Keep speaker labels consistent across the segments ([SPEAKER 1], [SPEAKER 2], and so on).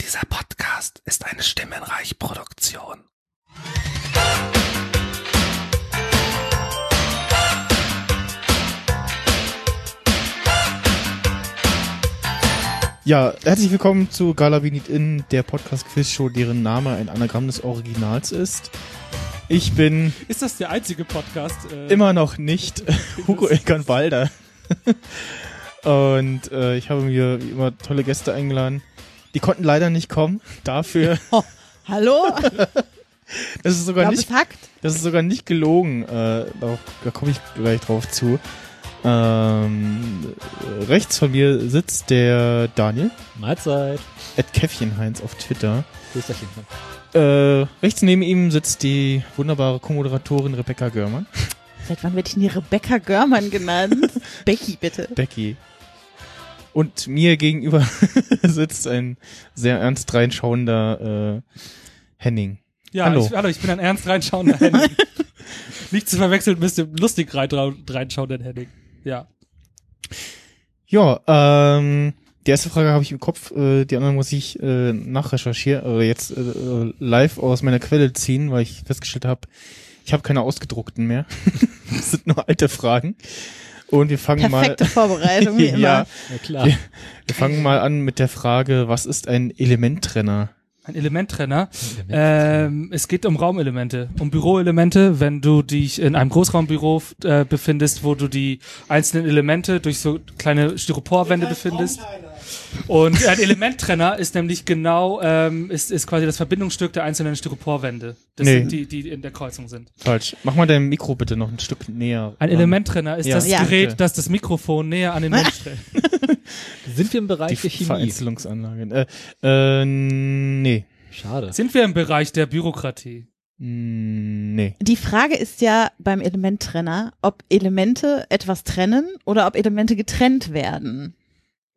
[SPEAKER 1] Dieser Podcast ist eine Stimmenreich-Produktion.
[SPEAKER 2] Ja, herzlich willkommen zu Gala We Need In, der Podcast-Quiz-Show, deren Name ein Anagramm des Originals ist. Ich bin
[SPEAKER 3] Ist das der einzige Podcast? äh,
[SPEAKER 2] immer noch nicht Hugo Elkan Walder. Und äh, ich habe mir wie immer tolle Gäste eingeladen. Die konnten leider nicht kommen. Dafür,
[SPEAKER 4] Hallo?
[SPEAKER 2] das ist sogar
[SPEAKER 4] Ja,
[SPEAKER 2] nicht,
[SPEAKER 4] befragt?
[SPEAKER 2] das ist sogar nicht gelogen. Äh, da da komme ich gleich drauf zu. Ähm, äh, rechts von mir sitzt der Daniel,
[SPEAKER 3] Mahlzeit.
[SPEAKER 2] at Käffchenheinz auf Twitter.
[SPEAKER 3] Österchen.
[SPEAKER 2] Äh, rechts neben ihm sitzt die wunderbare Co-Moderatorin Rebecca Görmann.
[SPEAKER 4] Seit wann werde ich denn die Rebecca Görmann genannt? Becky, bitte.
[SPEAKER 2] Becky. Und mir gegenüber sitzt ein sehr ernst reinschauender äh, Henning.
[SPEAKER 3] Ja,
[SPEAKER 2] Hallo.
[SPEAKER 3] hallo. Ich, hallo, ich bin ein ernst reinschauender Henning. Nicht zu verwechseln mit dem lustig rein, reinschauenden Henning. Ja.
[SPEAKER 2] Ja, ähm, die erste Frage habe ich im Kopf, äh, die andere muss ich äh, nachrecherchieren oder jetzt äh, äh, live aus meiner Quelle ziehen, weil ich festgestellt habe, ich habe keine ausgedruckten mehr. das sind nur alte Fragen. Und wir fangen
[SPEAKER 4] Perfekte Vorbereitung,
[SPEAKER 2] mal.
[SPEAKER 4] wie immer.
[SPEAKER 2] ja,
[SPEAKER 3] Na klar.
[SPEAKER 2] Wir fangen mal an mit der Frage, was ist ein Elementtrenner?
[SPEAKER 3] Ein Elementtrenner. Ähm, es geht um Raumelemente, um Büroelemente. Wenn du dich in einem Großraumbüro äh, befindest, wo du die einzelnen Elemente durch so kleine Styroporwände befindest. Und ein Elementtrenner ist nämlich genau, ähm, ist, ist quasi das Verbindungsstück der einzelnen Styroporwände, das
[SPEAKER 2] Nee.
[SPEAKER 3] sind die, die in der Kreuzung sind.
[SPEAKER 2] Falsch. Mach mal dein Mikro bitte noch ein Stück näher.
[SPEAKER 3] Ein
[SPEAKER 2] ran.
[SPEAKER 3] Elementtrenner ist
[SPEAKER 2] Ähm, Ja,
[SPEAKER 3] das
[SPEAKER 4] Ja.
[SPEAKER 2] danke.
[SPEAKER 3] Gerät, das das Mikrofon näher an den Mund stellt.
[SPEAKER 5] Sind wir im
[SPEAKER 2] Die
[SPEAKER 5] Bereich der Chemie?
[SPEAKER 2] Vereinzelungsanlage. Äh, äh, nee.
[SPEAKER 5] Schade.
[SPEAKER 3] Sind wir im Bereich der Bürokratie?
[SPEAKER 2] Mm, Nee.
[SPEAKER 4] Die Frage ist ja beim Elementtrenner, ob Elemente etwas trennen oder ob Elemente getrennt werden.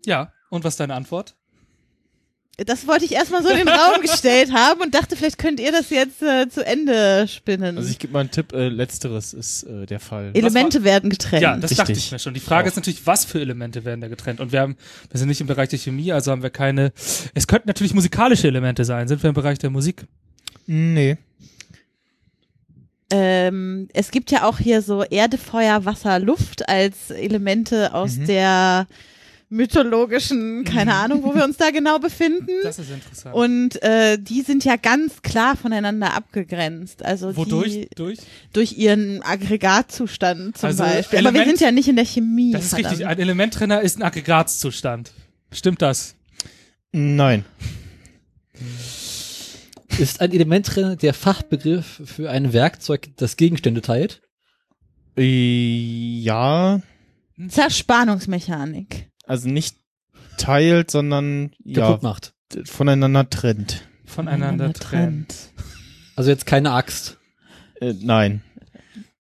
[SPEAKER 3] Ja. Und was ist deine Antwort?
[SPEAKER 4] Das wollte ich erstmal so in den Raum gestellt haben und dachte, vielleicht könnt ihr das jetzt äh, zu Ende spinnen.
[SPEAKER 2] Also ich gebe mal einen Tipp, äh, letzteres ist äh, der Fall.
[SPEAKER 4] Elemente werden getrennt.
[SPEAKER 3] Ja, das dachte
[SPEAKER 2] Richtig.
[SPEAKER 3] ich mir schon. Die Frage
[SPEAKER 2] Ja.
[SPEAKER 3] ist natürlich, was für Elemente werden da getrennt? Und wir haben, wir sind nicht im Bereich der Chemie, also haben wir keine. Es könnten natürlich musikalische Elemente sein. Sind wir im Bereich der Musik?
[SPEAKER 2] nee.
[SPEAKER 4] ähm, es gibt ja auch hier so Erde, Feuer, Wasser, Luft als Elemente aus
[SPEAKER 2] Mhm.
[SPEAKER 4] der mythologischen, keine Ahnung, wo wir uns da genau befinden.
[SPEAKER 3] Mhm. Das ist interessant.
[SPEAKER 4] Und äh, die sind ja ganz klar voneinander abgegrenzt. Also
[SPEAKER 3] Wodurch?
[SPEAKER 4] Die,
[SPEAKER 3] Durch?
[SPEAKER 4] durch ihren Aggregatzustand zum
[SPEAKER 3] Also
[SPEAKER 4] Beispiel. Aber wir
[SPEAKER 3] Element-
[SPEAKER 4] sind ja nicht in der Chemie.
[SPEAKER 3] Das ist richtig.
[SPEAKER 4] verdammt.
[SPEAKER 3] Ein Elementtrenner ist ein Aggregatzustand. Stimmt das?
[SPEAKER 2] Nein.
[SPEAKER 5] Ist ein Elementtrenner der Fachbegriff für ein Werkzeug, das Gegenstände teilt?
[SPEAKER 2] Äh, ja.
[SPEAKER 4] Zerspannungsmechanik.
[SPEAKER 2] Also nicht teilt, sondern ja,
[SPEAKER 5] Kaputt macht.
[SPEAKER 2] d- voneinander trennt.
[SPEAKER 3] Voneinander trennen.
[SPEAKER 5] Also jetzt keine Axt.
[SPEAKER 2] Äh, nein.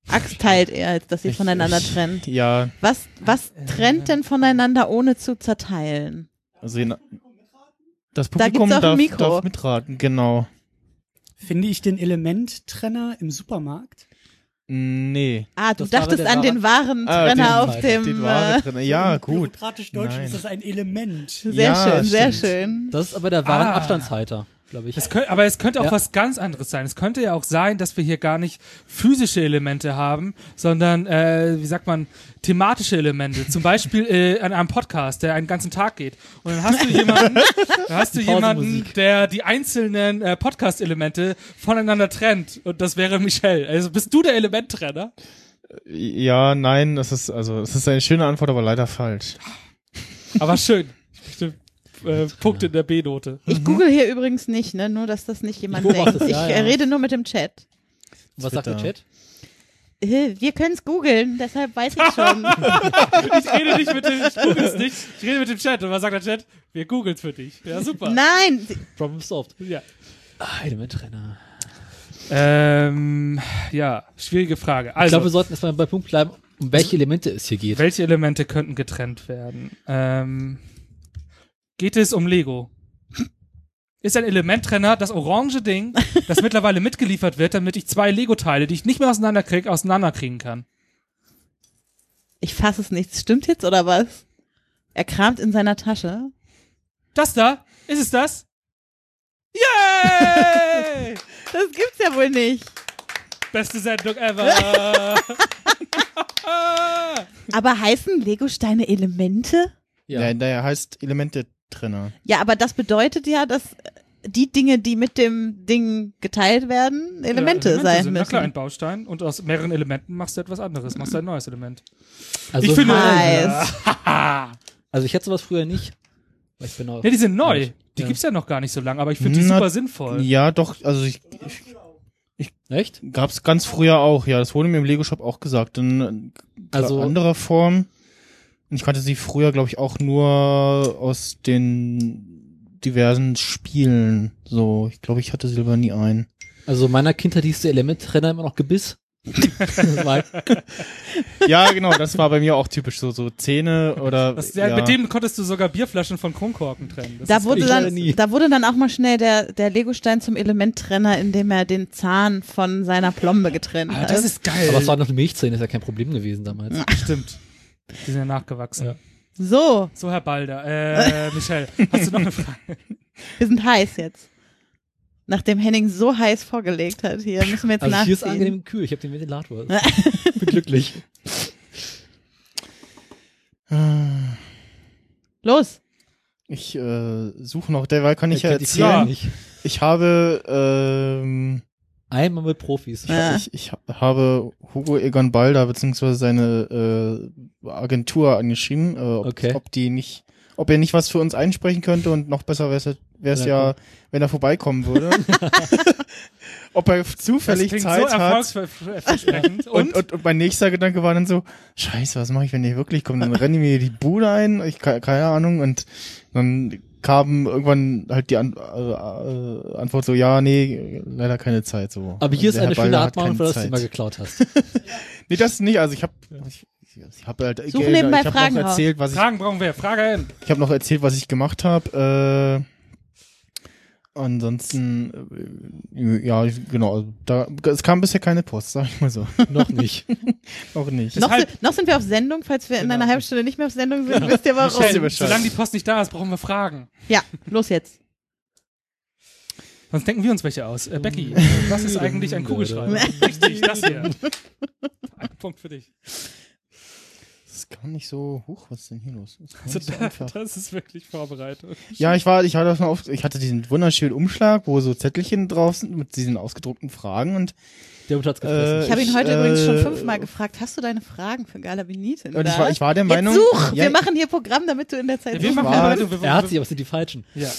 [SPEAKER 4] Axt teilt eher, als dass sie
[SPEAKER 2] Ich-
[SPEAKER 4] voneinander
[SPEAKER 2] ich-
[SPEAKER 4] trennt.
[SPEAKER 2] Ja.
[SPEAKER 4] Was, was
[SPEAKER 3] Äh,
[SPEAKER 4] trennt denn voneinander, ohne zu zerteilen?
[SPEAKER 2] Also in, das
[SPEAKER 4] Da gibt's
[SPEAKER 2] Publikum
[SPEAKER 4] auch ein
[SPEAKER 2] darf,
[SPEAKER 4] Mikro.
[SPEAKER 2] darf mitraten, genau.
[SPEAKER 6] Finde ich den Elementtrenner im Supermarkt?
[SPEAKER 2] Mm, Nee.
[SPEAKER 4] Ah, du
[SPEAKER 5] Das war aber
[SPEAKER 4] dachtest
[SPEAKER 5] der
[SPEAKER 4] an den wahren
[SPEAKER 2] Ah,
[SPEAKER 4] Trenner
[SPEAKER 5] den-
[SPEAKER 4] auf dem.
[SPEAKER 2] Den Ware
[SPEAKER 4] äh,
[SPEAKER 2] drin. Ja, gut.
[SPEAKER 6] Bürokratisch deutsch
[SPEAKER 2] Nein.
[SPEAKER 6] ist das ein Element.
[SPEAKER 4] sehr
[SPEAKER 2] Ja,
[SPEAKER 4] schön, sehr
[SPEAKER 2] stimmt.
[SPEAKER 4] schön.
[SPEAKER 5] Das ist aber der wahre
[SPEAKER 3] Ah.
[SPEAKER 5] Abstandshalter, glaube ich.
[SPEAKER 3] Es könnt, aber es könnte auch
[SPEAKER 5] Ja.
[SPEAKER 3] was ganz anderes sein. Es könnte ja auch sein, dass wir hier gar nicht physische Elemente haben, sondern, äh, wie sagt man, thematische Elemente. Zum Beispiel äh, an einem Podcast, der einen ganzen Tag geht. Und dann hast du jemanden, dann hast du jemanden
[SPEAKER 5] Pausenmusik.
[SPEAKER 3] der die einzelnen äh, Podcast-Elemente voneinander trennt. Und das wäre Michelle. Also bist du der Elementtrenner?
[SPEAKER 2] Ja, nein, das ist also das ist eine schöne Antwort, aber leider falsch.
[SPEAKER 3] Aber schön. Stimmt. Äh, Punkt in der B-Note.
[SPEAKER 4] Ich google hier übrigens nicht, ne? nur dass das nicht jemand
[SPEAKER 5] Mhm. Ich beobachte
[SPEAKER 4] denkt.
[SPEAKER 5] es,
[SPEAKER 4] Ich
[SPEAKER 5] ja,
[SPEAKER 4] äh,
[SPEAKER 5] ja.
[SPEAKER 4] rede nur mit dem Chat.
[SPEAKER 5] Was sagt der
[SPEAKER 2] Twitter.
[SPEAKER 5] Chat?
[SPEAKER 4] Äh, Wir können es googeln, deshalb weiß ich schon.
[SPEAKER 3] Ich rede nicht mit dem, ich google's nicht. Ich rede mit dem Chat. Und was sagt der Chat? Wir googeln's für dich. Ja, super.
[SPEAKER 4] Nein,
[SPEAKER 5] Problem solved.
[SPEAKER 3] Ja.
[SPEAKER 5] Ah, Elementtrenner.
[SPEAKER 3] Ähm, ja, schwierige Frage.
[SPEAKER 5] ich
[SPEAKER 3] Also,
[SPEAKER 5] glaube, wir sollten erstmal bei Punkt bleiben, um welche Elemente es hier geht.
[SPEAKER 3] welche Elemente könnten getrennt werden? Ähm, geht es um Lego? Ist ein Elementtrenner das orange Ding, das mittlerweile mitgeliefert wird, damit ich zwei Lego-Teile, die ich nicht mehr auseinanderkriege, auseinanderkriegen kann?
[SPEAKER 4] ich fasse es nicht. Stimmt jetzt oder was? Er kramt in seiner Tasche.
[SPEAKER 3] Das da? Ist es das? Yay!
[SPEAKER 4] Das gibt's ja wohl nicht.
[SPEAKER 3] Beste Sendung ever.
[SPEAKER 4] Aber heißen Lego-Steine Elemente?
[SPEAKER 5] Ja.
[SPEAKER 2] Der, der heißt Elemente-Trenner.
[SPEAKER 4] Ja, aber das bedeutet ja, dass äh, die Dinge, die mit dem Ding geteilt werden, Elemente,
[SPEAKER 3] Ja,
[SPEAKER 4] sein
[SPEAKER 3] sind. Na
[SPEAKER 4] müssen.
[SPEAKER 3] klar, ein Baustein und aus mehreren Elementen machst du etwas anderes, machst du ein neues Element.
[SPEAKER 5] Also,
[SPEAKER 3] ich finde,
[SPEAKER 4] nice.
[SPEAKER 5] also ich hatte sowas früher nicht. Weil ich bin auch.
[SPEAKER 3] ja, die sind neu. Die
[SPEAKER 5] Ja.
[SPEAKER 3] gibt's ja noch gar nicht so lange, aber ich finde die
[SPEAKER 2] Na,
[SPEAKER 3] super sinnvoll.
[SPEAKER 2] Ja, doch, also ich
[SPEAKER 5] Echt?
[SPEAKER 2] gab's ganz früher auch, ja, das wurde mir im Lego Shop auch gesagt, in also,
[SPEAKER 5] Also-
[SPEAKER 2] anderer Form. Und ich kannte sie früher, glaube ich, auch nur aus den diversen Spielen. So, ich glaube, ich hatte sie aber nie ein.
[SPEAKER 5] Also in meiner Kindheit hieß der Elementtrenner immer noch Gebiss. das war,
[SPEAKER 2] Ja, genau, das war bei mir auch typisch so so Zähne oder
[SPEAKER 3] Das, ja,
[SPEAKER 2] ja,
[SPEAKER 3] Mit dem konntest du sogar Bierflaschen von Kronkorken trennen. Das
[SPEAKER 4] Da
[SPEAKER 3] ist
[SPEAKER 4] wurde,
[SPEAKER 5] ich leider nie.
[SPEAKER 4] dann, da wurde dann auch mal schnell der, der Legostein zum Elementtrenner, indem er den Zahn von seiner Plombe getrennt
[SPEAKER 3] Ah,
[SPEAKER 4] hat.
[SPEAKER 3] das ist geil.
[SPEAKER 5] aber
[SPEAKER 2] Äh,
[SPEAKER 5] es war noch eine Milchzähne, ist ja kein Problem gewesen damals.
[SPEAKER 3] Stimmt. Die sind ja nachgewachsen.
[SPEAKER 5] Ja.
[SPEAKER 4] so,
[SPEAKER 3] So, Herr Balder. Äh, Michelle, hast du noch eine Frage?
[SPEAKER 4] wir sind heiß jetzt. Nachdem Henning so heiß vorgelegt hat, hier müssen wir jetzt
[SPEAKER 5] Also hier ist
[SPEAKER 4] nachziehen.
[SPEAKER 5] angenehm kühl, ich habe den Ventilator. Ich bin glücklich.
[SPEAKER 4] Los,
[SPEAKER 2] ich äh, suche noch, derweil kann ich ja
[SPEAKER 5] kennt Äh, die Fehler
[SPEAKER 2] erzählen.
[SPEAKER 5] nicht.
[SPEAKER 2] Ich habe ähm,
[SPEAKER 5] Einmal mit Profis.
[SPEAKER 4] Ja.
[SPEAKER 2] Ich, ich ha- habe Hugo Egon Balder beziehungsweise seine äh, Agentur angeschrieben, äh, ob,
[SPEAKER 5] Okay.
[SPEAKER 2] ob die nicht, ob er nicht was für uns einsprechen könnte und noch besser wäre es ja,
[SPEAKER 5] Ja,
[SPEAKER 2] wenn er vorbeikommen würde. ob er
[SPEAKER 3] Das
[SPEAKER 2] zufällig
[SPEAKER 3] klingt so
[SPEAKER 2] Zeit hat.
[SPEAKER 3] erfolgsversprechend.
[SPEAKER 2] Und,
[SPEAKER 3] Und?
[SPEAKER 2] und, und mein nächster Gedanke war dann so, scheiße, was mache ich, wenn ihr wirklich kommt? Dann rennen die mir die Bude ein, ich ke- keine Ahnung. Und dann kam irgendwann halt die An äh, äh, Antwort so, ja, nee, leider keine Zeit. So.
[SPEAKER 5] Aber hier ist
[SPEAKER 2] Der Herr
[SPEAKER 5] eine schöne
[SPEAKER 2] Balder hat
[SPEAKER 5] Abmahnung,
[SPEAKER 2] keine
[SPEAKER 5] weil du das
[SPEAKER 2] Zeit.
[SPEAKER 5] immer geklaut hast.
[SPEAKER 2] Nee, das nicht. Also ich habe ich, ich hab halt ich
[SPEAKER 4] nebenbei
[SPEAKER 2] ich hab
[SPEAKER 4] Fragen
[SPEAKER 2] noch
[SPEAKER 4] raus.
[SPEAKER 2] erzählt, was ich,
[SPEAKER 3] Fragen brauchen wir. Frage hin.
[SPEAKER 2] ich habe noch erzählt, was ich gemacht habe. Äh, ansonsten äh, ja, ich- genau, also da es kam bisher keine Post, sag ich mal so.
[SPEAKER 5] noch nicht.
[SPEAKER 2] Auch nicht.
[SPEAKER 4] noch,
[SPEAKER 3] Deshalb-
[SPEAKER 4] sind- noch sind wir auf Sendung, falls wir in einer halben Stunde nicht mehr auf Sendung sind, wisst ihr warum.
[SPEAKER 2] Michelle, Bescheid.
[SPEAKER 3] Solange die Post nicht da ist, brauchen wir Fragen.
[SPEAKER 4] Ja, los jetzt.
[SPEAKER 3] Sonst denken wir uns welche aus. Äh, Becky, was ist eigentlich ein Kugelschreiber? Richtig, das hier. Ein Punkt für dich.
[SPEAKER 2] Das ist gar nicht so hoch, was ist denn hier los? Das ist gar
[SPEAKER 3] Also,
[SPEAKER 2] nicht so
[SPEAKER 3] da-
[SPEAKER 2] einfach.
[SPEAKER 3] das ist wirklich Vorbereitung.
[SPEAKER 2] Ja, ich war, ich war davon auf, ich hatte diesen wunderschönen Umschlag, wo so Zettelchen drauf sind mit diesen ausgedruckten Fragen und
[SPEAKER 5] Der Hund hat's
[SPEAKER 2] Äh,
[SPEAKER 5] gefressen.
[SPEAKER 4] Ich habe ihn
[SPEAKER 2] Ich,
[SPEAKER 4] heute
[SPEAKER 2] äh,
[SPEAKER 4] übrigens schon fünfmal gefragt, hast du deine Fragen für Galabinitin?
[SPEAKER 2] und
[SPEAKER 4] da?
[SPEAKER 2] ich war, ich war der Meinung,
[SPEAKER 4] jetzt such!
[SPEAKER 2] ja,
[SPEAKER 4] wir machen hier Programm, damit du in der Zeit
[SPEAKER 3] wir
[SPEAKER 4] suchen
[SPEAKER 3] machen
[SPEAKER 2] war-
[SPEAKER 4] kannst.
[SPEAKER 3] Vorbereitung, wir-
[SPEAKER 5] er hat sie, aber es sind die falschen.
[SPEAKER 3] Ja.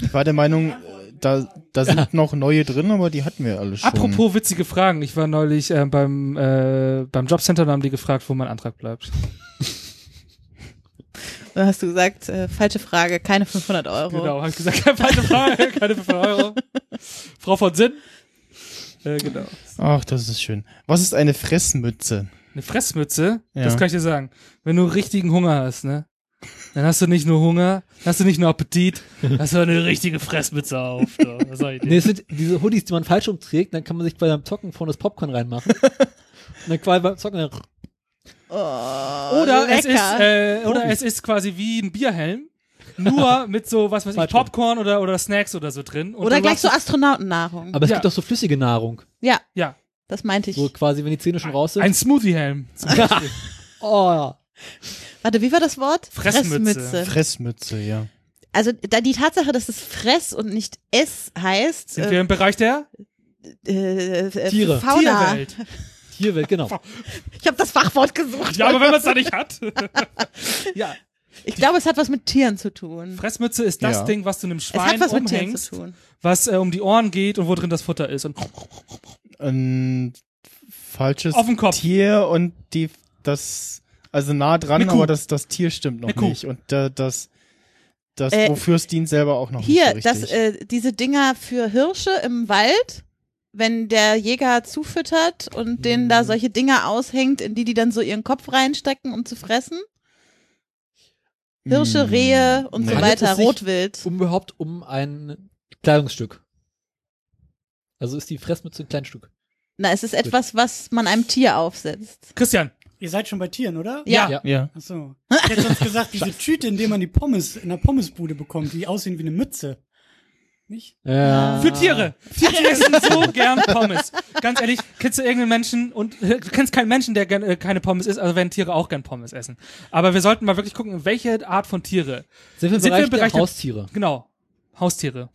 [SPEAKER 2] ich war der Meinung, äh, da, da sind noch neue drin, aber die hatten wir alle schon.
[SPEAKER 3] Apropos witzige Fragen. Ich war neulich äh, beim, äh, beim Jobcenter, da haben die gefragt, wo mein Antrag bleibt.
[SPEAKER 4] Dann hast du gesagt, äh, falsche Frage, keine 500 Euro.
[SPEAKER 3] Genau, habe ich gesagt, keine falsche Frage, keine 500 Euro. Frau von Sinn. Äh, genau.
[SPEAKER 2] Ach, das ist schön. Was ist eine Fressmütze?
[SPEAKER 3] Eine Fressmütze,
[SPEAKER 2] Ja.
[SPEAKER 3] das kann ich dir sagen. Wenn du richtigen Hunger hast, ne? Dann hast du nicht nur Hunger, dann hast du nicht nur Appetit, dann hast du eine richtige Fressmütze auf. Du. Was soll ich dir?
[SPEAKER 5] Nee, es sind diese Hoodies, die man falsch umträgt, dann kann man sich bei einem Zocken vorne das Popcorn reinmachen. Und dann quasi beim Zocken dann
[SPEAKER 4] Oh,
[SPEAKER 3] Oder es, ist,
[SPEAKER 4] lecker. Oh.
[SPEAKER 3] äh, oder es ist quasi wie ein Bierhelm, nur mit so, was weiß ich,
[SPEAKER 5] Falsch rum.
[SPEAKER 3] Popcorn oder, oder Snacks oder so drin. Und
[SPEAKER 4] Oder
[SPEAKER 3] du
[SPEAKER 4] gleich
[SPEAKER 3] machst-
[SPEAKER 4] so Astronautennahrung.
[SPEAKER 5] Aber es
[SPEAKER 3] Ja.
[SPEAKER 5] gibt auch so flüssige Nahrung.
[SPEAKER 4] ja,
[SPEAKER 3] Ja,
[SPEAKER 4] das meinte ich.
[SPEAKER 5] So quasi, wenn die Zähne schon raus sind.
[SPEAKER 3] ein Smoothie-Helm.
[SPEAKER 5] oh, ja.
[SPEAKER 4] Warte, wie war das Wort?
[SPEAKER 3] Fressmütze.
[SPEAKER 2] Fressmütze, ja.
[SPEAKER 4] Also da die Tatsache, dass es Fress und nicht Ess heißt,
[SPEAKER 3] Sind wir im Bereich der
[SPEAKER 4] äh, äh,
[SPEAKER 5] Tiere.
[SPEAKER 4] Fauna.
[SPEAKER 3] Tierwelt?
[SPEAKER 5] Tierwelt, genau.
[SPEAKER 4] Ich habe das Fachwort gesucht.
[SPEAKER 3] Ja, aber wenn man es da nicht hat.
[SPEAKER 5] ja.
[SPEAKER 4] ich glaube, es hat was mit Tieren zu tun.
[SPEAKER 3] Fressmütze ist das
[SPEAKER 2] Ja.
[SPEAKER 3] Ding, was du einem
[SPEAKER 4] es hat
[SPEAKER 3] Schwein
[SPEAKER 4] was mit Tieren zu tun.
[SPEAKER 3] umhängst, was äh, um die Ohren geht und wo drin das Futter ist. Und
[SPEAKER 2] Ein falsches
[SPEAKER 3] Auf den Kopf.
[SPEAKER 2] Tier und die das also nah dran,
[SPEAKER 3] Eine Kuh.
[SPEAKER 2] aber das das Tier stimmt noch
[SPEAKER 3] Eine Kuh.
[SPEAKER 2] nicht und äh, das das
[SPEAKER 4] Äh,
[SPEAKER 2] wofür es dient selber auch noch
[SPEAKER 4] Hier,
[SPEAKER 2] nicht so
[SPEAKER 4] das,
[SPEAKER 2] richtig.
[SPEAKER 4] äh, diese Dinger für Hirsche im Wald, wenn der Jäger zufüttert und denen
[SPEAKER 3] Mhm.
[SPEAKER 4] da solche Dinger aushängt, in die die dann so ihren Kopf reinstecken, um zu fressen. äh, Hirsche,
[SPEAKER 2] Hm.
[SPEAKER 4] Rehe und so
[SPEAKER 5] Handelt
[SPEAKER 4] weiter,
[SPEAKER 5] es sich
[SPEAKER 4] Rotwild.
[SPEAKER 5] Um überhaupt um ein Kleidungsstück. Also ist die Fressmütze ein Kleinstück.
[SPEAKER 4] Na, es ist etwas, was man einem Tier aufsetzt.
[SPEAKER 3] Christian,
[SPEAKER 6] Ihr seid schon bei Tieren, oder?
[SPEAKER 4] Ja.
[SPEAKER 5] Ja.
[SPEAKER 2] Ja.
[SPEAKER 6] Ach so. Ich hätte sonst gesagt, diese Tüte, in der man die Pommes in der Pommesbude bekommt, die aussehen wie eine Mütze. nicht?
[SPEAKER 5] Ja.
[SPEAKER 3] Für Tiere. Tiere essen so gern Pommes. Ganz ehrlich, kennst du irgendeinen Menschen und du kennst keinen Menschen, der gern, äh, keine Pommes isst, also werden Tiere auch gern Pommes essen. Aber wir sollten mal wirklich gucken, welche Art von Tiere.
[SPEAKER 5] Sind wir im
[SPEAKER 3] Sind wir
[SPEAKER 5] Bereich
[SPEAKER 3] im
[SPEAKER 5] der
[SPEAKER 3] Bereich der-
[SPEAKER 5] Haustiere?
[SPEAKER 3] Genau. Haustiere.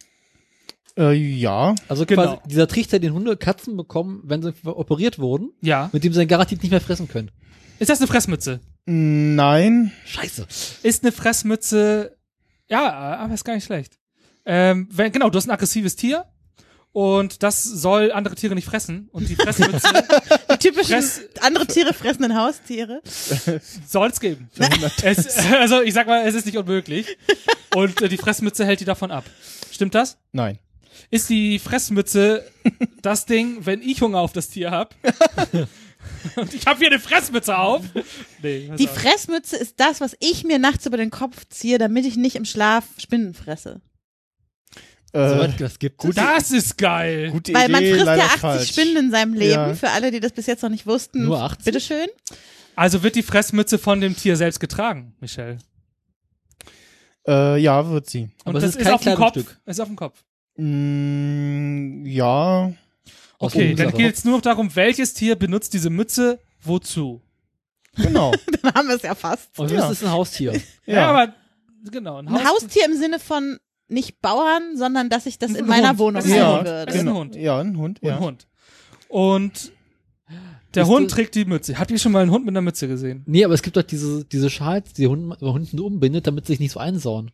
[SPEAKER 2] Äh, ja.
[SPEAKER 5] Also
[SPEAKER 3] Genau.
[SPEAKER 5] quasi dieser Trichter, den Hunde Katzen bekommen, wenn sie operiert wurden,
[SPEAKER 3] Ja.
[SPEAKER 5] mit dem sie dann garantiert nicht mehr fressen können.
[SPEAKER 3] Ist das eine Fressmütze?
[SPEAKER 2] Nein.
[SPEAKER 5] Scheiße.
[SPEAKER 3] Ist eine Fressmütze. Ja, aber ist gar nicht schlecht. Ähm, wenn, genau, du hast ein aggressives Tier und das soll andere Tiere nicht fressen. Und die Fressmütze
[SPEAKER 4] Die typischen
[SPEAKER 3] Fress-
[SPEAKER 4] andere Tiere fressenden Haustiere.
[SPEAKER 3] soll es geben. Es, also ich sag mal, es ist nicht unmöglich. Und äh, die Fressmütze hält die davon ab. Stimmt das?
[SPEAKER 2] Nein.
[SPEAKER 3] Ist die Fressmütze das Ding, wenn ich Hunger auf das Tier hab? und ich hab hier eine Fressmütze auf. Nee, pass
[SPEAKER 4] Die
[SPEAKER 3] auf.
[SPEAKER 4] Fressmütze ist das, was ich mir nachts über den Kopf ziehe, damit ich nicht im Schlaf Spinnen fresse.
[SPEAKER 5] So
[SPEAKER 2] Äh,
[SPEAKER 5] was- was gibt's? Gut,
[SPEAKER 3] das ist geil.
[SPEAKER 2] gute
[SPEAKER 4] Weil
[SPEAKER 2] Idee,
[SPEAKER 4] man frisst
[SPEAKER 2] leider
[SPEAKER 4] ja 80
[SPEAKER 2] falsch.
[SPEAKER 4] Spinnen in seinem Leben,
[SPEAKER 2] Ja.
[SPEAKER 4] für alle, die das bis jetzt noch nicht wussten.
[SPEAKER 5] Nur 80?
[SPEAKER 4] Bitteschön.
[SPEAKER 3] Also wird die Fressmütze von dem Tier selbst getragen, Michelle.
[SPEAKER 2] Äh, ja, wird sie.
[SPEAKER 3] Und
[SPEAKER 5] Aber es
[SPEAKER 3] das
[SPEAKER 5] ist
[SPEAKER 3] ist,
[SPEAKER 5] kein
[SPEAKER 3] auf dem Kopf.
[SPEAKER 5] Kleidungsstück.
[SPEAKER 3] Ist auf dem Kopf.
[SPEAKER 2] Mm, ja.
[SPEAKER 3] Okay, dann geht es nur noch darum, welches Tier benutzt diese Mütze wozu.
[SPEAKER 2] Genau.
[SPEAKER 4] Dann haben wir es ja fast.
[SPEAKER 5] Und wir
[SPEAKER 2] Ja.
[SPEAKER 5] wissen, es ist ein Haustier.
[SPEAKER 3] Ja,
[SPEAKER 2] ja.
[SPEAKER 3] aber genau. Ein,
[SPEAKER 4] Ein Haustier im Sinne von nicht Bauern, sondern dass ich das
[SPEAKER 3] Ein
[SPEAKER 4] in meiner
[SPEAKER 3] Hund.
[SPEAKER 4] Wohnung
[SPEAKER 3] Es ist ein
[SPEAKER 2] ja,
[SPEAKER 4] haben würde.
[SPEAKER 3] Es ist ein
[SPEAKER 2] genau.
[SPEAKER 3] Hund.
[SPEAKER 2] Ja, ein Hund.
[SPEAKER 3] und
[SPEAKER 2] Ja.
[SPEAKER 3] Hund. Und der
[SPEAKER 5] Ist
[SPEAKER 3] Hund
[SPEAKER 5] du-
[SPEAKER 3] trägt die Mütze. Habt ihr schon mal einen Hund mit einer Mütze gesehen?
[SPEAKER 5] Nee, aber es gibt doch diese, diese Schals, die Hunde, Hunden umbindet, damit sie sich nicht so einsauen.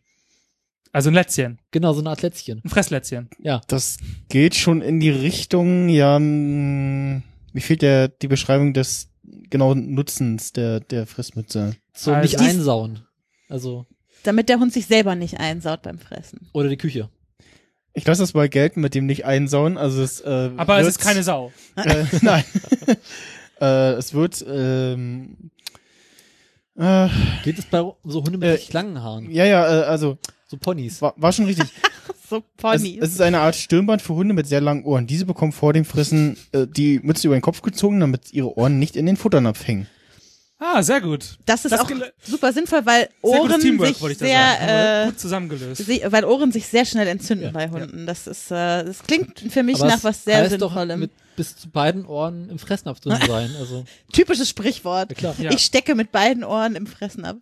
[SPEAKER 3] Also ein Lätzchen.
[SPEAKER 5] Genau, so eine Art Lätzchen.
[SPEAKER 3] Ein Fresslätzchen.
[SPEAKER 2] Das geht schon in die Richtung, ja. mm, Mir fehlt der, die Beschreibung des genauen Nutzens der, der Fristmütze.
[SPEAKER 5] So
[SPEAKER 3] Also-
[SPEAKER 5] nicht einsauen. Also,
[SPEAKER 4] Damit der Hund sich selber nicht einsaut beim Fressen.
[SPEAKER 5] oder die Küche.
[SPEAKER 2] Ich lasse das mal gelten mit dem nicht einsauen. Also es, äh,
[SPEAKER 3] Aber es
[SPEAKER 2] wird-
[SPEAKER 3] ist keine Sau.
[SPEAKER 2] Äh, nein. äh, es wird ähm, äh,
[SPEAKER 5] Geht es bei so Hunden mit
[SPEAKER 2] Äh,
[SPEAKER 5] richtig langen Haaren?
[SPEAKER 2] ja, ja, äh, also
[SPEAKER 5] So Ponys.
[SPEAKER 2] war, war schon richtig.
[SPEAKER 4] So
[SPEAKER 2] es,
[SPEAKER 4] Ponys.
[SPEAKER 2] es ist eine Art Stirnband für Hunde mit sehr langen Ohren. Diese bekommen vor dem Fressen äh, die Mütze über den Kopf gezogen, damit ihre Ohren nicht in den Futternapf hängen.
[SPEAKER 3] Ah, sehr gut.
[SPEAKER 4] das ist
[SPEAKER 3] das
[SPEAKER 4] auch
[SPEAKER 3] gele-
[SPEAKER 4] super sinnvoll, weil
[SPEAKER 3] Sehr gutes
[SPEAKER 4] Ohren
[SPEAKER 3] Teamwork,
[SPEAKER 4] sich
[SPEAKER 3] wollte ich da sagen.
[SPEAKER 4] sehr, äh,
[SPEAKER 3] gut zusammengelöst.
[SPEAKER 4] sie- weil Ohren sich sehr schnell entzünden
[SPEAKER 5] Ja,
[SPEAKER 4] bei Hunden. Das ist, äh, das klingt für mich
[SPEAKER 5] Aber
[SPEAKER 4] nach
[SPEAKER 5] es
[SPEAKER 4] was sehr
[SPEAKER 5] heißt doch,
[SPEAKER 4] Sinnvollem.
[SPEAKER 5] mit bis zu beiden Ohren im Fressnapf drin sein. Also,
[SPEAKER 4] Typisches Sprichwort.
[SPEAKER 5] ja klar.
[SPEAKER 3] Ja.
[SPEAKER 4] Ich stecke mit beiden Ohren im Fressen ab.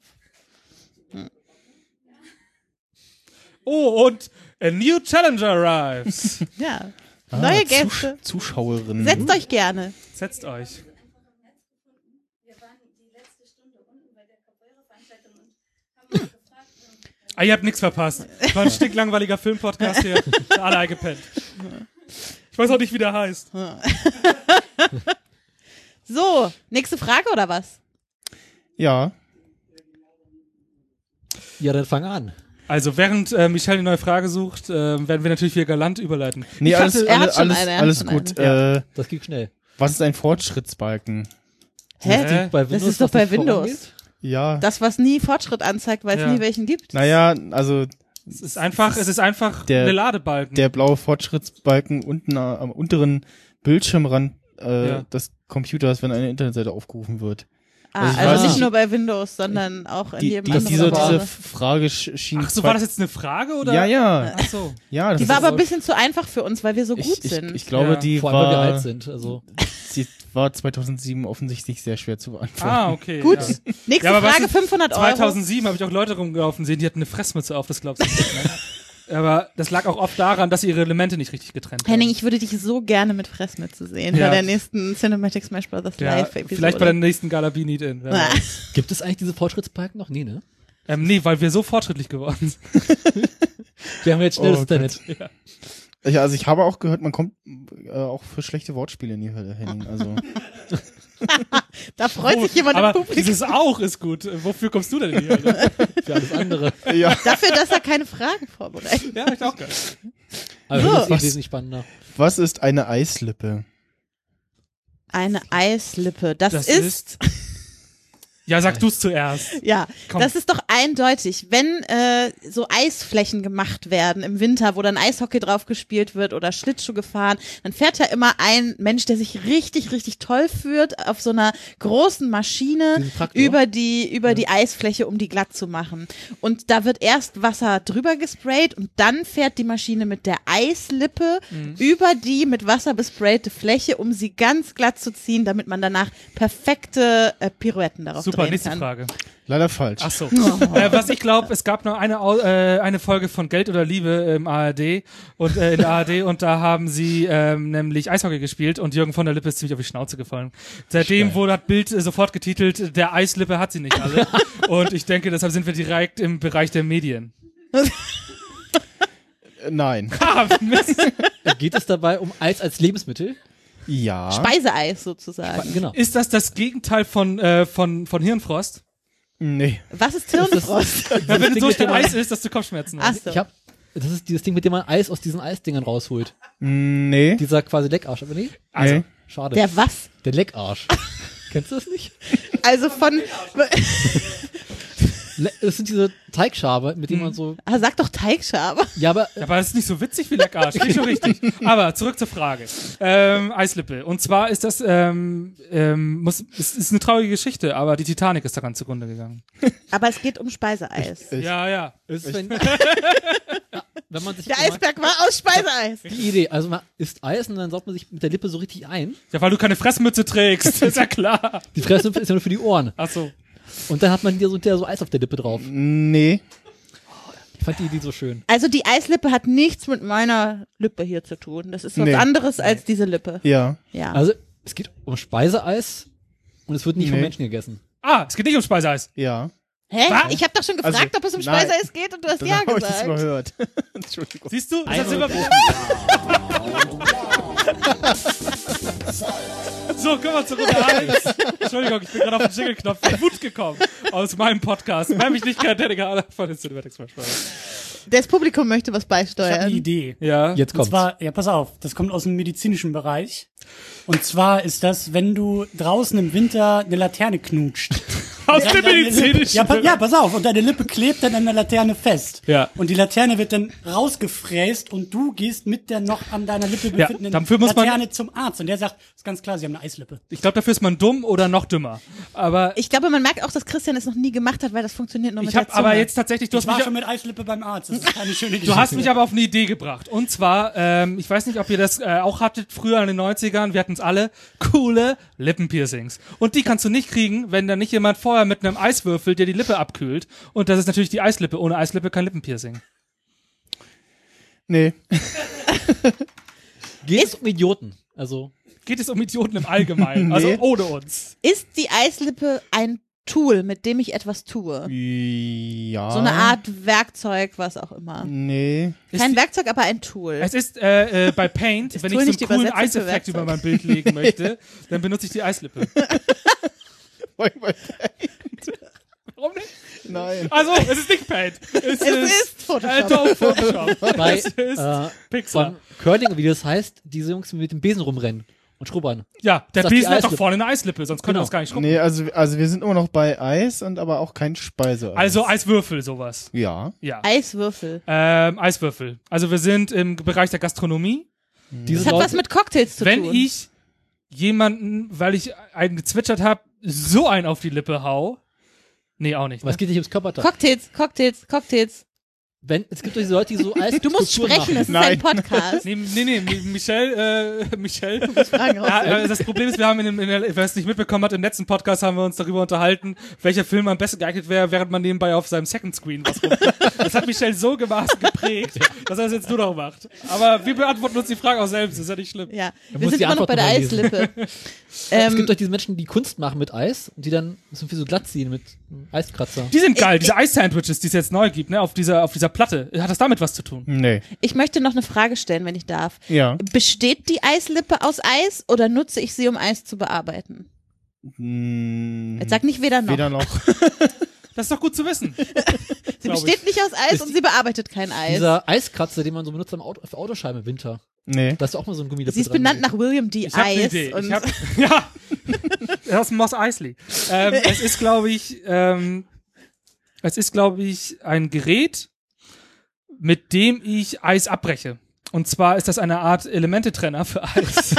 [SPEAKER 3] Oh, und a new challenger arrives.
[SPEAKER 4] Ja.
[SPEAKER 2] Ah, Mhm.
[SPEAKER 4] Neue
[SPEAKER 2] Zusch-
[SPEAKER 4] Gäste.
[SPEAKER 2] Zuschauerinnen.
[SPEAKER 4] Setzt euch gerne.
[SPEAKER 3] Setzt euch. Ah, ihr habt nichts verpasst. War ein stinklangweiliger Filmpodcast hier. Alle eingepennt. Ich weiß auch nicht, wie der heißt.
[SPEAKER 4] So, nächste Frage oder was?
[SPEAKER 2] Ja.
[SPEAKER 5] Ja, dann fang an.
[SPEAKER 3] Also, während äh, Michelle die neue Frage sucht, äh, werden wir natürlich hier galant überleiten.
[SPEAKER 2] Nee,
[SPEAKER 4] Ich
[SPEAKER 2] alles,
[SPEAKER 4] hatte- er hat
[SPEAKER 2] alles,
[SPEAKER 4] schon
[SPEAKER 2] alles,
[SPEAKER 4] eine, er hat
[SPEAKER 2] alles
[SPEAKER 4] schon
[SPEAKER 2] gut. Äh,
[SPEAKER 5] Das geht schnell.
[SPEAKER 2] was ist ein Fortschrittsbalken?
[SPEAKER 4] Hä?
[SPEAKER 3] Äh,
[SPEAKER 5] Bei
[SPEAKER 4] Das ist doch
[SPEAKER 5] was
[SPEAKER 4] bei
[SPEAKER 5] nicht
[SPEAKER 4] Windows.
[SPEAKER 5] vorangeht?
[SPEAKER 2] Ja.
[SPEAKER 4] Das, was nie Fortschritt anzeigt, weil es
[SPEAKER 3] Ja.
[SPEAKER 4] nie welchen gibt.
[SPEAKER 2] naja, also
[SPEAKER 3] Es ist einfach, es ist einfach
[SPEAKER 2] Der-
[SPEAKER 3] eine Ladebalken.
[SPEAKER 2] der blaue Fortschrittsbalken unten äh, am unteren Bildschirmrand äh,
[SPEAKER 3] Ja.
[SPEAKER 2] des Computers, wenn eine Internetseite aufgerufen wird.
[SPEAKER 4] Ah,
[SPEAKER 2] ich
[SPEAKER 4] also
[SPEAKER 5] weiß
[SPEAKER 4] nicht
[SPEAKER 5] nicht.
[SPEAKER 4] nur bei Windows, sondern auch in
[SPEAKER 2] Die,
[SPEAKER 4] jedem
[SPEAKER 2] die,
[SPEAKER 4] anderen
[SPEAKER 2] diese,
[SPEAKER 4] Browser.
[SPEAKER 2] diese Frage sch- schien.
[SPEAKER 3] Ach so,
[SPEAKER 2] zwei-
[SPEAKER 3] war das jetzt eine Frage oder?
[SPEAKER 2] Ja, ja.
[SPEAKER 3] Ach so.
[SPEAKER 2] ja das
[SPEAKER 4] die war
[SPEAKER 2] ist
[SPEAKER 4] aber
[SPEAKER 2] auch-
[SPEAKER 4] ein bisschen zu einfach für uns, weil wir so gut
[SPEAKER 2] ich, ich,
[SPEAKER 4] sind.
[SPEAKER 2] ich glaube,
[SPEAKER 3] Ja.
[SPEAKER 2] die,
[SPEAKER 5] Vor allem, weil wir alt
[SPEAKER 2] war,
[SPEAKER 5] sind. Also,
[SPEAKER 2] die war 2007 offensichtlich sehr schwer zu beantworten.
[SPEAKER 3] Ah, okay.
[SPEAKER 4] Gut,
[SPEAKER 3] Ja.
[SPEAKER 4] nächste
[SPEAKER 3] Ja, aber was
[SPEAKER 4] Frage,
[SPEAKER 3] ist
[SPEAKER 4] 500 Euro.
[SPEAKER 3] 2007 habe ich auch Leute rumgelaufen sehen, die hatten eine Fressmütze auf, das glaubst du nicht. ne? Aber das lag auch oft daran, dass sie ihre Elemente nicht richtig getrennt haben.
[SPEAKER 4] Henning, ich würde dich so gerne mit Fressmütze sehen
[SPEAKER 3] Ja.
[SPEAKER 4] bei der nächsten Cinematic Smash Brothers
[SPEAKER 3] ja,
[SPEAKER 4] Live-Episode.
[SPEAKER 3] Vielleicht bei der nächsten Gala Be Need In. wer
[SPEAKER 4] Ah.
[SPEAKER 3] weiß.
[SPEAKER 5] gibt es eigentlich diese Fortschrittsbalken noch? Nee, ne?
[SPEAKER 3] Ähm, nee, weil wir so fortschrittlich geworden sind.
[SPEAKER 5] Wir haben jetzt
[SPEAKER 2] Oh
[SPEAKER 5] schnelles
[SPEAKER 2] Gott.
[SPEAKER 5] Internet.
[SPEAKER 2] Ich- Also ich habe auch gehört, man kommt äh, auch für schlechte Wortspiele in die Hölle, Henning. Also
[SPEAKER 4] da freut sich jemand im
[SPEAKER 3] Oh, Aber
[SPEAKER 4] Publikum
[SPEAKER 3] dieses auch ist gut. Äh, Wofür kommst du denn in die Hölle?
[SPEAKER 5] Für alles andere.
[SPEAKER 2] ja.
[SPEAKER 4] dafür, dass er keine Fragen vorbereitet.
[SPEAKER 3] Ja, ich auch geil.
[SPEAKER 5] Aber das
[SPEAKER 4] So.
[SPEAKER 5] ist wesentlich spannender.
[SPEAKER 2] Was ist eine Eislippe?
[SPEAKER 4] Eine Eislippe. Das,
[SPEAKER 3] Das
[SPEAKER 4] ist,
[SPEAKER 3] Ja, sag du's zuerst.
[SPEAKER 4] Ja,
[SPEAKER 3] Komm.
[SPEAKER 4] das ist doch eindeutig. Wenn äh, so Eisflächen gemacht werden im Winter, wo dann Eishockey drauf gespielt wird oder Schlittschuh gefahren, dann fährt ja immer ein Mensch, der sich richtig, richtig toll führt, auf so einer großen Maschine
[SPEAKER 5] Diesen Traktor.
[SPEAKER 4] über die über die Eisfläche, um die glatt zu machen. Und da wird erst Wasser drüber gesprayt und dann fährt die Maschine mit der Eislippe über die mit Wasser besprayte Fläche, um sie ganz glatt zu ziehen, damit man danach perfekte äh, Pirouetten darauf
[SPEAKER 3] Super,
[SPEAKER 4] drehen
[SPEAKER 3] nächste
[SPEAKER 4] kann.
[SPEAKER 3] Frage.
[SPEAKER 2] Leider falsch.
[SPEAKER 3] Ach so. äh, was ich glaube, es gab noch eine, Au- äh, eine Folge von Geld oder Liebe im ARD und äh, in der ARD und da haben sie ähm, nämlich Eishockey gespielt und Jürgen von der Lippe ist ziemlich auf die Schnauze gefallen. Seitdem wurde das Bild äh, sofort getitelt, der Eislippe hat sie nicht alle. und ich denke, deshalb sind wir direkt im Bereich der Medien.
[SPEAKER 2] Äh, Nein.
[SPEAKER 3] Ah, Mist.
[SPEAKER 5] Geht es dabei um Eis als Lebensmittel?
[SPEAKER 2] Ja.
[SPEAKER 4] Speiseeis sozusagen.
[SPEAKER 5] Genau.
[SPEAKER 3] Ist das das Gegenteil von, äh, von, von Hirnfrost?
[SPEAKER 2] nee.
[SPEAKER 4] Was ist Hirnfrost?
[SPEAKER 3] Ja, wenn du so
[SPEAKER 5] Ding,
[SPEAKER 3] schnell
[SPEAKER 5] mit dem
[SPEAKER 3] Eis isst, dass du Kopfschmerzen
[SPEAKER 4] Ach
[SPEAKER 3] hast.
[SPEAKER 4] so.
[SPEAKER 5] Ich hab, das ist dieses Ding, mit dem man Eis aus diesen Eisdingern rausholt.
[SPEAKER 2] Nee.
[SPEAKER 5] Dieser quasi Leckarsch, aber nee.
[SPEAKER 2] nee.
[SPEAKER 5] Schade.
[SPEAKER 4] Der was?
[SPEAKER 5] Der Leckarsch. Kennst du das nicht?
[SPEAKER 4] Also von,
[SPEAKER 5] Le das sind diese Teigschabe, mit denen man so.
[SPEAKER 4] Ah, sag doch Teigschabe.
[SPEAKER 5] Ja, aber
[SPEAKER 3] Ja, aber das ist nicht so witzig wie Leckarsch, nicht so richtig. Aber zurück zur Frage. Ähm, Eislippe. Und zwar ist das, ähm, ähm, muss, es ist eine traurige Geschichte, aber die Titanic ist daran zugrunde gegangen.
[SPEAKER 4] Aber es geht um Speiseeis.
[SPEAKER 2] Ich-
[SPEAKER 3] Ja, ja.
[SPEAKER 5] es ist, wenn, Ja, wenn man sich
[SPEAKER 4] Der
[SPEAKER 5] wenn man-
[SPEAKER 4] Eisberg war aus Speiseeis.
[SPEAKER 5] die Idee, also man isst Eis und dann saugt man sich mit der Lippe so richtig ein.
[SPEAKER 3] Ja, weil du keine Fressmütze trägst, ist ja klar.
[SPEAKER 5] Die Fresse ist ja nur für die Ohren.
[SPEAKER 3] Ach so.
[SPEAKER 5] Und dann hat man hier so, der so Eis auf der Lippe drauf.
[SPEAKER 2] Nee.
[SPEAKER 5] Ich fand die Idee so schön.
[SPEAKER 4] Also die Eislippe hat nichts mit meiner Lippe hier zu tun. Das ist was
[SPEAKER 2] Nee.
[SPEAKER 4] anderes als diese Lippe.
[SPEAKER 2] Ja.
[SPEAKER 4] Ja.
[SPEAKER 5] Also, es geht um Speiseeis und es wird nicht von
[SPEAKER 2] Nee.
[SPEAKER 5] Menschen gegessen.
[SPEAKER 3] Ah, es geht nicht um Speiseeis.
[SPEAKER 2] Ja.
[SPEAKER 4] Hä?
[SPEAKER 3] Was?
[SPEAKER 4] Ich habe doch schon gefragt,
[SPEAKER 2] Also,
[SPEAKER 4] ob es um
[SPEAKER 2] nein.
[SPEAKER 4] Speiseeis geht und du hast
[SPEAKER 2] Dann
[SPEAKER 4] ja
[SPEAKER 2] hab ich das
[SPEAKER 4] gesagt.
[SPEAKER 2] überhört. Entschuldigung.
[SPEAKER 3] Siehst du? Das
[SPEAKER 5] Eindruck.
[SPEAKER 3] so, kommen wir zu Runde 1. Entschuldigung, ich bin gerade auf den Jingle-Knopf von Wut gekommen. Aus meinem Podcast. Wer mich nicht kennt, der egal von den Cinematics Smash
[SPEAKER 4] Das Publikum möchte was
[SPEAKER 6] Ich habe eine
[SPEAKER 4] beisteuern.
[SPEAKER 6] Idee.
[SPEAKER 3] Ja.
[SPEAKER 5] Jetzt
[SPEAKER 6] Und
[SPEAKER 5] kommt's.
[SPEAKER 6] zwar, ja, pass auf, das kommt aus dem medizinischen Bereich. Und zwar ist das, wenn du draußen im Winter eine Laterne knutscht.
[SPEAKER 3] Aus dem
[SPEAKER 6] Und deine Lippe-
[SPEAKER 3] medizinischen.
[SPEAKER 6] ja, pa ja, pass auf, und deine Lippe klebt dann an der Laterne fest.
[SPEAKER 3] Ja.
[SPEAKER 6] Und die Laterne wird dann rausgefräst und du gehst mit der noch an deiner Lippe
[SPEAKER 3] Ja,
[SPEAKER 6] befindenden
[SPEAKER 3] dafür muss man-
[SPEAKER 6] Laterne zum Arzt. Und der sagt, ist ganz klar, sie haben eine Eislippe.
[SPEAKER 3] Ich glaube, dafür ist man dumm oder noch dümmer. Aber
[SPEAKER 4] Ich glaube, man merkt auch, dass Christian es noch nie gemacht hat, weil das funktioniert nur mit
[SPEAKER 3] ich habe
[SPEAKER 4] der Zunge.
[SPEAKER 3] aber jetzt tatsächlich, du hast
[SPEAKER 6] Ich war
[SPEAKER 3] mich
[SPEAKER 6] schon mit Eislippe beim Arzt. Das ist keine schöne Geschichte.
[SPEAKER 3] Du hast mich aber auf eine Idee gebracht. Und zwar, ähm, ich weiß nicht, ob ihr das äh, auch hattet früher in den 90ern, wir hatten's alle, coole Lippenpiercings. Und die kannst du nicht kriegen, wenn da nicht jemand vorher mit einem Eiswürfel dir die Lippe abkühlt. Und das ist natürlich die Eislippe. Ohne Eislippe kein Lippenpiercing.
[SPEAKER 2] Nee.
[SPEAKER 5] Geht es um Idioten. Also,
[SPEAKER 3] Geht es um Idioten im Allgemeinen, also
[SPEAKER 2] Nee.
[SPEAKER 3] ohne uns.
[SPEAKER 4] ist die Eislippe ein Tool, mit dem ich etwas tue?
[SPEAKER 2] Ja.
[SPEAKER 4] So eine Art Werkzeug, was auch immer.
[SPEAKER 2] Nee.
[SPEAKER 3] Ist
[SPEAKER 4] Kein
[SPEAKER 3] die-
[SPEAKER 4] Werkzeug, aber ein Tool.
[SPEAKER 3] Es ist äh, äh, bei Paint,
[SPEAKER 4] wohl
[SPEAKER 3] wenn ich so einen
[SPEAKER 4] nicht die
[SPEAKER 3] coolen
[SPEAKER 4] Übersetzung für
[SPEAKER 3] Eiseffekt
[SPEAKER 4] Werkzeug.
[SPEAKER 3] über mein Bild legen möchte, dann benutze ich die Eislippe. Warum nicht?
[SPEAKER 2] Nein.
[SPEAKER 3] Also, es ist nicht Paint. Es,
[SPEAKER 4] Es
[SPEAKER 3] ist,
[SPEAKER 4] ist
[SPEAKER 3] äh,
[SPEAKER 4] Photoshop.
[SPEAKER 3] Adobe Photoshop.
[SPEAKER 5] bei
[SPEAKER 3] Es ist
[SPEAKER 5] äh,
[SPEAKER 3] Pixar.
[SPEAKER 5] beim Curling, wie das heißt, diese Jungs die mit dem Besen rumrennen und schrubbern.
[SPEAKER 3] Ja, der
[SPEAKER 5] Sagt die
[SPEAKER 3] Besen hat doch
[SPEAKER 5] Eislippe.
[SPEAKER 3] vorne eine Eislippe, sonst können wir
[SPEAKER 5] Genau.
[SPEAKER 3] uns gar nicht schrumpfen.
[SPEAKER 2] Nee, also, also wir sind immer noch bei Eis und aber auch kein Speiseeis.
[SPEAKER 3] Also Eiswürfel, sowas.
[SPEAKER 2] Ja.
[SPEAKER 3] Ja.
[SPEAKER 4] Eiswürfel.
[SPEAKER 3] Ähm, Eiswürfel. Also wir sind im Bereich der Gastronomie.
[SPEAKER 5] Diese
[SPEAKER 4] Mhm. Das hat was mit Cocktails zu
[SPEAKER 3] Wenn
[SPEAKER 4] tun.
[SPEAKER 3] ich jemanden, weil ich einen gezwitschert habe, so einen auf die Lippe hau. Nee, auch nicht.
[SPEAKER 5] was
[SPEAKER 3] Ne?
[SPEAKER 5] geht nicht ums Körperteil?
[SPEAKER 4] Cocktails, Cocktails, Cocktails.
[SPEAKER 5] Wenn, es gibt doch diese Leute, die so Eis
[SPEAKER 4] Du musst sprechen, es ist
[SPEAKER 2] Nein.
[SPEAKER 4] ein Podcast.
[SPEAKER 3] Nee, nee, nee, Mi- Michelle, äh, Michelle.
[SPEAKER 4] Fragen raus.
[SPEAKER 3] Ja, äh, das Problem ist, wir haben in dem, in der, wer es nicht mitbekommen hat, im letzten Podcast haben wir uns darüber unterhalten, welcher Film am besten geeignet wäre, während man nebenbei auf seinem Second Screen was rumguckt. Das hat Michelle so gemaßen geprägt, dass er es jetzt nur noch macht. Aber wir beantworten uns die Frage auch selbst, ist ja nicht schlimm.
[SPEAKER 4] Ja, wir
[SPEAKER 5] musst
[SPEAKER 4] sind
[SPEAKER 5] die
[SPEAKER 4] immer noch
[SPEAKER 5] Antwort
[SPEAKER 4] bei der
[SPEAKER 5] noch mal lesen.
[SPEAKER 4] Eislippe.
[SPEAKER 5] Es
[SPEAKER 4] ähm,
[SPEAKER 5] gibt doch diese Menschen, die Kunst machen mit Eis und die dann so viel so glatt ziehen mit einem Eiskratzer.
[SPEAKER 3] Die sind geil, diese Eis-Sandwiches, die es jetzt neu gibt, ne, auf dieser, auf dieser Platte. Hat das damit was zu tun?
[SPEAKER 2] Nee.
[SPEAKER 4] ich möchte noch eine Frage stellen, wenn ich darf.
[SPEAKER 2] Ja.
[SPEAKER 4] Besteht die Eislippe aus Eis oder nutze ich sie, um Eis zu bearbeiten?
[SPEAKER 2] Mm,
[SPEAKER 4] Jetzt sag nicht weder noch.
[SPEAKER 2] weder noch.
[SPEAKER 3] Das ist doch gut zu wissen.
[SPEAKER 4] sie
[SPEAKER 3] glaub ich.
[SPEAKER 4] besteht nicht aus Eis
[SPEAKER 5] Ist
[SPEAKER 4] und sie bearbeitet kein Eis.
[SPEAKER 5] Dieser Eiskratzer, den man so benutzt am Auto, auf der Autoscheibe im Winter.
[SPEAKER 2] Nee.
[SPEAKER 5] Da ist doch auch mal so ein Gummilappen
[SPEAKER 4] Sie ist benannt nach William D.
[SPEAKER 3] Ich hab eine
[SPEAKER 4] Eis.
[SPEAKER 3] Idee.
[SPEAKER 4] Und
[SPEAKER 3] Ich hab, ja, aus Moss Eisley. Ähm, es ist, glaube ich, ähm, es ist, glaube ich, ein Gerät, mit dem ich Eis abbreche. Und zwar ist das eine Art Elementetrenner für Eis.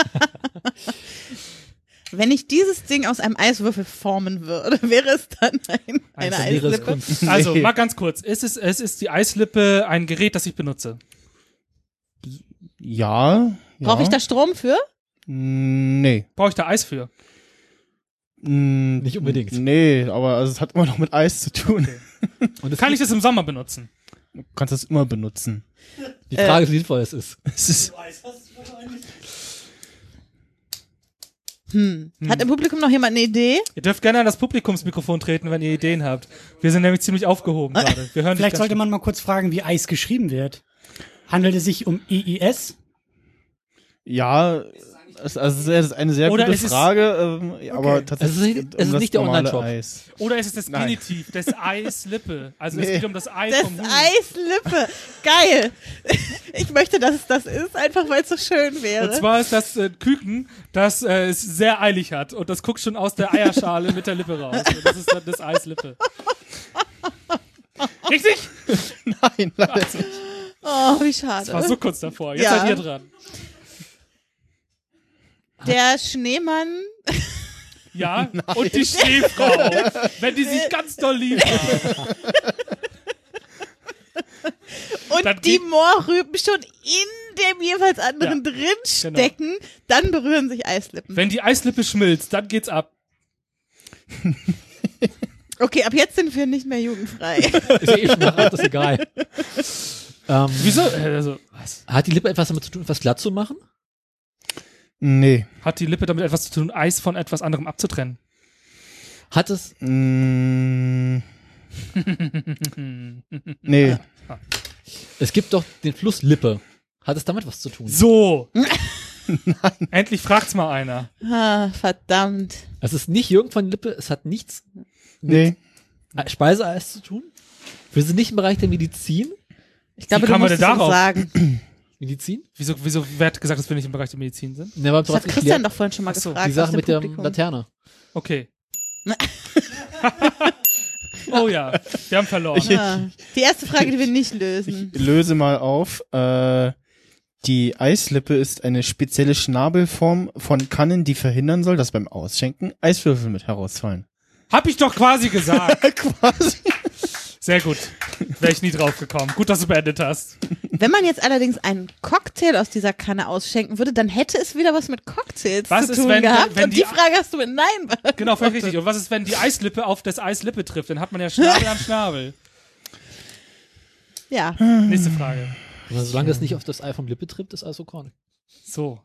[SPEAKER 4] Wenn ich dieses Ding aus einem Eiswürfel formen würde, wäre es dann ein, eine
[SPEAKER 5] Dann wäre es
[SPEAKER 4] Eislippe.
[SPEAKER 5] Kunst.
[SPEAKER 3] Also, mal ganz kurz. Es ist, es ist die Eislippe, ein Gerät, das ich benutze.
[SPEAKER 2] Ja. ja.
[SPEAKER 4] Brauche ich da Strom für?
[SPEAKER 2] Nee.
[SPEAKER 3] Brauche ich da Eis für?
[SPEAKER 2] Mm,
[SPEAKER 5] Nicht unbedingt.
[SPEAKER 2] Nee, aber also es hat immer noch mit Eis zu tun.
[SPEAKER 5] Und das
[SPEAKER 3] Kann ich das im Sommer benutzen?
[SPEAKER 2] Du kannst das immer benutzen.
[SPEAKER 5] die Frage ist, wie sinnvoll es ist.
[SPEAKER 2] Es ist,
[SPEAKER 4] Hm. Hat im Publikum noch jemand eine Idee?
[SPEAKER 3] Ihr dürft gerne an das Publikumsmikrofon treten, wenn ihr Ideen habt. Wir sind nämlich ziemlich aufgehoben gerade. Wir hören dich
[SPEAKER 6] Vielleicht
[SPEAKER 3] ganz
[SPEAKER 6] sollte
[SPEAKER 3] gut.
[SPEAKER 6] man mal kurz fragen, wie Eis geschrieben wird. Handelt es sich um EIS?
[SPEAKER 2] ja, es, also es ist eine sehr
[SPEAKER 3] Oder
[SPEAKER 2] gute
[SPEAKER 3] es ist-
[SPEAKER 2] Frage, ähm, aber tatsächlich
[SPEAKER 5] Es ist nicht-
[SPEAKER 2] geht
[SPEAKER 5] es ist
[SPEAKER 2] das
[SPEAKER 5] nicht der
[SPEAKER 2] normale
[SPEAKER 5] Online-Shop.
[SPEAKER 2] Eis.
[SPEAKER 3] Oder ist es das
[SPEAKER 2] Nein.
[SPEAKER 3] Genitiv, das Eislippe? Also es
[SPEAKER 2] Nee.
[SPEAKER 3] geht um das Ei
[SPEAKER 4] Das
[SPEAKER 3] vom Huhn.
[SPEAKER 4] Eislippe. Geil. Ich möchte, dass es das ist, einfach weil es so schön
[SPEAKER 3] Und
[SPEAKER 4] wäre.
[SPEAKER 3] zwar ist das äh, Küken, das äh, es sehr eilig hat und das guckt schon aus der Eierschale mit der Lippe raus. Und das ist dann das Eislippe. Richtig?
[SPEAKER 2] Nein, leider nicht.
[SPEAKER 4] Oh, wie
[SPEAKER 3] Das war
[SPEAKER 4] schade.
[SPEAKER 3] so kurz davor. Jetzt
[SPEAKER 4] Ja.
[SPEAKER 3] seid ihr dran.
[SPEAKER 4] Der Schneemann.
[SPEAKER 3] Ja? Und die Schneefrau, wenn die sich ganz doll lieben.
[SPEAKER 4] und
[SPEAKER 3] Dann
[SPEAKER 4] die
[SPEAKER 3] geht-
[SPEAKER 4] Moorrüben schon in dem jeweils anderen
[SPEAKER 3] Genau.
[SPEAKER 4] drinstecken, dann berühren sich Eislippen.
[SPEAKER 3] Wenn die Eislippe schmilzt, dann geht's ab.
[SPEAKER 4] Okay, ab jetzt sind wir nicht mehr jugendfrei.
[SPEAKER 5] Ist ja eh schon nach Art, ist egal. Ähm,
[SPEAKER 3] Wieso? Äh, Also, was?
[SPEAKER 5] Hat die Lippe etwas damit zu tun, etwas glatt zu machen?
[SPEAKER 2] Nee.
[SPEAKER 3] Hat die Lippe damit etwas zu tun, Eis von etwas anderem abzutrennen?
[SPEAKER 5] Hat es.
[SPEAKER 2] Mm, nee.
[SPEAKER 5] Ah. Es gibt doch den Fluss Lippe. Hat es damit was zu tun?
[SPEAKER 3] So. Endlich fragt's mal einer.
[SPEAKER 4] ah, verdammt.
[SPEAKER 5] Es ist nicht Jürgen von Lippe, es hat nichts
[SPEAKER 2] Nee.
[SPEAKER 5] äh, Speiseeis zu tun. Wir sind nicht im Bereich der Medizin.
[SPEAKER 4] Ich glaube,
[SPEAKER 3] Wie
[SPEAKER 4] du
[SPEAKER 3] kam man
[SPEAKER 4] musst es
[SPEAKER 3] denn
[SPEAKER 4] uns
[SPEAKER 3] darauf?
[SPEAKER 4] sagen.
[SPEAKER 5] Medizin?
[SPEAKER 3] Wieso, wieso, wer hat gesagt, dass wir nicht im Bereich der Medizin sind?
[SPEAKER 5] Ne, aber
[SPEAKER 4] Das hat Christian doch vorhin schon mal
[SPEAKER 3] Ach so,
[SPEAKER 4] gefragt.
[SPEAKER 5] die
[SPEAKER 4] aus
[SPEAKER 5] Sache
[SPEAKER 4] dem
[SPEAKER 5] mit der
[SPEAKER 4] Publikum.
[SPEAKER 5] Laterne.
[SPEAKER 3] Okay. oh ja, wir haben verloren.
[SPEAKER 4] Ah, die erste Frage, die wir nicht lösen.
[SPEAKER 2] Ich löse mal auf. Äh, die Eislippe ist eine spezielle Schnabelform von Kannen, die verhindern soll, dass beim Ausschenken Eiswürfel mit herausfallen.
[SPEAKER 3] Hab ich doch quasi gesagt.
[SPEAKER 2] Quasi.
[SPEAKER 3] Sehr gut. Wäre ich nie drauf gekommen. Gut, dass du beendet hast.
[SPEAKER 4] Wenn man jetzt allerdings einen Cocktail aus dieser Kanne ausschenken würde, dann hätte es wieder was mit Cocktails
[SPEAKER 3] Was
[SPEAKER 4] zu
[SPEAKER 3] ist,
[SPEAKER 4] tun
[SPEAKER 3] wenn-
[SPEAKER 4] gehabt.
[SPEAKER 3] wenn
[SPEAKER 4] Und
[SPEAKER 3] die-
[SPEAKER 4] die Frage hast du mit Nein beantwortet.
[SPEAKER 3] Genau, völlig richtig. Und was ist, wenn die Eislippe auf das Eislippe trifft? Dann hat man ja Schnabel an Schnabel.
[SPEAKER 4] Ja.
[SPEAKER 3] Nächste Frage.
[SPEAKER 5] Aber Also solange das nicht auf das Ei vom Lippe trippt, ist alles okay.
[SPEAKER 3] So.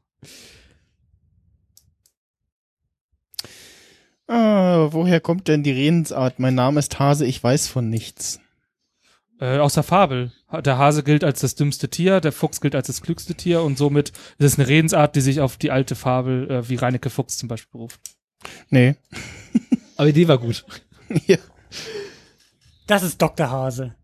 [SPEAKER 2] Ah, woher kommt denn die Redensart? Mein Name ist Hase, ich weiß von nichts.
[SPEAKER 3] Äh, aus der Fabel. Ha- Der Hase gilt als das dümmste Tier, der Fuchs gilt als das klügste Tier und somit ist es eine Redensart, die sich auf die alte Fabel äh, wie Reinecke Fuchs zum Beispiel beruft.
[SPEAKER 2] Nee.
[SPEAKER 5] Aber die Idee war gut.
[SPEAKER 2] ja.
[SPEAKER 6] Das ist Dr. Hase.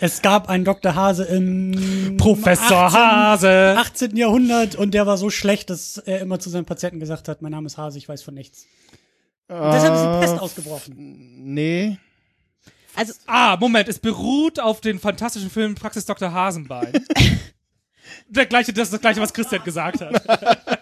[SPEAKER 6] Es gab einen Dr. Hase im
[SPEAKER 3] Professor
[SPEAKER 6] 18.
[SPEAKER 3] Hase!
[SPEAKER 6] 18. Jahrhundert und der war so schlecht, dass er immer zu seinen Patienten gesagt hat, mein Name ist Hase, ich weiß von nichts. Und deshalb ist ein Pest ausgebrochen.
[SPEAKER 2] Ah, Nee.
[SPEAKER 4] Also,
[SPEAKER 3] Ah, Moment, es beruht auf den fantastischen Film Praxis Dr. Hasenbein. Der gleiche, das ist das gleiche, was Christian gesagt hat.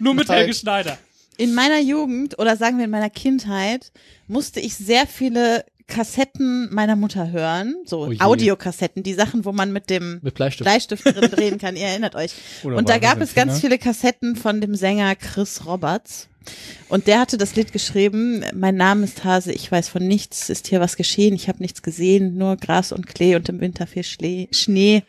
[SPEAKER 3] Nur mit
[SPEAKER 2] Nein.
[SPEAKER 3] Helge Schneider.
[SPEAKER 4] in meiner Jugend oder sagen wir in meiner Kindheit musste ich sehr viele Kassetten meiner Mutter hören. So
[SPEAKER 5] Oh je.
[SPEAKER 4] Audiokassetten, die Sachen, wo man mit dem
[SPEAKER 5] Mit Bleistift.
[SPEAKER 4] Bleistift drin drehen kann. Ihr erinnert euch.
[SPEAKER 2] Oder
[SPEAKER 4] und da
[SPEAKER 2] war
[SPEAKER 4] gab
[SPEAKER 2] das
[SPEAKER 4] es
[SPEAKER 2] ein
[SPEAKER 4] ganz
[SPEAKER 2] Finger?
[SPEAKER 4] viele Kassetten von dem Sänger Chris Roberts. Und der hatte das Lied geschrieben, mein Name ist Hase, ich weiß von nichts, ist hier was geschehen, ich habe nichts gesehen, nur Gras und Klee und im Winter viel Schle Schnee.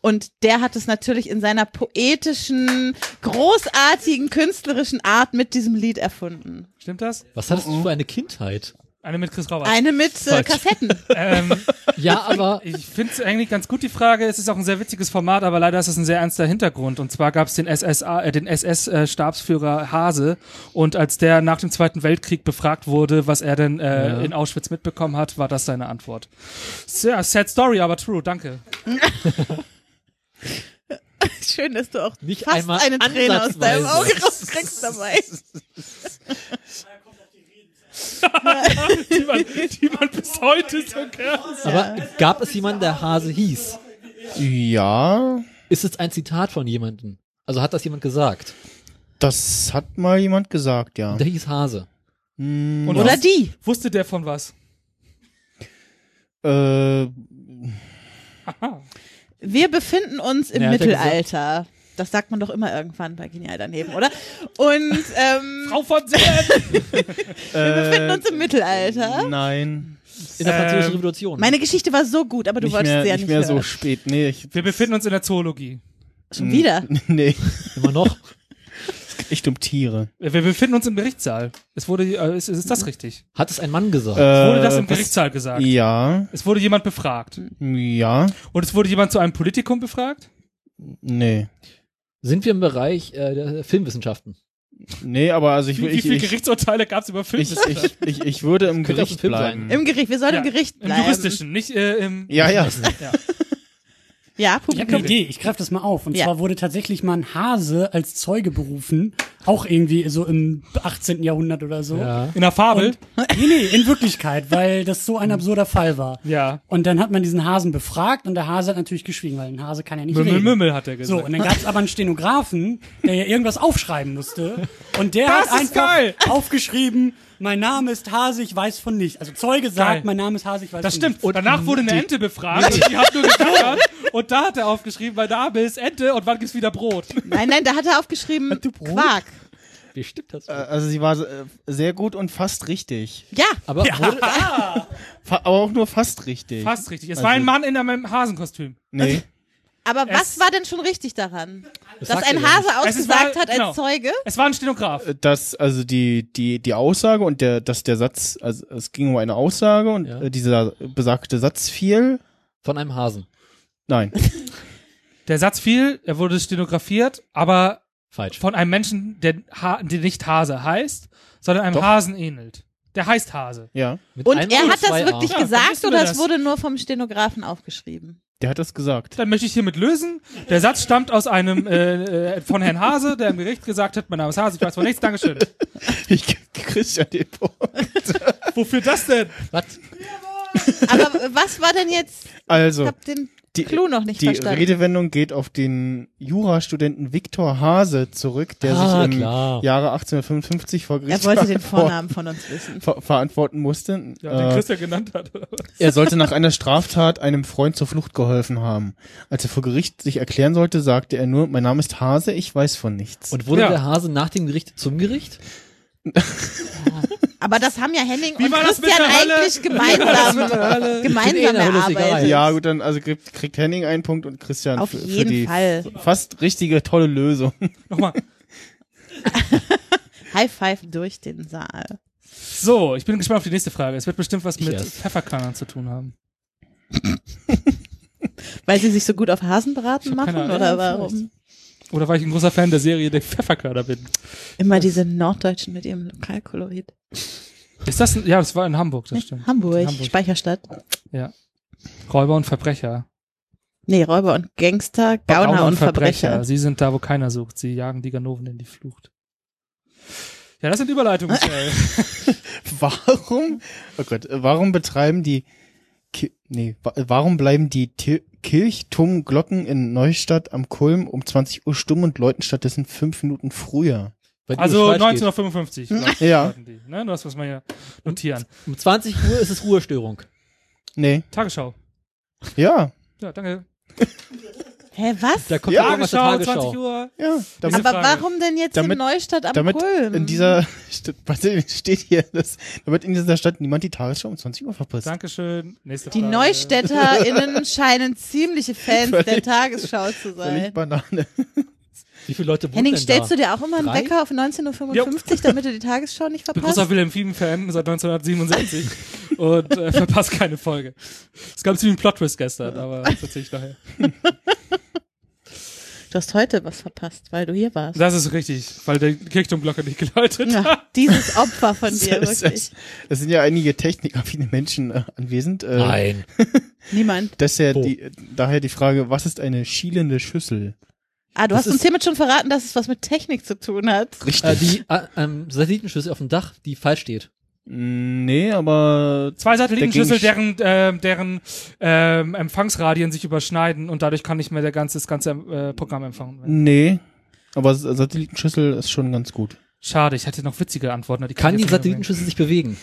[SPEAKER 4] Und der hat es natürlich in seiner poetischen, großartigen, künstlerischen Art mit diesem Lied erfunden.
[SPEAKER 3] Stimmt das?
[SPEAKER 5] Was hattest
[SPEAKER 4] Mhm.
[SPEAKER 5] du für eine Kindheit?
[SPEAKER 3] Eine mit Chris Roberts.
[SPEAKER 4] Eine mit äh,
[SPEAKER 5] Falsch.
[SPEAKER 4] Kassetten.
[SPEAKER 3] Ähm,
[SPEAKER 5] Ja, aber
[SPEAKER 3] ich finde es eigentlich ganz gut, die Frage. Es ist auch ein sehr witziges Format, aber leider ist es ein sehr ernster Hintergrund. Und zwar gab es den SSA, äh, den SS-Stabsführer Hase. Und als der nach dem Zweiten Weltkrieg befragt wurde, was er denn äh,
[SPEAKER 5] Ja.
[SPEAKER 3] in Auschwitz mitbekommen hat, war das seine Antwort. Sehr sad story, aber true. Danke.
[SPEAKER 4] Schön, dass du auch
[SPEAKER 5] Nicht
[SPEAKER 4] fast
[SPEAKER 5] einmal
[SPEAKER 4] eine Träne aus deinem
[SPEAKER 5] ansatzweise.
[SPEAKER 4] Auge rauskriegst dabei.
[SPEAKER 3] die, man, die man bis heute so kennt.
[SPEAKER 5] Aber gab es jemanden, der Hase hieß?
[SPEAKER 2] Ja,
[SPEAKER 5] Ist es ein Zitat von jemandem? Also hat das jemand gesagt?
[SPEAKER 2] das hat mal jemand gesagt, ja.
[SPEAKER 5] Der hieß Hase.
[SPEAKER 2] Hm,
[SPEAKER 3] Und
[SPEAKER 4] Oder
[SPEAKER 3] was-
[SPEAKER 4] die.
[SPEAKER 3] Mhm. Wusste der von was?
[SPEAKER 2] äh,
[SPEAKER 3] Aha.
[SPEAKER 4] Wir befinden uns im
[SPEAKER 5] Ja, hat er
[SPEAKER 4] Mittelalter. Das sagt man doch immer irgendwann bei Genial daneben, oder? Und ähm,
[SPEAKER 3] Frau von Seelen!
[SPEAKER 4] wir befinden uns im Mittelalter.
[SPEAKER 2] äh, nein.
[SPEAKER 5] In der
[SPEAKER 3] Ähm,
[SPEAKER 5] Französischen Revolution.
[SPEAKER 4] Meine Geschichte war so gut, aber du
[SPEAKER 2] Nicht
[SPEAKER 4] wolltest
[SPEAKER 2] mehr,
[SPEAKER 4] sie ja
[SPEAKER 2] nicht mehr so
[SPEAKER 4] hören.
[SPEAKER 2] spät. Nee, ich,
[SPEAKER 3] Wir befinden uns in der Zoologie.
[SPEAKER 4] Schon wieder.
[SPEAKER 2] nee,
[SPEAKER 5] Immer noch.
[SPEAKER 2] echt um Tiere.
[SPEAKER 3] Wir befinden uns im Gerichtssaal. Es wurde, äh, ist, ist das richtig?
[SPEAKER 5] Hat es ein Mann gesagt?
[SPEAKER 4] Äh.
[SPEAKER 3] Wurde das im
[SPEAKER 2] was-
[SPEAKER 3] Gerichtssaal gesagt?
[SPEAKER 2] Äh, Ja,
[SPEAKER 3] Es wurde jemand befragt.
[SPEAKER 2] ja,
[SPEAKER 3] Und es wurde jemand zu einem Politikum befragt?
[SPEAKER 2] nee.
[SPEAKER 5] Sind wir im Bereich äh, der Filmwissenschaften?
[SPEAKER 2] Nee, aber also ich
[SPEAKER 3] Wie,
[SPEAKER 2] will ich,
[SPEAKER 3] wie viele
[SPEAKER 2] ich,
[SPEAKER 3] Gerichtsurteile gab es über
[SPEAKER 2] ich,
[SPEAKER 3] Filmwissenschaft?
[SPEAKER 2] ich, ich, ich würde im
[SPEAKER 5] könnte auch
[SPEAKER 2] Gericht
[SPEAKER 5] ein Film sein.
[SPEAKER 2] bleiben.
[SPEAKER 4] Im Gericht. Wir sollen
[SPEAKER 3] Ja,
[SPEAKER 4] im Gericht
[SPEAKER 3] Im
[SPEAKER 4] bleiben.
[SPEAKER 3] juristischen, nicht äh, im.
[SPEAKER 2] ja, ja.
[SPEAKER 3] Ja.
[SPEAKER 4] Ja,
[SPEAKER 6] Ich
[SPEAKER 4] Publikum.
[SPEAKER 6] habe eine Idee, ich greife das mal auf. Und
[SPEAKER 4] Ja.
[SPEAKER 6] zwar wurde tatsächlich mal ein Hase als Zeuge berufen, auch irgendwie so im 18. Jahrhundert oder so.
[SPEAKER 3] In der Fabel?
[SPEAKER 6] Und, nee, nee, in Wirklichkeit, weil das so ein absurder Fall war.
[SPEAKER 3] Ja.
[SPEAKER 6] Und dann hat man diesen Hasen befragt und der Hase hat natürlich geschwiegen, weil ein Hase kann ja nicht
[SPEAKER 3] Mümmel,
[SPEAKER 6] reden.
[SPEAKER 3] Mümmel hat er
[SPEAKER 6] So,
[SPEAKER 3] gesagt.
[SPEAKER 6] und dann gab es aber einen Stenografen, der ja irgendwas aufschreiben musste. Und der
[SPEAKER 3] Das
[SPEAKER 6] hat
[SPEAKER 3] ist
[SPEAKER 6] einfach
[SPEAKER 3] geil.
[SPEAKER 6] aufgeschrieben, mein Name ist Hase, ich weiß von nicht. Also Zeuge sagt,
[SPEAKER 3] Geil.
[SPEAKER 6] mein Name ist Hase, ich weiß
[SPEAKER 3] das
[SPEAKER 6] von
[SPEAKER 3] stimmt.
[SPEAKER 6] nicht.
[SPEAKER 3] Danach wurde eine Ente befragt und die hat nur geknabbert. Und da hat er aufgeschrieben, mein Name ist Ente und wann gibt's wieder Brot?
[SPEAKER 4] Nein, nein, da hat er aufgeschrieben Quark.
[SPEAKER 5] Wie stimmt das?
[SPEAKER 2] Äh, Also sie war äh, sehr gut und fast richtig.
[SPEAKER 4] Ja,
[SPEAKER 5] Aber wurde,
[SPEAKER 2] Fa aber auch nur fast richtig.
[SPEAKER 3] Fast richtig. Es
[SPEAKER 2] Also-
[SPEAKER 3] war ein Mann in einem Hasenkostüm.
[SPEAKER 2] Nee.
[SPEAKER 4] aber was
[SPEAKER 3] Es-
[SPEAKER 4] war denn schon richtig daran? Dass
[SPEAKER 5] sagt
[SPEAKER 4] ein
[SPEAKER 5] er ja
[SPEAKER 4] Hase
[SPEAKER 3] Es ist
[SPEAKER 4] ausgesagt
[SPEAKER 3] wahr-
[SPEAKER 4] hat als
[SPEAKER 3] genau.
[SPEAKER 4] Zeuge?
[SPEAKER 3] Es war ein Stenograf.
[SPEAKER 2] Das, also die, die, die Aussage und der, dass der Satz, also es ging um eine Aussage und
[SPEAKER 5] Ja.
[SPEAKER 2] äh, dieser besagte Satz fiel.
[SPEAKER 5] von einem Hasen.
[SPEAKER 2] Nein.
[SPEAKER 3] Der Satz fiel, er wurde stenografiert, aber
[SPEAKER 5] Falsch.
[SPEAKER 3] von einem Menschen, der, ha der nicht Hase heißt, sondern einem
[SPEAKER 2] Doch.
[SPEAKER 3] Hasen ähnelt. Der heißt Hase.
[SPEAKER 2] Ja.
[SPEAKER 5] Mit
[SPEAKER 4] Und
[SPEAKER 5] einem
[SPEAKER 4] er
[SPEAKER 5] oder
[SPEAKER 4] hat das
[SPEAKER 5] zwei
[SPEAKER 4] wirklich
[SPEAKER 5] A.
[SPEAKER 3] dann
[SPEAKER 4] gesagt
[SPEAKER 3] wissen wir
[SPEAKER 4] oder es
[SPEAKER 3] das.
[SPEAKER 4] wurde nur vom Stenografen aufgeschrieben?
[SPEAKER 2] Der hat das gesagt.
[SPEAKER 3] Dann möchte ich hiermit lösen. Der Satz stammt aus einem äh, äh, von Herrn Hase, der im Gericht gesagt hat, mein Name ist Hase, ich weiß von nichts, Dankeschön.
[SPEAKER 2] Ich krieg's ja den Punkt.
[SPEAKER 3] Wofür das denn?
[SPEAKER 5] Was?
[SPEAKER 4] Aber was war denn jetzt? Ich
[SPEAKER 2] Also,
[SPEAKER 4] hab den
[SPEAKER 2] die,
[SPEAKER 4] Clou noch nicht
[SPEAKER 2] die
[SPEAKER 4] verstanden.
[SPEAKER 2] Redewendung geht auf den Jurastudenten Viktor Hase zurück, der
[SPEAKER 5] Ah,
[SPEAKER 2] sich im
[SPEAKER 5] klar.
[SPEAKER 2] Jahre 1855 vor Gericht
[SPEAKER 4] er wollte den
[SPEAKER 2] verantworten-
[SPEAKER 4] Vornamen von uns wissen.
[SPEAKER 2] ver verantworten musste.
[SPEAKER 3] Ja, den
[SPEAKER 2] Äh,
[SPEAKER 3] Christian genannt hat. oder was?
[SPEAKER 2] Er sollte nach einer Straftat einem Freund zur Flucht geholfen haben. Als er vor Gericht sich erklären sollte, sagte er nur, mein Name ist Hase, ich weiß von nichts.
[SPEAKER 5] Und wurde
[SPEAKER 3] Ja.
[SPEAKER 5] der Hase nach dem Gericht zum Gericht?
[SPEAKER 4] Aber das haben ja Henning
[SPEAKER 3] Wie
[SPEAKER 4] und
[SPEAKER 3] war das mit
[SPEAKER 4] Christian
[SPEAKER 3] der Hölle?
[SPEAKER 4] eigentlich
[SPEAKER 3] Das mit
[SPEAKER 4] gemeinsam,
[SPEAKER 3] der Hölle.
[SPEAKER 5] Ich bin
[SPEAKER 4] gemeinsam
[SPEAKER 5] eh in der Hölle, ist
[SPEAKER 4] erarbeitet.
[SPEAKER 5] egal.
[SPEAKER 2] ja, gut, dann also kriegt, kriegt Henning einen Punkt und Christian
[SPEAKER 4] Auf
[SPEAKER 2] für, für
[SPEAKER 4] jeden
[SPEAKER 2] die
[SPEAKER 4] Fall.
[SPEAKER 2] fast richtige tolle Lösung.
[SPEAKER 3] Nochmal.
[SPEAKER 4] High Five durch den Saal.
[SPEAKER 3] So, ich bin gespannt auf die nächste Frage. Es wird bestimmt was
[SPEAKER 5] Ich
[SPEAKER 3] mit
[SPEAKER 5] erst.
[SPEAKER 3] Pfefferkörnern zu tun haben.
[SPEAKER 4] Weil sie sich so gut auf Hasenbraten
[SPEAKER 3] Ich hab
[SPEAKER 4] machen
[SPEAKER 3] keine Ahnung,
[SPEAKER 4] oder
[SPEAKER 3] vielleicht.
[SPEAKER 4] warum?
[SPEAKER 3] Oder weil ich ein großer Fan der Serie der Pfefferkörner bin.
[SPEAKER 4] Immer diese Norddeutschen mit ihrem Lokalkolorit.
[SPEAKER 3] Ist das ein, ja, das war in Hamburg, das stimmt.
[SPEAKER 4] Hamburg,
[SPEAKER 3] Hamburg.
[SPEAKER 4] Speicherstadt.
[SPEAKER 3] Räuber und Verbrecher.
[SPEAKER 4] Nee, Räuber und Gangster, Gauner, und Verbrecher.
[SPEAKER 3] Sie sind da, wo keiner sucht. Sie jagen die Ganoven in die Flucht. Ja, das sind Überleitungen. Michael.
[SPEAKER 2] Warum? Oh Gott, äh, warum betreiben die Ki nee, wa äh, warum bleiben die Ti Kirchturmglocken in Neustadt am Kulm um 20 Uhr stumm und läuten stattdessen fünf Minuten früher?
[SPEAKER 5] Weil die
[SPEAKER 3] also
[SPEAKER 5] Uhr falsch
[SPEAKER 3] 1955. glaub ich,
[SPEAKER 2] Ja.
[SPEAKER 3] hatten Die, ne? Du hast was mal hier notieren.
[SPEAKER 5] geht. Um 20 Uhr ist es Ruhestörung.
[SPEAKER 2] Nee,
[SPEAKER 3] Tagesschau.
[SPEAKER 2] ja,
[SPEAKER 3] Ja, danke.
[SPEAKER 4] Hä, was?
[SPEAKER 5] Da kommt
[SPEAKER 2] Ja,
[SPEAKER 5] ja, irgendwas zur Tagesschau.
[SPEAKER 3] 20 Uhr.
[SPEAKER 2] ja. Damit,
[SPEAKER 3] Diese
[SPEAKER 4] Aber
[SPEAKER 3] Frage.
[SPEAKER 4] warum denn jetzt
[SPEAKER 2] Damit-
[SPEAKER 4] in Neustadt am
[SPEAKER 2] damit
[SPEAKER 4] Kulm?
[SPEAKER 2] in dieser, St- warte, steht hier, dass, damit in dieser Stadt niemand die Tagesschau um 20 Uhr verpasst.
[SPEAKER 3] Dankeschön. Nächste
[SPEAKER 4] die
[SPEAKER 3] Frage.
[SPEAKER 4] NeustädterInnen scheinen ziemliche Fans der
[SPEAKER 2] Völlig-
[SPEAKER 4] Tagesschau
[SPEAKER 2] Völlig
[SPEAKER 4] zu sein.
[SPEAKER 2] Banane.
[SPEAKER 5] Wie viele Leute wohnen
[SPEAKER 4] Henning,
[SPEAKER 5] denn
[SPEAKER 4] stellst
[SPEAKER 5] da?
[SPEAKER 4] du dir auch immer einen
[SPEAKER 5] Drei?
[SPEAKER 4] Wecker auf 19.55 Uhr, damit du die Tagesschau nicht
[SPEAKER 3] Ich bin großer
[SPEAKER 4] verpasst?
[SPEAKER 3] Wilhelm Fieben-Fan seit 1967 und äh, verpasst keine Folge. Es gab ziemlich einen Plot-Twist gestern, aber das erzähle ich nachher.
[SPEAKER 4] Du hast heute was verpasst, weil du hier warst.
[SPEAKER 3] Das ist richtig, weil der Kirchturmglocke nicht geläutet hat.
[SPEAKER 4] Ja, dieses Opfer von dir,
[SPEAKER 2] Es,
[SPEAKER 4] wirklich.
[SPEAKER 2] es, es sind ja einige technikaffine Menschen äh, anwesend. Äh,
[SPEAKER 5] Nein.
[SPEAKER 4] Niemand.
[SPEAKER 2] Das ist ja
[SPEAKER 5] Oh.
[SPEAKER 2] die, daher die Frage, was ist eine schielende Schüssel?
[SPEAKER 4] Ah, du
[SPEAKER 5] Das
[SPEAKER 4] hast uns
[SPEAKER 5] ist-
[SPEAKER 4] hiermit schon verraten, dass es was mit Technik zu tun hat.
[SPEAKER 2] Äh,
[SPEAKER 5] Äh, die äh, ähm, Satellitenschüssel auf dem Dach, die falsch steht.
[SPEAKER 2] Mm, Nee, aber
[SPEAKER 3] Zwei
[SPEAKER 2] Der
[SPEAKER 3] Satellitenschüssel,
[SPEAKER 2] ging
[SPEAKER 3] deren, ähm, deren ähm, Empfangsradien sich überschneiden und dadurch kann nicht mehr der ganze, das ganze äh, Programm empfangen werden.
[SPEAKER 2] nee. Aber S- Satellitenschüssel ist schon ganz gut.
[SPEAKER 3] Schade, ich hätte noch witzige Antworten. aber Die
[SPEAKER 5] Kann
[SPEAKER 3] ich
[SPEAKER 5] die
[SPEAKER 3] jetzt nicht mehr
[SPEAKER 5] Satellitenschüssel sich bewegen?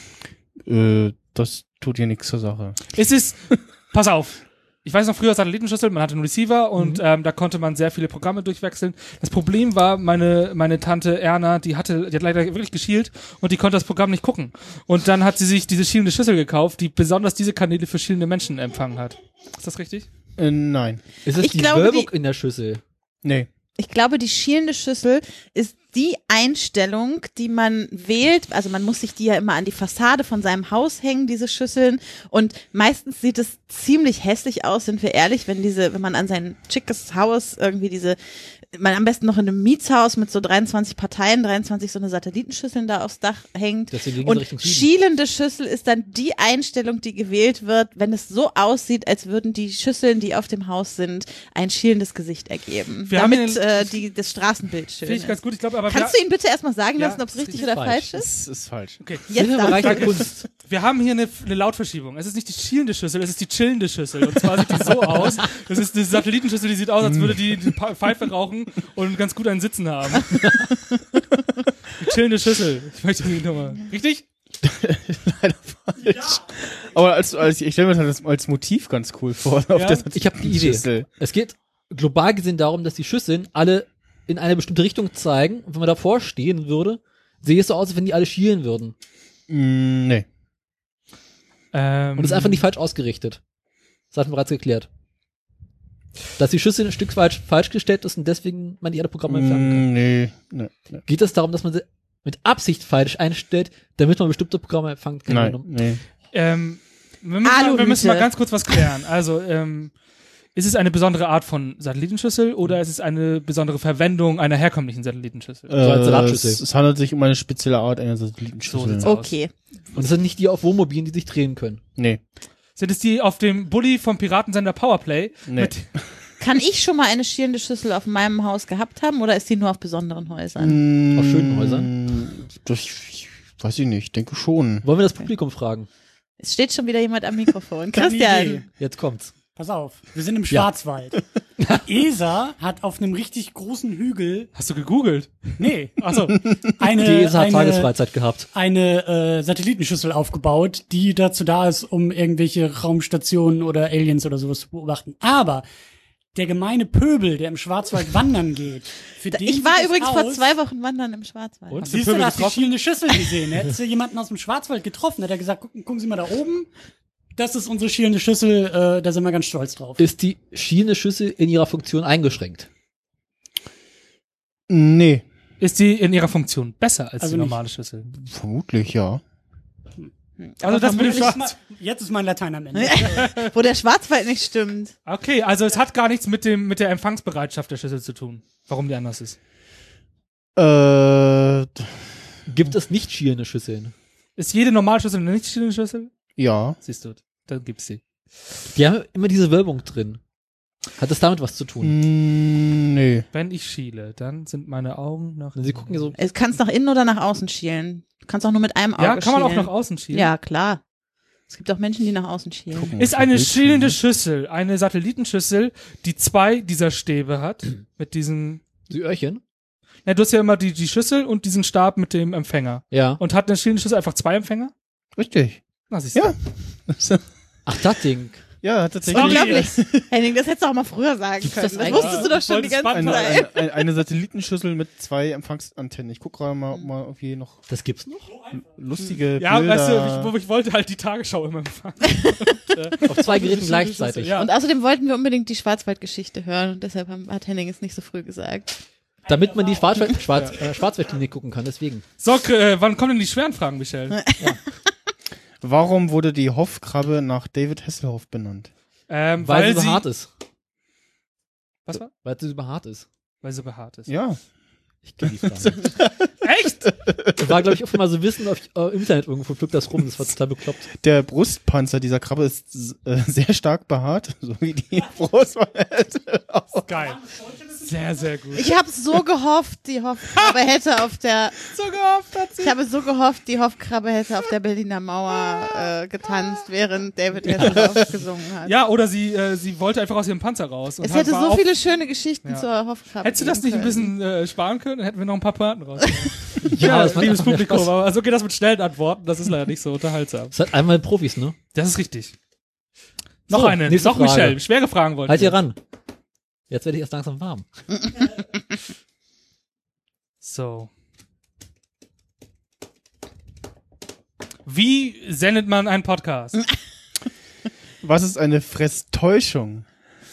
[SPEAKER 2] Äh, das tut hier nichts zur Sache.
[SPEAKER 3] bringen. Es ist, pass auf. Ich weiß noch früher Satellitenschüssel, man hatte einen Receiver
[SPEAKER 5] Mhm.
[SPEAKER 3] und ähm, da konnte man sehr viele Programme durchwechseln. Das Problem war, meine, meine Tante Erna, die hatte, die hat leider wirklich geschielt und die konnte das Programm nicht gucken. Und dann hat sie sich diese schielende Schüssel gekauft, die besonders diese Kanäle für schielende Menschen empfangen hat. Ist das richtig?
[SPEAKER 2] Äh, nein.
[SPEAKER 5] Ist das
[SPEAKER 4] Ich
[SPEAKER 5] die
[SPEAKER 4] glaube,
[SPEAKER 5] Wölbung
[SPEAKER 4] die-
[SPEAKER 5] in der Schüssel?
[SPEAKER 2] Nee.
[SPEAKER 4] Ich glaube, die schielende Schüssel ist die Einstellung, die man wählt. Also man muss sich die ja immer an die Fassade von seinem Haus hängen, diese Schüsseln. Und meistens sieht es ziemlich hässlich aus, sind wir ehrlich, wenn diese, wenn man an sein schickes Haus irgendwie diese, man am besten noch in einem Mietshaus mit so 23 Parteien, 23 so eine Satellitenschüsseln da aufs Dach hängt.
[SPEAKER 5] Deswegen ging es Richtung
[SPEAKER 4] Und
[SPEAKER 5] Süden.
[SPEAKER 4] schielende Schüssel ist dann die Einstellung, die gewählt wird, wenn es so aussieht, als würden die Schüsseln, die auf dem Haus sind, ein schielendes Gesicht ergeben.
[SPEAKER 3] Wir haben
[SPEAKER 4] damit
[SPEAKER 3] hier
[SPEAKER 4] äh, die, das Straßenbild schön
[SPEAKER 3] Finde ich ganz
[SPEAKER 4] ist.
[SPEAKER 3] gut. Ich glaube, aber
[SPEAKER 4] Kannst
[SPEAKER 3] wir,
[SPEAKER 4] du ihn bitte erstmal sagen
[SPEAKER 3] Ja,
[SPEAKER 4] lassen, ob es
[SPEAKER 5] das ist
[SPEAKER 4] richtig
[SPEAKER 5] richtig
[SPEAKER 4] oder
[SPEAKER 5] falsch.
[SPEAKER 4] falsch
[SPEAKER 2] Das
[SPEAKER 4] ist?
[SPEAKER 2] ist falsch.
[SPEAKER 3] okay.
[SPEAKER 4] Jetzt
[SPEAKER 5] Sind wir im
[SPEAKER 4] darfst
[SPEAKER 5] Bereich
[SPEAKER 4] du.
[SPEAKER 5] der Kunst.
[SPEAKER 3] Wir haben hier eine, eine Lautverschiebung. Es ist nicht die schielende Schüssel, es ist die chillende Schüssel. Und zwar sieht die so aus. Das ist eine Satellitenschüssel, die sieht aus, als würde die die Pa- Pfeife rauchen und ganz gut einen Sitzen haben. Die chillende Schüssel. Ich möchte die nochmal. Richtig?
[SPEAKER 2] Aber als, als ich stelle mir das als Motiv ganz cool vor. Auf
[SPEAKER 3] Ja,
[SPEAKER 2] der
[SPEAKER 5] Ich habe die Idee.
[SPEAKER 2] Satellitenschüssel.
[SPEAKER 5] Es geht global gesehen darum, dass die Schüsseln alle in eine bestimmte Richtung zeigen. Und wenn man davor stehen würde, sähe es so aus, als wenn die alle schielen würden.
[SPEAKER 2] Mm, nee.
[SPEAKER 3] Ähm,
[SPEAKER 5] Und es ist
[SPEAKER 3] Hm.
[SPEAKER 5] einfach nicht falsch ausgerichtet. Das hatten wir bereits geklärt. Dass die Schüssel ein Stück weit falsch gestellt ist und deswegen man die alle Programme entfernen kann.
[SPEAKER 2] Mm, nee. Nee. Nee.
[SPEAKER 5] Geht es darum, dass man sie mit Absicht falsch einstellt, damit man bestimmte Programme empfangen kann?
[SPEAKER 2] Nein. Nee.
[SPEAKER 3] Ähm, wir, müssen mal, wir
[SPEAKER 4] Aluhüte.
[SPEAKER 3] müssen mal ganz kurz was klären. Also, ähm, ist es eine besondere Art von Satellitenschüssel oder ist es eine besondere Verwendung einer herkömmlichen Satellitenschüssel?
[SPEAKER 5] als
[SPEAKER 2] Äh, es,
[SPEAKER 5] Salatschüssel.
[SPEAKER 2] es handelt sich um eine spezielle Art einer
[SPEAKER 3] So
[SPEAKER 2] Satellitenschüssel.
[SPEAKER 3] sieht's aus.
[SPEAKER 4] Okay.
[SPEAKER 5] Und es sind nicht die auf Wohnmobilen, die sich drehen können.
[SPEAKER 2] nee.
[SPEAKER 3] Sind es die auf dem Bulli vom Piratensender Powerplay?
[SPEAKER 2] Nee.
[SPEAKER 3] Mit,
[SPEAKER 4] Kann ich schon mal eine schielende Schüssel auf meinem Haus gehabt haben oder ist die nur auf besonderen Häusern?
[SPEAKER 2] Mm,
[SPEAKER 5] Auf schönen Häusern?
[SPEAKER 2] Das ich, weiß ich nicht. Denke schon.
[SPEAKER 5] Wollen wir das Publikum fragen?
[SPEAKER 4] Es steht schon wieder jemand am Mikrofon.
[SPEAKER 6] Keine Idee.
[SPEAKER 4] Christian,
[SPEAKER 5] Jetzt kommt's.
[SPEAKER 6] Pass auf, wir sind im
[SPEAKER 5] Ja.
[SPEAKER 6] Schwarzwald. ESA hat auf einem richtig großen Hügel,
[SPEAKER 3] hast du gegoogelt?
[SPEAKER 6] nee, also eine,
[SPEAKER 3] Äh,
[SPEAKER 5] Die ESA hat
[SPEAKER 6] eine,
[SPEAKER 5] Tagesfreizeit gehabt.
[SPEAKER 6] eine äh, Satellitenschüssel aufgebaut, die dazu da ist, um irgendwelche Raumstationen oder Aliens oder sowas zu beobachten. Aber der gemeine Pöbel, der im Schwarzwald wandern geht, für den
[SPEAKER 4] ich war
[SPEAKER 6] sieht es
[SPEAKER 4] übrigens vor
[SPEAKER 6] aus-
[SPEAKER 4] zwei Wochen wandern im Schwarzwald.
[SPEAKER 3] Und?
[SPEAKER 6] Siehst du,
[SPEAKER 3] Pöbel
[SPEAKER 6] da hast du die
[SPEAKER 3] getroffen?
[SPEAKER 6] schielende Schüssel gesehen. Hättest du jemanden aus dem Schwarzwald getroffen, hätte er gesagt, gucken, gucken Sie mal da oben. Das ist unsere schielende Schüssel, äh, da sind wir ganz stolz drauf.
[SPEAKER 5] Ist die schielende Schüssel in ihrer Funktion eingeschränkt?
[SPEAKER 2] Nee.
[SPEAKER 3] Ist die in ihrer Funktion besser als
[SPEAKER 6] Also
[SPEAKER 3] die
[SPEAKER 6] nicht.
[SPEAKER 3] normale Schüssel?
[SPEAKER 2] Vermutlich, ja.
[SPEAKER 3] Also das mit dem
[SPEAKER 6] Jetzt,
[SPEAKER 3] Schwarz.
[SPEAKER 6] mal, jetzt ist mein Latein am Ende.
[SPEAKER 4] Wo der Schwarzwald nicht stimmt.
[SPEAKER 3] Okay, also es hat gar nichts mit dem mit der Empfangsbereitschaft der Schüssel zu tun. Warum die anders ist?
[SPEAKER 2] Äh, d-
[SPEAKER 5] Gibt es nicht schielende Schüsseln?
[SPEAKER 3] Ist jede normale Schüssel eine nicht schielende Schüssel?
[SPEAKER 2] ja.
[SPEAKER 3] Siehst du, dann gibt's sie.
[SPEAKER 5] Die haben immer diese Wölbung drin. Hat das damit was zu tun?
[SPEAKER 3] Hm.
[SPEAKER 2] Mm, nee.
[SPEAKER 3] Wenn ich schiele, dann sind meine Augen nach.
[SPEAKER 5] Sie gucken ja so,
[SPEAKER 4] Es kannst nach innen oder nach außen schielen. Du kannst auch nur mit einem Auge
[SPEAKER 3] Ja, kann man auch
[SPEAKER 4] schielen.
[SPEAKER 3] nach außen schielen.
[SPEAKER 4] Ja, klar. Es gibt auch Menschen, die nach außen schielen.
[SPEAKER 2] Gucken,
[SPEAKER 3] Ist
[SPEAKER 2] auf dem
[SPEAKER 3] eine
[SPEAKER 2] Bildschirm.
[SPEAKER 3] schielende Schüssel, eine Satellitenschüssel, die zwei dieser Stäbe hat, mit diesen.
[SPEAKER 5] die Öhrchen.
[SPEAKER 3] Na, du hast ja immer die, die Schüssel und diesen Stab mit dem Empfänger.
[SPEAKER 5] Ja.
[SPEAKER 3] Und hat eine schielende Schüssel einfach zwei Empfänger?
[SPEAKER 2] Richtig.
[SPEAKER 3] Na, siehst du.
[SPEAKER 2] Ja.
[SPEAKER 5] Ach, das Ding.
[SPEAKER 2] ja, tatsächlich.
[SPEAKER 3] Sorry.
[SPEAKER 4] Unglaublich. Henning, das hättest du auch mal früher sagen
[SPEAKER 5] Gibt's
[SPEAKER 4] können.
[SPEAKER 5] das
[SPEAKER 4] Das,
[SPEAKER 5] eigentlich?
[SPEAKER 4] wusstest du doch schon die
[SPEAKER 3] Wolltest
[SPEAKER 4] ganze
[SPEAKER 3] Button
[SPEAKER 2] Eine,
[SPEAKER 4] Zeit.
[SPEAKER 2] eine, eine, eine Satellitenschüssel mit zwei Empfangsantennen. Ich guck gerade mal, ob man irgendwie noch
[SPEAKER 5] Das gibt's noch?
[SPEAKER 2] lustige
[SPEAKER 3] Ja,
[SPEAKER 2] Bilder...
[SPEAKER 3] weißt du, ich, wo ich wollte halt die Tagesschau immer empfangen.
[SPEAKER 5] Auf zwei Geräten gleichzeitig.
[SPEAKER 3] Ja.
[SPEAKER 4] Und außerdem wollten wir unbedingt die Schwarzwaldgeschichte hören und deshalb haben- hat Henning es nicht so früh gesagt.
[SPEAKER 5] Damit man die Schwarzwald, Schwarz, äh, Schwarzwaldklinik gucken kann, deswegen.
[SPEAKER 3] So, äh, wann kommen denn die schweren Fragen, Michelle?
[SPEAKER 2] Warum wurde die Hoffkrabbe nach David Hasselhoff benannt?
[SPEAKER 3] Ähm,
[SPEAKER 5] Weil,
[SPEAKER 3] weil,
[SPEAKER 5] sie so
[SPEAKER 3] sie,
[SPEAKER 5] hart ist.
[SPEAKER 3] Was war?
[SPEAKER 5] Weil sie so hart ist.
[SPEAKER 3] Weil sie behaart ist.
[SPEAKER 2] Ja.
[SPEAKER 5] Ich kenne die Frage.
[SPEAKER 3] Echt?
[SPEAKER 5] Das war, glaube ich, oft mal so Wissen auf, äh, im Internet irgendwo flippt das rum. Das war total bekloppt.
[SPEAKER 2] Der Brustpanzer dieser Krabbe ist s- äh, sehr stark behaart, so wie die Brust von Hasselhoff.
[SPEAKER 3] Geil. Sehr, sehr gut.
[SPEAKER 4] Ich habe so gehofft, die Hoffkrabbe hätte auf der
[SPEAKER 3] so gehofft, hat
[SPEAKER 4] ich habe so gehofft, die Hoffkrabbe hätte auf der Berliner Mauer äh, getanzt, während David Hasselhoff gesungen hat.
[SPEAKER 3] Ja, oder sie, äh, sie wollte einfach aus ihrem Panzer raus. Und
[SPEAKER 4] es
[SPEAKER 3] hat-
[SPEAKER 4] hätte
[SPEAKER 3] war
[SPEAKER 4] so
[SPEAKER 3] auf-
[SPEAKER 4] viele schöne Geschichten
[SPEAKER 3] Ja.
[SPEAKER 4] zur Hoffkrabbe.
[SPEAKER 3] Hättest du das nicht
[SPEAKER 4] geben
[SPEAKER 3] ein bisschen äh, sparen können, dann hätten wir noch ein paar Pointen raus.
[SPEAKER 5] Ja, das macht
[SPEAKER 3] liebes
[SPEAKER 5] einfach mehr
[SPEAKER 3] Publikum.
[SPEAKER 5] Spaß.
[SPEAKER 3] Aber also geht das mit schnellen Antworten, das ist leider nicht so unterhaltsam.
[SPEAKER 5] Das hat einmal Profis, ne?
[SPEAKER 3] Das ist richtig. Noch
[SPEAKER 5] So,
[SPEAKER 3] eine,
[SPEAKER 5] nächste
[SPEAKER 3] noch
[SPEAKER 5] Frage.
[SPEAKER 3] Michelle. Schwere Fragen wollte
[SPEAKER 5] Halt hier ran. Jetzt werde ich erst langsam warm.
[SPEAKER 3] So. Wie sendet man einen Podcast?
[SPEAKER 2] Was ist eine Fresstäuschung?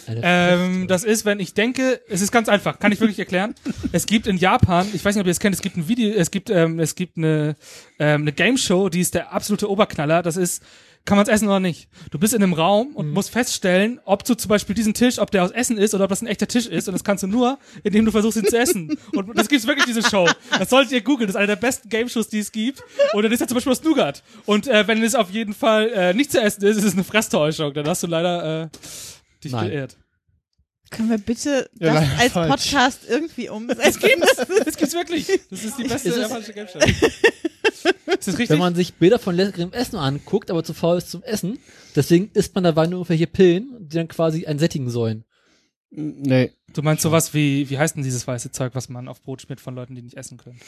[SPEAKER 5] Eine
[SPEAKER 3] Ähm,
[SPEAKER 5] Fresse.
[SPEAKER 3] das ist, wenn ich denke, es ist ganz einfach, kann ich wirklich erklären. es gibt in Japan, ich weiß nicht, ob ihr es kennt, es gibt ein Video, es gibt, ähm, es gibt eine, ähm, eine Game Show, die ist der absolute Oberknaller. Das ist, kann man es essen oder nicht? Du bist in einem Raum und musst feststellen, ob du zum Beispiel diesen Tisch, ob der aus Essen ist oder ob das ein echter Tisch ist. Und das kannst du nur, indem du versuchst, ihn zu essen. Und das gibt's wirklich, diese Show. Das solltet ihr googeln. Das ist eine der besten Game Shows, die es gibt. Und dann ist ja zum Beispiel aus Nougat. Und äh, wenn es auf jeden Fall äh, nicht zu essen ist, ist es eine Fresstäuschung. Dann hast du leider äh, dich
[SPEAKER 5] Nein.
[SPEAKER 3] geirrt.
[SPEAKER 4] Können wir bitte
[SPEAKER 2] Ja,
[SPEAKER 4] das
[SPEAKER 2] leider
[SPEAKER 4] als
[SPEAKER 2] falsch.
[SPEAKER 4] Podcast irgendwie umsetzen?
[SPEAKER 3] Das gibt's wirklich. Das ist die beste
[SPEAKER 5] Ist es-
[SPEAKER 3] japanische Game Show. Ist das richtig?
[SPEAKER 5] Wenn man sich Bilder von leckerem Essen anguckt, aber zu faul ist zum Essen, deswegen isst man dabei nur irgendwelche Pillen, die dann quasi einen sättigen sollen.
[SPEAKER 2] Nee.
[SPEAKER 3] du meinst sowas wie, wie heißt denn dieses weiße Zeug, was man auf Brot schmiert von Leuten, die nicht essen können?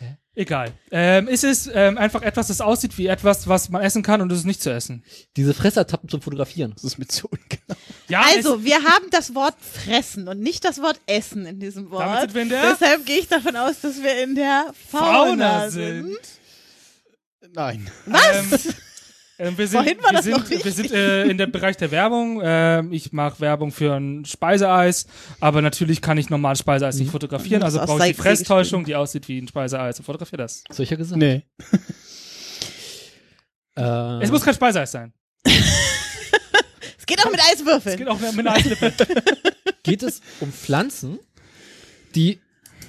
[SPEAKER 5] Hä?
[SPEAKER 3] Egal. Ähm, ist es ähm, einfach etwas, das aussieht wie etwas, was man essen kann und es ist nicht zu essen?
[SPEAKER 5] Diese Fressertappen zum Fotografieren.
[SPEAKER 2] Das ist mir zu ungenau.
[SPEAKER 3] Ja,
[SPEAKER 4] Also, wir haben das Wort fressen und nicht das Wort essen in diesem Wort.
[SPEAKER 3] Damit sind wir in der-
[SPEAKER 4] Deshalb gehe ich davon aus, dass wir in der
[SPEAKER 3] es
[SPEAKER 4] Fauna,
[SPEAKER 3] Fauna
[SPEAKER 4] sind.
[SPEAKER 3] sind.
[SPEAKER 2] Nein.
[SPEAKER 3] Was? Ähm, ähm, wir sind,
[SPEAKER 4] Vorhin war
[SPEAKER 3] wir
[SPEAKER 4] das
[SPEAKER 3] sind,
[SPEAKER 4] noch richtig.
[SPEAKER 3] wir sind äh, in der Bereich der Werbung. Ähm, ich mache Werbung für ein Speiseeis, aber natürlich kann ich normal Speiseeis nicht fotografieren.
[SPEAKER 4] Du musst
[SPEAKER 3] Also
[SPEAKER 4] Hm. aus
[SPEAKER 3] brauche ich die
[SPEAKER 4] Sightseeing
[SPEAKER 3] Fresstäuschung, die aussieht wie ein Speiseeis und fotografiere das.
[SPEAKER 5] So ich ja gesagt.
[SPEAKER 2] Nee.
[SPEAKER 5] Äh,
[SPEAKER 3] Es muss kein Speiseeis sein.
[SPEAKER 4] Es geht auch mit
[SPEAKER 3] Es
[SPEAKER 4] Eiswürfeln.
[SPEAKER 3] geht auch mit einer Eislippe.
[SPEAKER 5] geht es um Pflanzen, die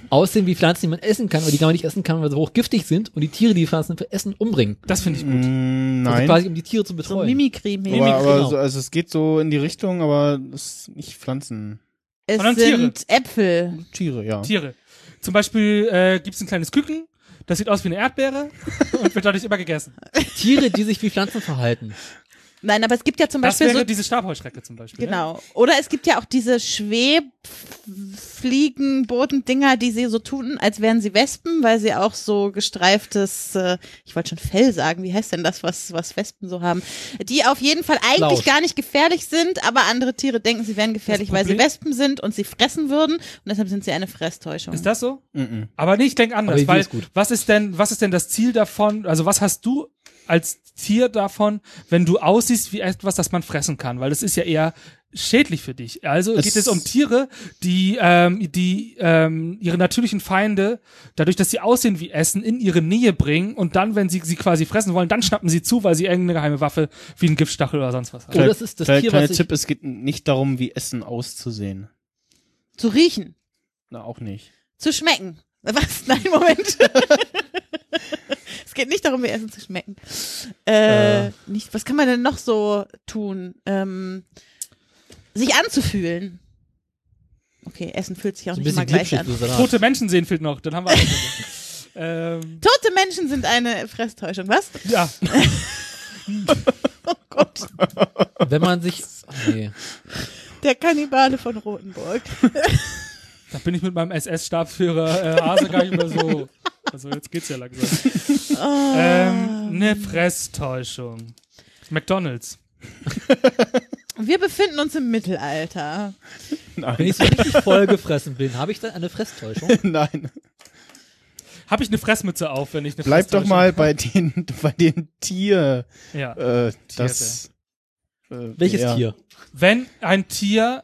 [SPEAKER 5] aussehen wie Pflanzen, die man essen kann, aber die man nicht essen kann, weil sie hochgiftig sind und die Tiere, die die Pflanzen essen, umbringen.
[SPEAKER 3] Das finde ich gut.
[SPEAKER 2] Mm,
[SPEAKER 5] Also
[SPEAKER 2] nein.
[SPEAKER 5] quasi um die Tiere zu
[SPEAKER 4] So
[SPEAKER 5] betreuen.
[SPEAKER 4] Mimikry-mäßig.
[SPEAKER 2] Aber, aber
[SPEAKER 5] genau.
[SPEAKER 2] so, also es geht so in die Richtung, aber es ist nicht Pflanzen.
[SPEAKER 4] Es
[SPEAKER 3] Sondern
[SPEAKER 4] sind
[SPEAKER 3] Tiere.
[SPEAKER 4] Äpfel.
[SPEAKER 2] Tiere, ja.
[SPEAKER 3] Tiere. Zum Beispiel äh, gibt es ein kleines Küken, das sieht aus wie eine Erdbeere und wird dadurch immer gegessen.
[SPEAKER 5] Tiere, die sich wie Pflanzen verhalten.
[SPEAKER 4] Nein, aber es gibt ja zum
[SPEAKER 3] Das
[SPEAKER 4] Beispiel
[SPEAKER 3] wäre
[SPEAKER 4] so.
[SPEAKER 3] diese Stabheuschrecke zum Beispiel. ne?
[SPEAKER 4] Genau. Oder es gibt ja auch diese Schwebfliegenbodendinger, die sie so tun, als wären sie Wespen, weil sie auch so gestreiftes, äh, ich wollte schon Fell sagen, wie heißt denn das, was, was Wespen so haben? Die auf jeden Fall eigentlich
[SPEAKER 5] Laus.
[SPEAKER 4] gar nicht gefährlich sind, aber andere Tiere denken, sie wären gefährlich,
[SPEAKER 3] Das
[SPEAKER 4] weil sie
[SPEAKER 3] Problem-
[SPEAKER 4] Wespen sind und sie fressen würden und deshalb sind sie eine Fresstäuschung.
[SPEAKER 3] Ne? Ist das so?
[SPEAKER 2] Mhm.
[SPEAKER 3] Aber nee, ich denke
[SPEAKER 5] Aber
[SPEAKER 3] anders,
[SPEAKER 5] die
[SPEAKER 3] weil
[SPEAKER 5] ist gut.
[SPEAKER 3] was ist denn, was ist denn das Ziel davon? Also was hast du als Tier davon, wenn du aussiehst wie etwas, das man fressen kann? Weil das ist ja eher schädlich für dich. Also
[SPEAKER 2] Es-
[SPEAKER 3] geht es um Tiere, die, ähm, die ähm, ihre natürlichen Feinde, dadurch, dass sie aussehen wie Essen, in ihre Nähe bringen und dann, wenn sie sie quasi fressen wollen, dann schnappen sie zu, weil sie irgendeine geheime Waffe wie einen Giftstachel oder sonst was haben.
[SPEAKER 5] Oder es ist das
[SPEAKER 2] Kleiner,
[SPEAKER 5] Tier,
[SPEAKER 2] kleiner
[SPEAKER 5] was ich-
[SPEAKER 2] Tipp, es geht nicht darum, wie Essen auszusehen.
[SPEAKER 4] Zu riechen,
[SPEAKER 2] Na, auch nicht.
[SPEAKER 4] zu schmecken. Was? Nein, Moment. es geht nicht darum, ihr Essen zu schmecken. Äh,
[SPEAKER 5] Äh.
[SPEAKER 4] Nicht, was kann man denn noch so tun? Ähm, sich anzufühlen. Okay, Essen fühlt sich auch
[SPEAKER 5] So ein
[SPEAKER 4] nicht immer
[SPEAKER 5] bisschen
[SPEAKER 4] gleich
[SPEAKER 5] glitschig,
[SPEAKER 4] an.
[SPEAKER 5] so Salat.
[SPEAKER 3] Tote Menschen sehen fehlt noch, dann haben wir alles. ähm,
[SPEAKER 4] Tote Menschen sind eine Fresstäuschung, was?
[SPEAKER 3] ja,
[SPEAKER 4] Oh Gott,
[SPEAKER 5] Wenn man sich. Ach, nee.
[SPEAKER 4] der Kannibale von Rothenburg.
[SPEAKER 3] da bin ich mit meinem SS-Stabsführer äh, Hase gar nicht mehr so. Also jetzt geht's ja langsam.
[SPEAKER 4] Oh.
[SPEAKER 3] Ähm, eine Fresstäuschung. McDonalds.
[SPEAKER 4] Wir befinden uns im Mittelalter.
[SPEAKER 5] Wenn
[SPEAKER 2] Nein.
[SPEAKER 5] ich so richtig vollgefressen bin, habe ich dann eine Fresstäuschung.
[SPEAKER 2] Nein.
[SPEAKER 3] Habe ich eine Fressmütze auf, wenn ich eine
[SPEAKER 2] Bleib doch
[SPEAKER 3] Fresstäuschung-
[SPEAKER 2] mal bei den, bei den Tier.
[SPEAKER 3] Ja.
[SPEAKER 2] Äh, das. Äh,
[SPEAKER 5] Welches
[SPEAKER 2] ja.
[SPEAKER 5] Tier?
[SPEAKER 3] Wenn ein Tier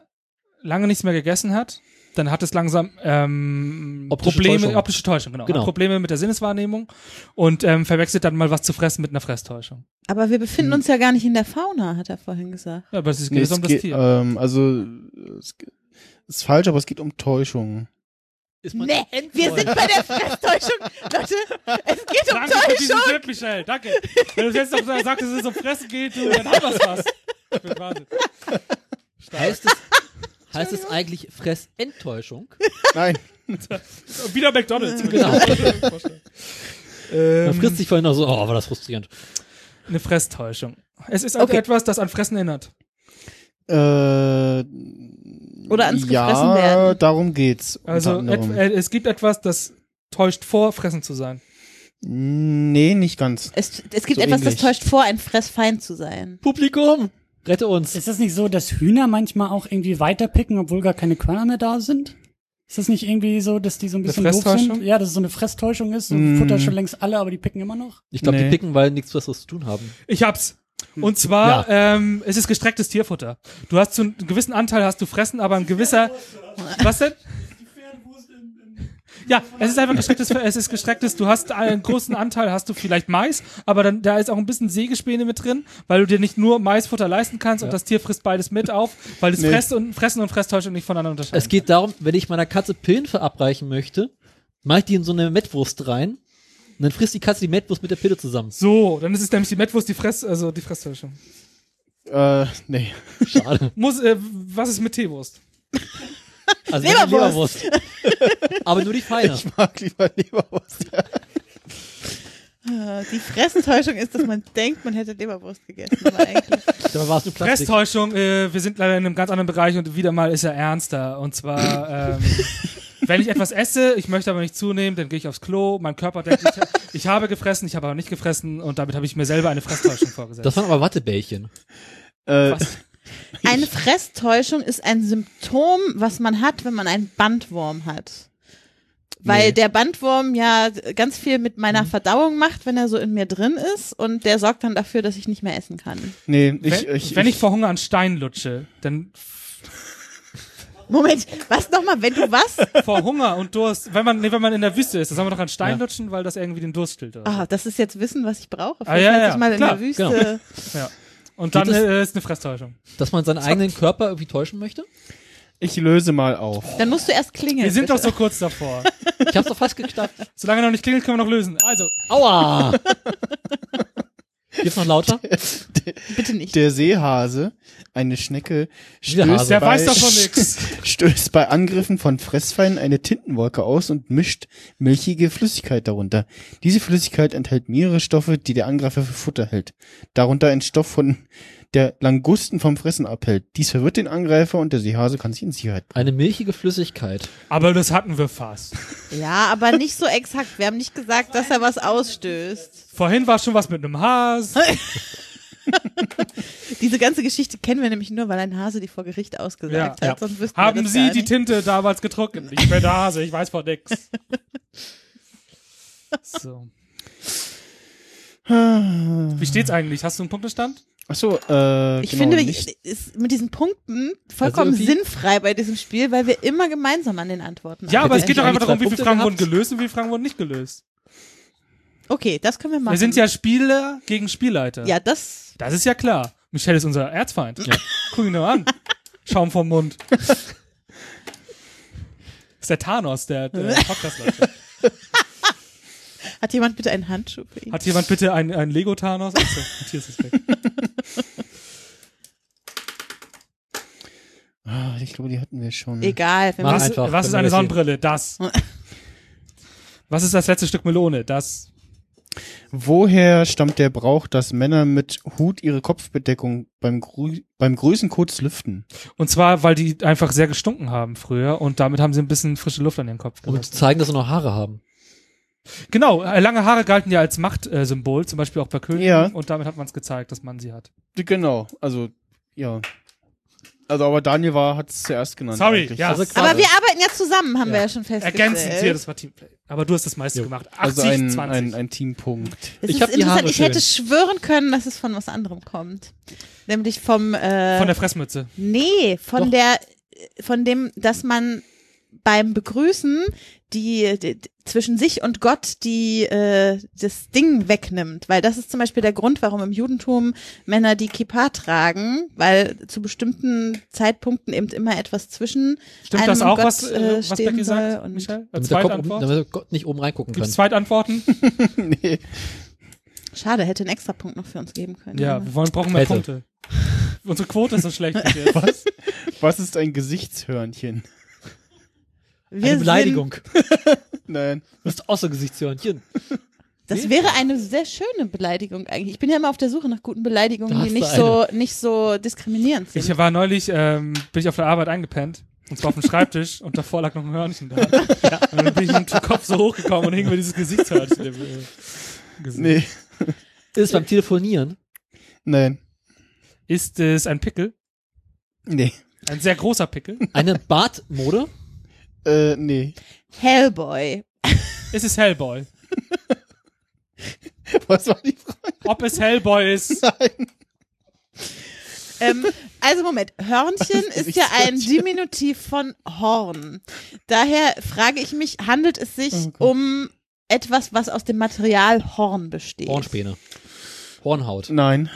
[SPEAKER 3] lange nichts mehr gegessen hat, dann hat es langsam ähm,
[SPEAKER 5] Optische
[SPEAKER 3] Probleme,
[SPEAKER 5] Täuschung.
[SPEAKER 3] optische Täuschung, genau.
[SPEAKER 5] Genau.
[SPEAKER 3] Hat Probleme mit der Sinneswahrnehmung und ähm, verwechselt dann mal was zu fressen mit einer Fresstäuschung.
[SPEAKER 4] Aber wir befinden
[SPEAKER 5] Hm.
[SPEAKER 4] uns ja gar nicht in der Fauna, hat er vorhin gesagt.
[SPEAKER 3] Ja, aber es geht
[SPEAKER 2] Nee,
[SPEAKER 3] jetzt
[SPEAKER 2] es
[SPEAKER 3] um das
[SPEAKER 2] geht,
[SPEAKER 3] Tier.
[SPEAKER 2] ähm, also, es ge- ist falsch, aber es geht um Täuschung.
[SPEAKER 5] Ist man
[SPEAKER 4] Nee, wir sind bei der Fresstäuschung. Leute, es geht um
[SPEAKER 3] Danke für
[SPEAKER 4] Täuschung.
[SPEAKER 3] diesen Tipp, Michelle. Danke. Wenn du es jetzt noch sagst, dass es um Fressen geht, du, dann haben wir es fast. Ich bin Wahnsinn.
[SPEAKER 5] heißt es, Heißt es eigentlich Fressenttäuschung?
[SPEAKER 2] Ähm. Nein.
[SPEAKER 3] Wieder McDonalds.
[SPEAKER 5] genau. Man
[SPEAKER 2] Ähm,
[SPEAKER 5] frisst sich vorhin noch so, oh, war das frustrierend.
[SPEAKER 3] Eine Fresstäuschung. Es ist also
[SPEAKER 5] Okay.
[SPEAKER 3] etwas, das an Fressen erinnert.
[SPEAKER 2] äh,
[SPEAKER 4] Oder ans Gefressen
[SPEAKER 2] ja,
[SPEAKER 4] werden.
[SPEAKER 2] darum geht's. unter
[SPEAKER 3] Also et,
[SPEAKER 2] anderem.
[SPEAKER 3] äh, es gibt etwas, das täuscht vor, fressen zu sein.
[SPEAKER 2] nee, nicht ganz.
[SPEAKER 4] Es, es gibt
[SPEAKER 2] So
[SPEAKER 4] etwas, das
[SPEAKER 2] ähnlich.
[SPEAKER 4] täuscht vor, ein Fressfeind zu sein.
[SPEAKER 5] Publikum, rette uns.
[SPEAKER 6] Ist das nicht so, dass Hühner manchmal auch irgendwie weiterpicken, obwohl gar keine Körner mehr da sind? Ist das nicht irgendwie so, dass die so ein bisschen doof
[SPEAKER 3] Fresstäuschung?
[SPEAKER 6] sind? Ja, dass es so eine Fresstäuschung ist. So
[SPEAKER 2] Mm.
[SPEAKER 6] Futter schon längst alle, aber die picken immer noch.
[SPEAKER 5] Ich glaube,
[SPEAKER 2] Nee.
[SPEAKER 5] die picken, weil nichts besseres zu tun haben.
[SPEAKER 3] Ich hab's. Und zwar, ähm, es ist gestrecktes Tierfutter. Du hast zu einem gewissen Anteil hast du fressen, aber ein gewisser. Was denn? Ja, es ist einfach gestrecktes, es ist gestrecktes, du hast einen großen Anteil, hast du vielleicht Mais, aber dann, da ist auch ein bisschen Sägespäne mit drin, weil du dir nicht nur Maisfutter leisten kannst und das Tier frisst beides mit auf, weil es
[SPEAKER 2] Nee.
[SPEAKER 3] Fress und, Fressen und Fresstäuschung nicht voneinander unterscheiden.
[SPEAKER 5] Es geht darum, wenn ich meiner Katze Pillen verabreichen möchte, mache ich die in so eine Mettwurst rein und dann frisst die Katze die Mettwurst mit der Pille zusammen.
[SPEAKER 3] So, dann ist es nämlich die Mettwurst, die Fress, also die Fresstäuschung.
[SPEAKER 2] Äh, nee.
[SPEAKER 5] Schade.
[SPEAKER 3] Muss, äh, was ist mit Teewurst?
[SPEAKER 5] Also wenn die
[SPEAKER 4] Leberwurst.
[SPEAKER 5] Leberwurst. Aber nur die feine.
[SPEAKER 2] Ich mag lieber Leberwurst.
[SPEAKER 4] Äh, Die Fresstäuschung ist, dass man denkt, man hätte Leberwurst gegessen. Aber eigentlich.
[SPEAKER 5] Dabei war es nur Plastik.
[SPEAKER 3] Fresstäuschung, äh, wir sind leider in einem ganz anderen Bereich und wieder mal ist er ernster. Und zwar, ähm, wenn ich etwas esse, ich möchte aber nicht zunehmen, dann gehe ich aufs Klo, mein Körper denkt, ich, ich habe gefressen, ich habe aber nicht gefressen und damit habe ich mir selber eine Fresstäuschung vorgesetzt.
[SPEAKER 5] Das waren aber Wattebällchen.
[SPEAKER 2] Äh,
[SPEAKER 3] Was?
[SPEAKER 4] Eine Fresstäuschung ist ein Symptom, was man hat, wenn man einen Bandwurm hat. Weil
[SPEAKER 2] Nee.
[SPEAKER 4] der Bandwurm ja ganz viel mit meiner
[SPEAKER 3] Mhm.
[SPEAKER 4] Verdauung macht, wenn er so in mir drin ist und der sorgt dann dafür, dass ich nicht mehr essen kann.
[SPEAKER 2] nee, ich,
[SPEAKER 3] wenn
[SPEAKER 2] ich,
[SPEAKER 3] wenn ich vor Hunger an Stein lutsche, dann
[SPEAKER 4] Moment, was nochmal, wenn du was?
[SPEAKER 3] vor Hunger und Durst, wenn man, nee, wenn man in der Wüste ist, dann soll man doch an Stein
[SPEAKER 5] Ja.
[SPEAKER 3] lutschen, weil das irgendwie den Durst stillt. oder so.
[SPEAKER 4] Ah, das ist jetzt Wissen, was ich brauche.
[SPEAKER 3] Ah, ja,
[SPEAKER 4] falls
[SPEAKER 3] ja,
[SPEAKER 4] ich mal
[SPEAKER 3] klar, genau.
[SPEAKER 4] in der Wüste.
[SPEAKER 3] Und dann
[SPEAKER 5] Geht es-
[SPEAKER 3] äh, ist eine Fresstäuschung.
[SPEAKER 5] Dass man seinen eigenen Körper irgendwie täuschen möchte?
[SPEAKER 2] ich löse mal auf.
[SPEAKER 4] Dann musst du erst klingeln.
[SPEAKER 3] Wir sind
[SPEAKER 4] bitte.
[SPEAKER 3] doch so kurz davor.
[SPEAKER 5] Ich hab's doch fast geschafft.
[SPEAKER 3] Solange noch nicht klingelt, können wir noch lösen. Also,
[SPEAKER 5] Aua! Gibt's noch lauter?
[SPEAKER 4] Bitte nicht.
[SPEAKER 2] Der Seehase, eine Schnecke,
[SPEAKER 5] Der
[SPEAKER 2] stößt
[SPEAKER 5] Hase.
[SPEAKER 3] der
[SPEAKER 2] Also bei,
[SPEAKER 3] weiß davon nichts.
[SPEAKER 2] stößt bei Angriffen von Fressfeinden eine Tintenwolke aus und mischt milchige Flüssigkeit darunter. Diese Flüssigkeit enthält mehrere Stoffe, die der Angreifer für Futter hält. Darunter ein Stoff von der Langusten vom Fressen abhält. Dies verwirrt den Angreifer und der Seehase kann sich in Sicherheit bringen.
[SPEAKER 5] Eine milchige Flüssigkeit.
[SPEAKER 3] Aber das hatten wir fast.
[SPEAKER 4] Ja, aber nicht so exakt. Wir haben nicht gesagt, dass er was ausstößt.
[SPEAKER 3] Vorhin war schon was mit einem Haas.
[SPEAKER 4] Diese ganze Geschichte kennen wir nämlich nur, weil ein Hase die vor Gericht ausgesagt
[SPEAKER 3] Ja.
[SPEAKER 4] hat. Sonst wüssten wir
[SPEAKER 3] Haben
[SPEAKER 4] das
[SPEAKER 3] Sie
[SPEAKER 4] gar
[SPEAKER 3] die
[SPEAKER 4] nicht.
[SPEAKER 3] Tinte damals getrocknet? Ich bin der Hase, ich weiß von nix. So. Wie steht's eigentlich? Hast du einen Punktestand?
[SPEAKER 2] Ach so, äh,
[SPEAKER 4] Ich
[SPEAKER 2] genau,
[SPEAKER 4] finde,
[SPEAKER 2] nicht.
[SPEAKER 4] ich- ist mit diesen Punkten vollkommen
[SPEAKER 3] Also
[SPEAKER 5] irgendwie-
[SPEAKER 4] sinnfrei bei diesem Spiel, weil wir immer gemeinsam an den Antworten
[SPEAKER 3] Ja,
[SPEAKER 4] arbeiten.
[SPEAKER 3] aber es geht
[SPEAKER 5] hätte
[SPEAKER 3] doch
[SPEAKER 5] ich
[SPEAKER 3] einfach
[SPEAKER 5] eigentlich
[SPEAKER 3] darum, wie
[SPEAKER 5] zwei
[SPEAKER 3] viele
[SPEAKER 5] Punkte
[SPEAKER 3] Fragen wurden
[SPEAKER 5] gehabt.
[SPEAKER 3] gelöst und wie viele Fragen wurden nicht gelöst.
[SPEAKER 4] Okay, das können wir machen.
[SPEAKER 3] Wir sind ja Spieler gegen Spielleiter.
[SPEAKER 4] Ja, das.
[SPEAKER 3] Das ist ja klar. Michelle ist unser Erzfeind. Guck ihn nur an. Schaum vom Mund. ist der Thanos, der, der podcast -Leiter.
[SPEAKER 4] Hat jemand bitte einen Handschuh für ihn?
[SPEAKER 3] Hat jemand bitte einen, einen Lego-Thanos? Achso, Matthias ist weg.
[SPEAKER 2] Ah, ich glaube, die hatten wir schon.
[SPEAKER 4] Egal, wenn
[SPEAKER 5] Mach
[SPEAKER 4] wir
[SPEAKER 3] Was,
[SPEAKER 5] Ah, einfach,
[SPEAKER 3] was ist
[SPEAKER 5] können
[SPEAKER 3] eine
[SPEAKER 5] wir das hier-
[SPEAKER 3] Sonnenbrille? Das. Was ist das letzte Stück Melone? Das.
[SPEAKER 2] Woher stammt der Brauch, dass Männer mit Hut ihre Kopfbedeckung beim, Grü beim Grüßen kurz lüften?
[SPEAKER 3] Und zwar, weil die einfach sehr gestunken haben früher und damit haben sie ein bisschen frische Luft an den Kopf
[SPEAKER 2] Genau.
[SPEAKER 5] Um zu
[SPEAKER 3] gelassen.
[SPEAKER 5] zeigen, dass sie noch Haare haben.
[SPEAKER 3] Genau, äh, lange Haare galten ja als Machtsymbol, äh, Symbol, zum Beispiel auch bei Königen.
[SPEAKER 2] Ja.
[SPEAKER 3] Und damit hat man es gezeigt, dass man sie hat.
[SPEAKER 2] Genau, also, ja. Also, aber Daniel war, hat es zuerst genannt.
[SPEAKER 3] Sorry,
[SPEAKER 2] eigentlich.
[SPEAKER 3] ja.
[SPEAKER 5] Also
[SPEAKER 4] aber wir arbeiten ja zusammen, haben wir ja schon festgestellt.
[SPEAKER 3] Ergänzend hier, das war Teamplay. Aber du hast das meiste
[SPEAKER 5] Jo.
[SPEAKER 3] gemacht. 80,
[SPEAKER 2] Also ein,
[SPEAKER 3] 20.
[SPEAKER 2] ein, ein Teampunkt.
[SPEAKER 4] Es
[SPEAKER 5] Ich
[SPEAKER 4] ist
[SPEAKER 5] hab die
[SPEAKER 4] interessant,
[SPEAKER 5] Haare
[SPEAKER 4] ich hätte schwören können, dass es von was anderem kommt. Nämlich vom, äh,
[SPEAKER 3] Von der Fressmütze.
[SPEAKER 4] nee, von
[SPEAKER 5] Doch.
[SPEAKER 4] der, von dem, dass man beim Begrüßen die, die zwischen sich und Gott die äh, das Ding wegnimmt, weil das ist zum Beispiel der Grund, warum im Judentum Männer die Kippa tragen, weil zu bestimmten Zeitpunkten eben immer etwas zwischen
[SPEAKER 3] Stimmt
[SPEAKER 4] einem
[SPEAKER 3] das
[SPEAKER 4] und
[SPEAKER 3] auch,
[SPEAKER 4] Gott,
[SPEAKER 3] was,
[SPEAKER 4] äh,
[SPEAKER 3] äh, was
[SPEAKER 4] stehen
[SPEAKER 3] Becky
[SPEAKER 4] soll
[SPEAKER 3] sagt,
[SPEAKER 4] und-
[SPEAKER 3] Michelle? Als
[SPEAKER 5] damit der, Kopf oben,
[SPEAKER 3] Zweitantwort?
[SPEAKER 5] damit der Gott nicht oben reingucken
[SPEAKER 3] Gibt es
[SPEAKER 5] kann.
[SPEAKER 3] Zweitantworten?
[SPEAKER 2] nee.
[SPEAKER 4] Schade, hätte einen extra Punkt noch für uns geben können.
[SPEAKER 3] Ja, wir wollen, brauchen mehr
[SPEAKER 5] Hätte.
[SPEAKER 3] Punkte. Unsere Quote ist so schlecht. bis jetzt.
[SPEAKER 2] Was ist ein Gesichtshörnchen?
[SPEAKER 4] Wir
[SPEAKER 5] Eine Beleidigung.
[SPEAKER 2] Nein.
[SPEAKER 5] Du bist außer Gesichtshörnchen.
[SPEAKER 4] Sind, das wäre eine sehr schöne Beleidigung eigentlich. Ich bin ja immer auf der Suche nach guten Beleidigungen,
[SPEAKER 5] Da
[SPEAKER 4] die
[SPEAKER 5] hast
[SPEAKER 4] nicht
[SPEAKER 5] du
[SPEAKER 4] so, nicht so diskriminierend sind.
[SPEAKER 3] Ich war neulich, ähm, bin ich auf der Arbeit eingepennt. Und zwar auf dem Schreibtisch und davor lag noch ein Hörnchen da. Und dann bin ich mit dem Kopf so hochgekommen und hing mir dieses Gesichtshörnchen. im, äh, Gesicht.
[SPEAKER 2] Nee.
[SPEAKER 5] Ist beim Telefonieren.
[SPEAKER 2] Nein.
[SPEAKER 3] Ist es ein Pickel?
[SPEAKER 2] Nee.
[SPEAKER 3] Ein sehr großer Pickel?
[SPEAKER 5] Eine Bartmode.
[SPEAKER 2] Äh, nee.
[SPEAKER 4] Hellboy.
[SPEAKER 3] Ist es Hellboy?
[SPEAKER 2] Was war die Frage?
[SPEAKER 3] Ob es Hellboy ist?
[SPEAKER 2] Nein.
[SPEAKER 4] Ähm, also Moment, Hörnchen ist ja ein Diminutiv von Horn. Daher frage ich mich, handelt es sich um etwas, was aus dem Material Horn besteht?
[SPEAKER 5] Hornspäne. Hornhaut.
[SPEAKER 2] Nein.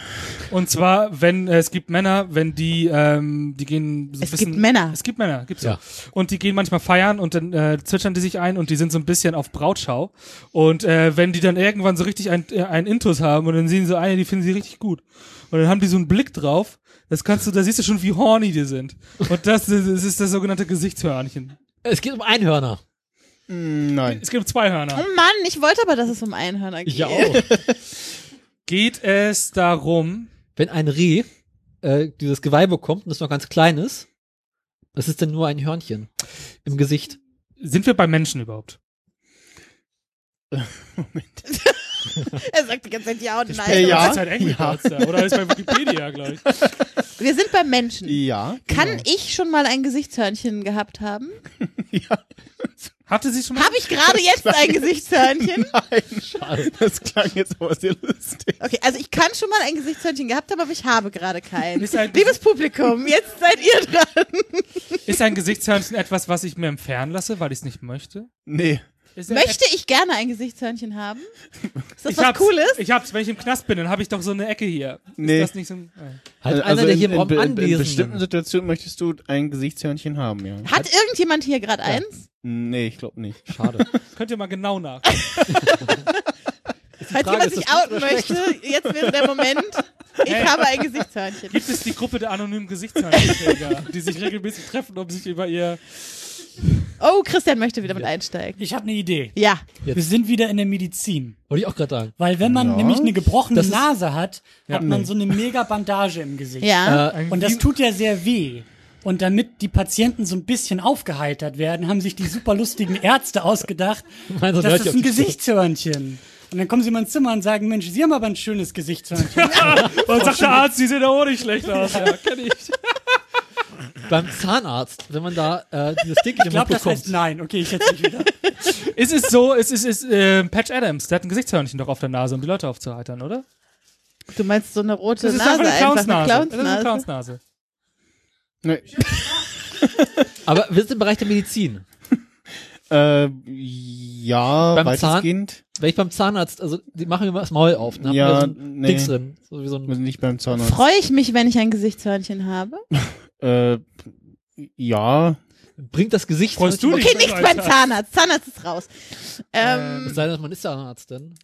[SPEAKER 3] Und zwar, wenn äh, es gibt Männer, wenn die, ähm, die gehen so ein
[SPEAKER 4] Es
[SPEAKER 3] bisschen,
[SPEAKER 4] gibt Männer.
[SPEAKER 3] Es gibt Männer, gibt's ja.
[SPEAKER 5] Ja.
[SPEAKER 3] Und die gehen manchmal feiern und dann äh, zwitschern die sich ein und die sind so ein bisschen auf Brautschau. Und äh, wenn die dann irgendwann so richtig ein, äh, einen Intus haben und dann sehen so eine, die finden sie richtig gut. Und dann haben die so einen Blick drauf. Das kannst du, da siehst du schon, wie horny die sind. Und das, ist- das ist das sogenannte Gesichtshörnchen.
[SPEAKER 5] Es geht um Einhörner.
[SPEAKER 2] Mm, Nein.
[SPEAKER 3] Es gibt zwei Hörner.
[SPEAKER 4] Oh Mann, ich wollte aber, dass es um Einhörner geht.
[SPEAKER 3] Geht es darum,
[SPEAKER 5] Wenn ein Reh äh, dieses Geweih bekommt und es noch ganz klein ist, es ist dann nur ein Hörnchen im Gesicht.
[SPEAKER 3] sind wir bei Menschen überhaupt?
[SPEAKER 4] Er sagt die ganze Zeit ja und nein. Also,
[SPEAKER 2] Äh, ja.
[SPEAKER 3] Das ist halt Angry Birds da. Oder ist bei Wikipedia, glaube ich.
[SPEAKER 4] Wir sind beim Menschen.
[SPEAKER 2] Ja.
[SPEAKER 4] Kann
[SPEAKER 2] genau.
[SPEAKER 4] ich schon mal ein Gesichtshörnchen gehabt haben?
[SPEAKER 2] Ja.
[SPEAKER 3] Hatte sie schon mal?
[SPEAKER 4] Habe ich gerade jetzt ein Gesichtshörnchen?
[SPEAKER 2] Nein. Schade. Das klang jetzt aber sehr lustig.
[SPEAKER 4] Okay, also ich kann schon mal ein Gesichtshörnchen gehabt haben, aber ich habe gerade keins.
[SPEAKER 3] Ist ein-
[SPEAKER 4] Liebes Publikum, jetzt seid ihr dran.
[SPEAKER 3] Ist ein Gesichtshörnchen etwas, was ich mir entfernen lasse, weil ich es nicht möchte?
[SPEAKER 2] Nee.
[SPEAKER 3] Ist er-
[SPEAKER 4] Möchte ich gerne ein Gesichtshörnchen haben? Ist das
[SPEAKER 3] ich
[SPEAKER 4] was
[SPEAKER 3] hab's,
[SPEAKER 4] Cooles?
[SPEAKER 3] Ich hab's, wenn ich im Knast bin, dann habe ich doch so eine Ecke hier.
[SPEAKER 2] Nee.
[SPEAKER 3] Ist das nicht so ein, äh.
[SPEAKER 5] Halt einer, der
[SPEAKER 2] also in-
[SPEAKER 5] hier im
[SPEAKER 2] in,
[SPEAKER 5] Raum
[SPEAKER 2] be- in, in
[SPEAKER 5] anwesend
[SPEAKER 2] bestimmten Situationen möchtest du ein Gesichtshörnchen haben, ja.
[SPEAKER 4] Hat irgendjemand hier gerade eins?
[SPEAKER 2] Nee, ich glaube nicht.
[SPEAKER 5] Schade.
[SPEAKER 3] Könnt ihr mal genau nach.
[SPEAKER 4] Falls
[SPEAKER 5] Frage
[SPEAKER 4] jemand
[SPEAKER 5] ist,
[SPEAKER 4] sich
[SPEAKER 5] das
[SPEAKER 4] outen möchte, jetzt wäre der Moment. Ich
[SPEAKER 3] Hey.
[SPEAKER 4] habe ein Gesichtshörnchen.
[SPEAKER 3] Gibt es die Gruppe der anonymen Gesichtshörnchenträger, die sich regelmäßig treffen, um sich über ihr...
[SPEAKER 4] Oh, Christian möchte wieder mit einsteigen.
[SPEAKER 6] Ich habe eine Idee.
[SPEAKER 4] Ja.
[SPEAKER 5] Jetzt.
[SPEAKER 6] Wir sind wieder in der Medizin.
[SPEAKER 5] Wollte ich auch gerade sagen.
[SPEAKER 6] Weil wenn man
[SPEAKER 2] Ja.
[SPEAKER 6] nämlich eine gebrochene
[SPEAKER 5] Das ist-
[SPEAKER 6] Nase hat, hat man so eine mega Bandage im Gesicht.
[SPEAKER 2] Ah,
[SPEAKER 4] Ja.
[SPEAKER 5] Äh,
[SPEAKER 6] Und das tut ja sehr weh. Und damit die Patienten so ein bisschen aufgeheitert werden, haben sich die super lustigen Ärzte ausgedacht,
[SPEAKER 5] Nein, so ein
[SPEAKER 6] das
[SPEAKER 5] Hörnchen
[SPEAKER 6] ist ein
[SPEAKER 5] auf die Stirn.
[SPEAKER 6] Gesichtshörnchen. Und dann kommen sie mal ins Zimmer und sagen, Mensch, Sie haben aber ein schönes Gesichtshörnchen.
[SPEAKER 3] Und sagt der Arzt, die sehen ja auch nicht schlecht aus. Ja, kenn ich.
[SPEAKER 5] beim Zahnarzt, wenn man da äh, dieses Ding in den Mund
[SPEAKER 6] Ich glaube, das
[SPEAKER 5] bekommt.
[SPEAKER 6] heißt nein. Okay, ich hätte nicht wieder.
[SPEAKER 3] Ist es so, es ist, ist äh, Patch Adams, der hat ein Gesichtshörnchen doch auf der Nase, um die Leute aufzuheitern, oder?
[SPEAKER 4] Du meinst so eine rote
[SPEAKER 3] Das ist
[SPEAKER 4] Nase einfach,
[SPEAKER 3] eine
[SPEAKER 4] eine
[SPEAKER 3] Clownsnase. Das ist eine
[SPEAKER 4] Clownsnase.
[SPEAKER 3] Clownsnase.
[SPEAKER 2] Nee.
[SPEAKER 5] Aber wir sind im Bereich der Medizin.
[SPEAKER 2] Äh, ja,
[SPEAKER 5] Beim
[SPEAKER 2] weitestgehend.
[SPEAKER 5] Wenn ich beim Zahnarzt, also die machen immer das Maul auf, ne?
[SPEAKER 2] Ja,
[SPEAKER 5] haben da so ein
[SPEAKER 2] nee.
[SPEAKER 5] Dings drin. So wie so ein,
[SPEAKER 2] Zahn. Nicht beim Zahnarzt.
[SPEAKER 4] Freue ich mich, wenn ich ein Gesichtshörnchen habe?
[SPEAKER 2] Äh, ja.
[SPEAKER 5] bringt das Gesicht.
[SPEAKER 3] Freust du dich?
[SPEAKER 4] Okay, nichts beim Zahnarzt. Zahnarzt ist raus. Ähm,
[SPEAKER 5] Es sei denn, man ist Zahnarzt denn.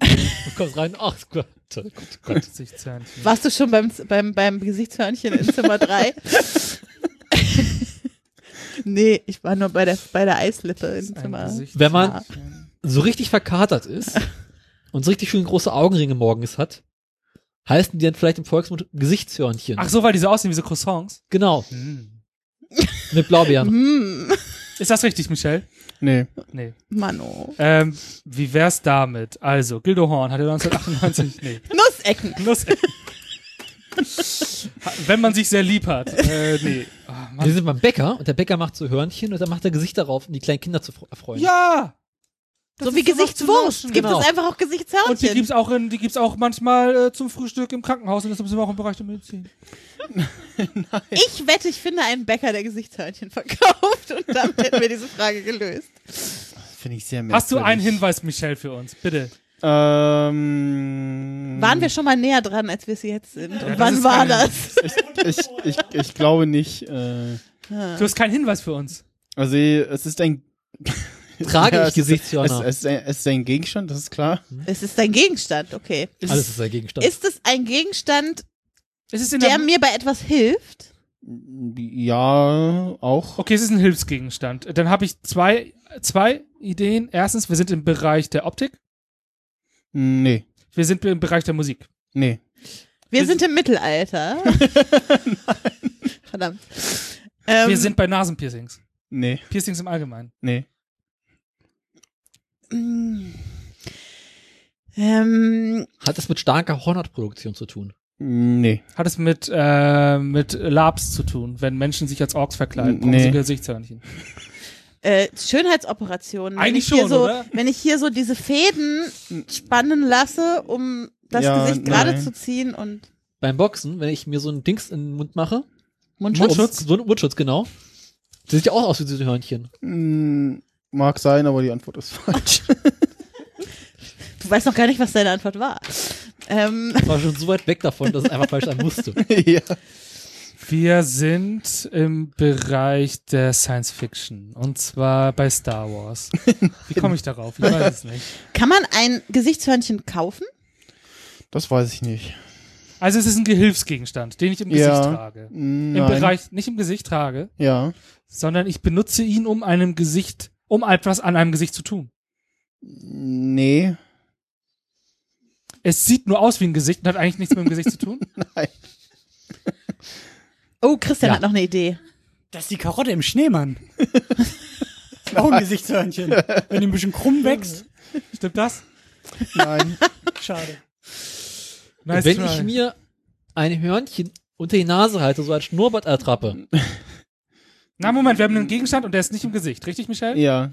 [SPEAKER 5] Du kommst rein, ach Gott, oh Gott, Gott.
[SPEAKER 3] Gesichtshörnchen.
[SPEAKER 4] warst du schon beim, beim, beim Gesichtshörnchen in Zimmer 3? nee, ich war nur bei der, bei der Eislippe in
[SPEAKER 3] Ein
[SPEAKER 4] Zimmer.
[SPEAKER 3] Gesichtshörnchen.
[SPEAKER 5] Wenn man so richtig verkatert ist und so richtig schön große Augenringe morgens hat, heißen die dann vielleicht im Volksmund Gesichtshörnchen.
[SPEAKER 3] Ach so, weil die so aussehen wie so Croissants.
[SPEAKER 5] Genau,
[SPEAKER 3] Mhm.
[SPEAKER 5] mit Blaubeeren.
[SPEAKER 4] Hm,
[SPEAKER 3] Ist das richtig, Michelle?
[SPEAKER 2] Nee.
[SPEAKER 3] Nee.
[SPEAKER 4] Mano.
[SPEAKER 3] Ähm, wie wär's damit? Also, Gildo Horn hatte 1998, nee,
[SPEAKER 4] Nussecken.
[SPEAKER 3] Nuss. Ha- Wenn man sich sehr lieb hat. Äh, nee. Oh, Mann.
[SPEAKER 5] Wir sind beim Bäcker und der Bäcker macht so Hörnchen und dann macht er Gesicht darauf, um die kleinen Kinder zu fr- erfreuen.
[SPEAKER 3] Ja! Das
[SPEAKER 4] So wie
[SPEAKER 3] ist sowas zu
[SPEAKER 4] Gesichtswurst.
[SPEAKER 3] naschen,
[SPEAKER 4] Gibt
[SPEAKER 5] genau.
[SPEAKER 4] es einfach auch Gesichtshörnchen.
[SPEAKER 3] Und die gibt's auch in, die gibt's auch manchmal äh, zum Frühstück im Krankenhaus und deshalb sind wir auch im Bereich der Medizin.
[SPEAKER 4] Ich wette, ich finde einen Bäcker, der Gesichtshörnchen verkauft und damit hätten wir diese Frage gelöst.
[SPEAKER 2] Finde ich sehr merkwürdig.
[SPEAKER 3] Hast du einen Hinweis, Michelle, für uns? Bitte.
[SPEAKER 2] Ähm,
[SPEAKER 4] Waren wir schon mal näher dran, als wir es jetzt sind? Und
[SPEAKER 3] Hm. das
[SPEAKER 4] wann
[SPEAKER 3] ist
[SPEAKER 4] war
[SPEAKER 3] keine-
[SPEAKER 4] das?
[SPEAKER 2] Ich, ich, ich glaube nicht. Äh,
[SPEAKER 3] Du hast keinen Hinweis für uns.
[SPEAKER 2] also es ist ein...
[SPEAKER 5] Trage ich
[SPEAKER 2] es ist-
[SPEAKER 5] Gesichtshörner?
[SPEAKER 2] Es, es, ist ein- es ist ein Gegenstand, das ist klar.
[SPEAKER 4] Es ist ein Gegenstand, okay.
[SPEAKER 3] Ist, Genau.
[SPEAKER 5] Alles ist der Gegenstand.
[SPEAKER 4] Ist es ein Gegenstand,
[SPEAKER 3] ist es in
[SPEAKER 4] der
[SPEAKER 3] der,
[SPEAKER 4] mir bei etwas hilft?
[SPEAKER 2] Ja, auch.
[SPEAKER 3] Okay, es ist ein Hilfsgegenstand. Dann habe ich zwei, zwei Ideen. Erstens, wir sind im Bereich der Optik.
[SPEAKER 2] Nee,
[SPEAKER 3] Wir sind im Bereich der Musik.
[SPEAKER 2] nee.
[SPEAKER 4] Wir sind im Mittelalter. Verdammt. Ähm,
[SPEAKER 3] Wir sind bei Nasenpiercings.
[SPEAKER 2] Nee,
[SPEAKER 3] Piercings im Allgemeinen.
[SPEAKER 2] nee.
[SPEAKER 4] Ähm,
[SPEAKER 5] Hat das mit starker Hornhautproduktion zu tun?
[SPEAKER 2] Nee.
[SPEAKER 3] Hat es mit, äh, mit Labs zu tun, wenn Menschen sich als Orks verkleiden, brauchen
[SPEAKER 2] Nee.
[SPEAKER 3] sie Gesichtshörnchen.
[SPEAKER 4] äh, Schönheitsoperationen. Wenn
[SPEAKER 3] Eigentlich
[SPEAKER 4] ich hier
[SPEAKER 3] schon,
[SPEAKER 4] so,
[SPEAKER 3] oder?
[SPEAKER 4] Wenn ich hier so diese Fäden spannen lasse, um das
[SPEAKER 2] Ja,
[SPEAKER 4] Gesicht
[SPEAKER 2] nein.
[SPEAKER 4] gerade zu ziehen und
[SPEAKER 5] Beim Boxen, wenn ich mir so ein Dings in den Mund mache,
[SPEAKER 4] Mundschutz.
[SPEAKER 5] Um, so ein Mundschutz, genau. Das sieht ja auch aus wie diese Hörnchen.
[SPEAKER 2] Mm, Mag sein, aber die Antwort ist falsch.
[SPEAKER 4] Du weißt noch gar nicht, was deine Antwort war. Ähm,
[SPEAKER 5] Ich war schon so weit weg davon, dass es einfach falsch sein musste.
[SPEAKER 2] ja.
[SPEAKER 3] Wir sind im Bereich der Science Fiction. Und zwar bei Star Wars. Wie komme ich darauf? Ich weiß es nicht.
[SPEAKER 4] kann man ein Gesichtshörnchen kaufen?
[SPEAKER 2] Das weiß ich nicht.
[SPEAKER 3] Also es ist ein Gehilfsgegenstand, den ich im Gesicht
[SPEAKER 2] Ja.
[SPEAKER 3] trage.
[SPEAKER 2] Mm,
[SPEAKER 3] Im
[SPEAKER 2] Nein.
[SPEAKER 3] Bereich, nicht im Gesicht trage,
[SPEAKER 2] Ja.
[SPEAKER 3] sondern ich benutze ihn, um einem Gesicht, um etwas an einem Gesicht zu tun.
[SPEAKER 2] Nee.
[SPEAKER 3] Es sieht nur aus wie ein Gesicht und hat eigentlich nichts mit dem Gesicht zu tun.
[SPEAKER 4] Oh, Christian
[SPEAKER 5] Ja.
[SPEAKER 4] hat noch eine Idee.
[SPEAKER 6] Das ist die Karotte im Schneemann. Ist auch ein Gesichtshörnchen. Wenn die ein bisschen krumm wächst.
[SPEAKER 3] Stimmt das?
[SPEAKER 2] Nein.
[SPEAKER 6] Schade.
[SPEAKER 3] Nice
[SPEAKER 5] wenn
[SPEAKER 3] try.
[SPEAKER 5] ich mir ein Hörnchen unter die Nase halte, so als Schnurrbart-Attrappe,
[SPEAKER 3] Na, Moment, wir haben einen Gegenstand und der ist nicht im Gesicht, richtig, Michelle?
[SPEAKER 2] ja.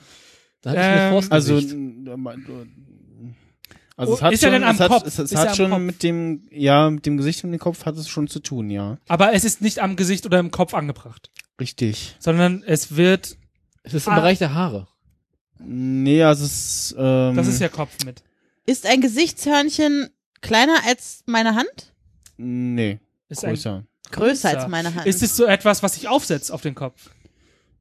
[SPEAKER 5] dann habe ich mir
[SPEAKER 3] Ähm,
[SPEAKER 5] Forst
[SPEAKER 2] Also,
[SPEAKER 5] Gesicht.
[SPEAKER 2] n- also es
[SPEAKER 3] Oh,
[SPEAKER 2] hat
[SPEAKER 3] ist er
[SPEAKER 2] schon,
[SPEAKER 3] denn am
[SPEAKER 2] es hat,
[SPEAKER 3] Kopf?
[SPEAKER 2] Es, es
[SPEAKER 3] Ist er am
[SPEAKER 2] hat schon
[SPEAKER 3] Kopf?
[SPEAKER 2] mit dem, ja, mit dem Gesicht und dem Kopf hat es schon zu tun, ja.
[SPEAKER 3] Aber es ist nicht am Gesicht oder im Kopf angebracht,
[SPEAKER 2] Richtig.
[SPEAKER 3] sondern es wird,
[SPEAKER 5] Es ist im
[SPEAKER 3] Ah.
[SPEAKER 5] Bereich der Haare.
[SPEAKER 2] Nee, also es, ähm,
[SPEAKER 3] das ist ja Kopf mit.
[SPEAKER 4] Ist ein Gesichtshörnchen kleiner als meine Hand?
[SPEAKER 2] nee,
[SPEAKER 3] Ist ein-
[SPEAKER 2] größer.
[SPEAKER 4] Größer
[SPEAKER 3] Größer.
[SPEAKER 4] als meine Hand.
[SPEAKER 3] Ist es so etwas, was ich aufsetze auf den Kopf?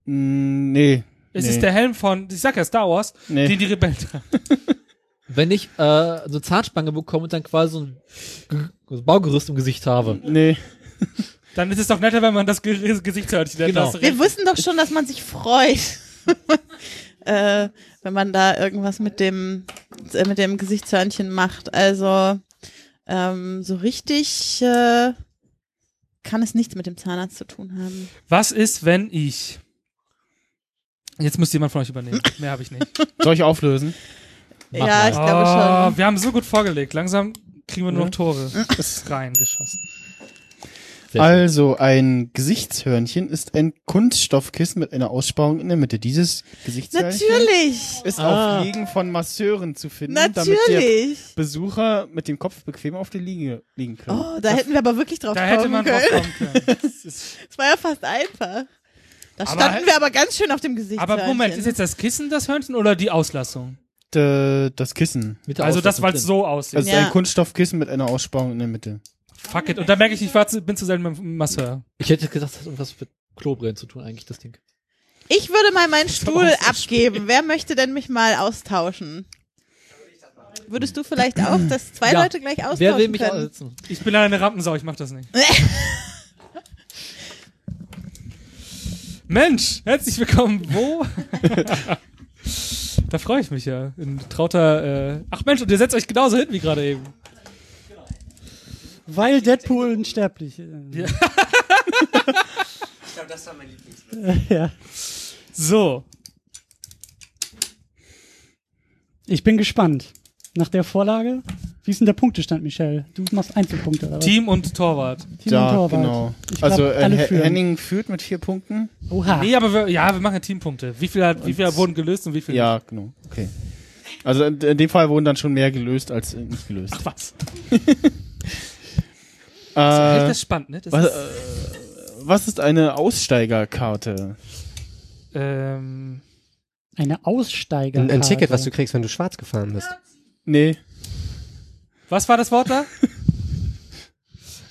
[SPEAKER 2] Mm, Nee.
[SPEAKER 3] Es
[SPEAKER 2] nee.
[SPEAKER 3] ist der Helm von, ich sag ja Star Wars,
[SPEAKER 2] Nee.
[SPEAKER 3] den die Rebellen tragen.
[SPEAKER 5] Wenn ich äh, so eine Zahnspange bekomme und dann quasi so ein G- so ein Baugerüst im Gesicht habe.
[SPEAKER 2] Nee.
[SPEAKER 3] Dann ist es doch netter, wenn man das Ge- Gesicht hört.
[SPEAKER 5] Genau.
[SPEAKER 3] Das
[SPEAKER 4] Wir wussten doch schon, dass man sich freut, äh, wenn man da irgendwas mit dem, äh, mit dem Gesichtshörnchen macht. Also ähm, so richtig äh, kann es nichts mit dem Zahnarzt zu tun haben.
[SPEAKER 3] Was ist, wenn ich. Jetzt müsste jemand von euch übernehmen. Mehr habe ich nicht.
[SPEAKER 2] Soll ich auflösen?
[SPEAKER 5] Mach
[SPEAKER 4] ja,
[SPEAKER 5] mal.
[SPEAKER 4] ich glaube schon.
[SPEAKER 3] Oh, Wir haben so gut vorgelegt. Langsam kriegen wir nur noch
[SPEAKER 2] Mhm.
[SPEAKER 3] Tore. Ist reingeschossen.
[SPEAKER 5] Sehr schön.
[SPEAKER 2] Also, ein Gesichtshörnchen ist ein Kunststoffkissen mit einer Aussparung in der Mitte. Dieses Gesichtshörnchen
[SPEAKER 4] Natürlich.
[SPEAKER 2] ist
[SPEAKER 5] Ah.
[SPEAKER 2] auf Liegen von Masseuren zu finden, damit der
[SPEAKER 4] Natürlich.
[SPEAKER 2] Besucher mit dem Kopf bequem auf der Liege liegen kann.
[SPEAKER 4] Oh, da hätten wir aber wirklich drauf
[SPEAKER 3] Da
[SPEAKER 4] kommen
[SPEAKER 3] hätte man drauf
[SPEAKER 4] können.
[SPEAKER 3] kommen können.
[SPEAKER 4] Das war ja fast einfach. Da
[SPEAKER 3] Aber- äh,
[SPEAKER 4] standen wir aber ganz schön auf dem Gesicht.
[SPEAKER 3] Aber Moment, ist jetzt das Kissen das Hörnchen oder die Auslassung?
[SPEAKER 6] Oh.
[SPEAKER 2] D- Äh, das Kissen.
[SPEAKER 5] Mit der
[SPEAKER 3] Also das,
[SPEAKER 5] Auslastung
[SPEAKER 3] weil es
[SPEAKER 5] drin.
[SPEAKER 3] so aussieht.
[SPEAKER 2] Also
[SPEAKER 4] Ja.
[SPEAKER 2] ein Kunststoffkissen mit einer Aussparung in der Mitte.
[SPEAKER 3] Fuck it. Und da merke ich, ich war zu, bin zu selten beim Masseur.
[SPEAKER 5] Ich hätte gedacht, das hat irgendwas mit Klobrillen zu tun, eigentlich, das Ding.
[SPEAKER 4] Ich würde mal meinen Stuhl
[SPEAKER 3] auch so
[SPEAKER 4] abgeben. Wer möchte denn mich mal austauschen? Würdest du vielleicht auch, dass zwei
[SPEAKER 5] Ja.
[SPEAKER 4] Leute gleich austauschen
[SPEAKER 5] Wer will mich
[SPEAKER 4] können?
[SPEAKER 5] aussitzen?
[SPEAKER 3] Ich bin eine Rampensau, ich mach das nicht. Mensch, herzlich willkommen. Wo? da freue ich mich ja. In trauter. Äh Ach Mensch, und ihr setzt euch genauso hin wie gerade eben.
[SPEAKER 6] Weil Deadpool unsterblich ist.
[SPEAKER 3] Ja.
[SPEAKER 7] Ich glaube, das war mein Lieblings.
[SPEAKER 6] Ja.
[SPEAKER 3] So.
[SPEAKER 6] Ich bin gespannt. Nach der Vorlage, wie ist denn der Punktestand, Michelle? Du machst Einzelpunkte, oder was?
[SPEAKER 3] Team und Torwart.
[SPEAKER 6] Team und
[SPEAKER 2] ja,
[SPEAKER 6] Torwart.
[SPEAKER 2] genau.
[SPEAKER 6] Ich glaub,
[SPEAKER 2] also äh,
[SPEAKER 6] alle
[SPEAKER 2] He-
[SPEAKER 6] führen.
[SPEAKER 2] Henning führt mit vier Punkten.
[SPEAKER 6] Oha.
[SPEAKER 3] Nee, aber wir, ja, wir machen ja Teampunkte. Wie viele, hat- wie viele wurden gelöst und wie viele
[SPEAKER 2] Ja, genau. Okay. Also in, in dem Fall wurden dann schon mehr gelöst als äh, nicht gelöst.
[SPEAKER 3] nicht? Was? Äh,
[SPEAKER 2] äh,
[SPEAKER 3] das ist spannend, ne? Das
[SPEAKER 2] was,
[SPEAKER 3] ist,
[SPEAKER 2] äh, was ist eine Aussteigerkarte?
[SPEAKER 3] ähm,
[SPEAKER 6] Eine Aussteiger.
[SPEAKER 7] Ein, ein Ticket, was du kriegst, wenn du schwarz gefahren bist.
[SPEAKER 2] Nee.
[SPEAKER 3] was war das Wort da?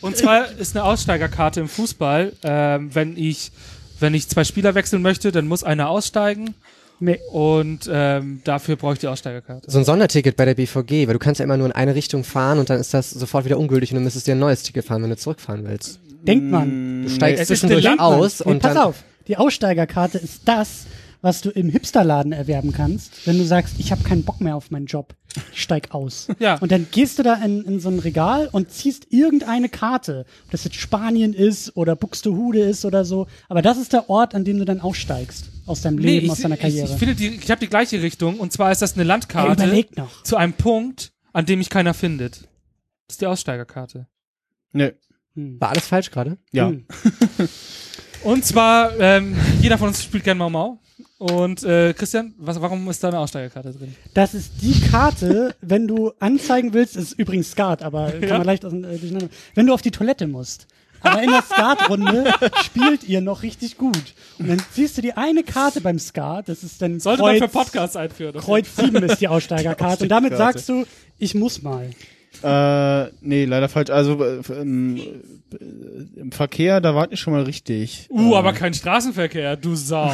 [SPEAKER 3] Und zwar ist eine Aussteigerkarte im Fußball, ähm, wenn ich wenn ich zwei Spieler wechseln möchte, dann muss einer aussteigen
[SPEAKER 6] Nee.
[SPEAKER 3] und ähm, dafür brauche ich die Aussteigerkarte.
[SPEAKER 7] So ein Sonderticket bei der BVG, weil du kannst ja immer nur in eine Richtung fahren und dann ist das sofort wieder ungültig und dann müsstest du dir ein neues Ticket fahren, wenn du zurückfahren willst.
[SPEAKER 6] Denkt man.
[SPEAKER 7] Du steigst
[SPEAKER 6] Es ist
[SPEAKER 7] zwischendurch
[SPEAKER 6] eine Landmark.
[SPEAKER 7] aus
[SPEAKER 6] Nee,
[SPEAKER 7] und
[SPEAKER 6] pass
[SPEAKER 7] dann.
[SPEAKER 6] auf, die Aussteigerkarte ist das, was du im Hipsterladen erwerben kannst, wenn du sagst, ich habe keinen Bock mehr auf meinen Job, ich steig aus.
[SPEAKER 3] Ja.
[SPEAKER 6] Und dann gehst du da in, in so ein Regal und ziehst irgendeine Karte, ob das jetzt Spanien ist oder Buxtehude ist oder so, aber das ist der Ort, an dem du dann aussteigst aus deinem
[SPEAKER 3] Nee,
[SPEAKER 6] Leben,
[SPEAKER 3] ich,
[SPEAKER 6] aus deiner
[SPEAKER 3] ich,
[SPEAKER 6] Karriere.
[SPEAKER 3] ich finde, die, ich habe die gleiche Richtung. Und zwar ist das eine
[SPEAKER 6] Ey,
[SPEAKER 3] Landkarte
[SPEAKER 6] überleg noch.
[SPEAKER 3] zu einem Punkt, an dem mich keiner findet. Das ist die Aussteigerkarte.
[SPEAKER 2] Nee.
[SPEAKER 3] Hm.
[SPEAKER 7] War alles falsch gerade?
[SPEAKER 2] Ja.
[SPEAKER 6] Hm.
[SPEAKER 3] Und zwar, ähm, jeder von uns spielt gern Mau Mau. Und äh, Christian, was, warum ist da eine Aussteigerkarte drin?
[SPEAKER 6] Das ist die Karte, wenn du anzeigen willst, ist übrigens Skat, aber kann
[SPEAKER 3] Ja.
[SPEAKER 6] man leicht aus, äh, durcheinander. Wenn du auf die Toilette musst. Aber in der Skatrunde spielt ihr noch richtig gut. Und dann ziehst du die eine Karte beim Skat, das ist dann
[SPEAKER 3] Sollte
[SPEAKER 6] Kreuz,
[SPEAKER 3] man für Podcasts einführen. okay.
[SPEAKER 6] Kreuz 7 ist die Aussteigerkarte. Und damit
[SPEAKER 2] Aussteigerkarte.
[SPEAKER 6] sagst du, ich muss mal.
[SPEAKER 2] Äh, nee, leider falsch. Also äh, f- ähm, äh, im Verkehr, da wart ihr schon mal richtig.
[SPEAKER 3] Uh,
[SPEAKER 2] äh,
[SPEAKER 3] aber kein Straßenverkehr, du Sau.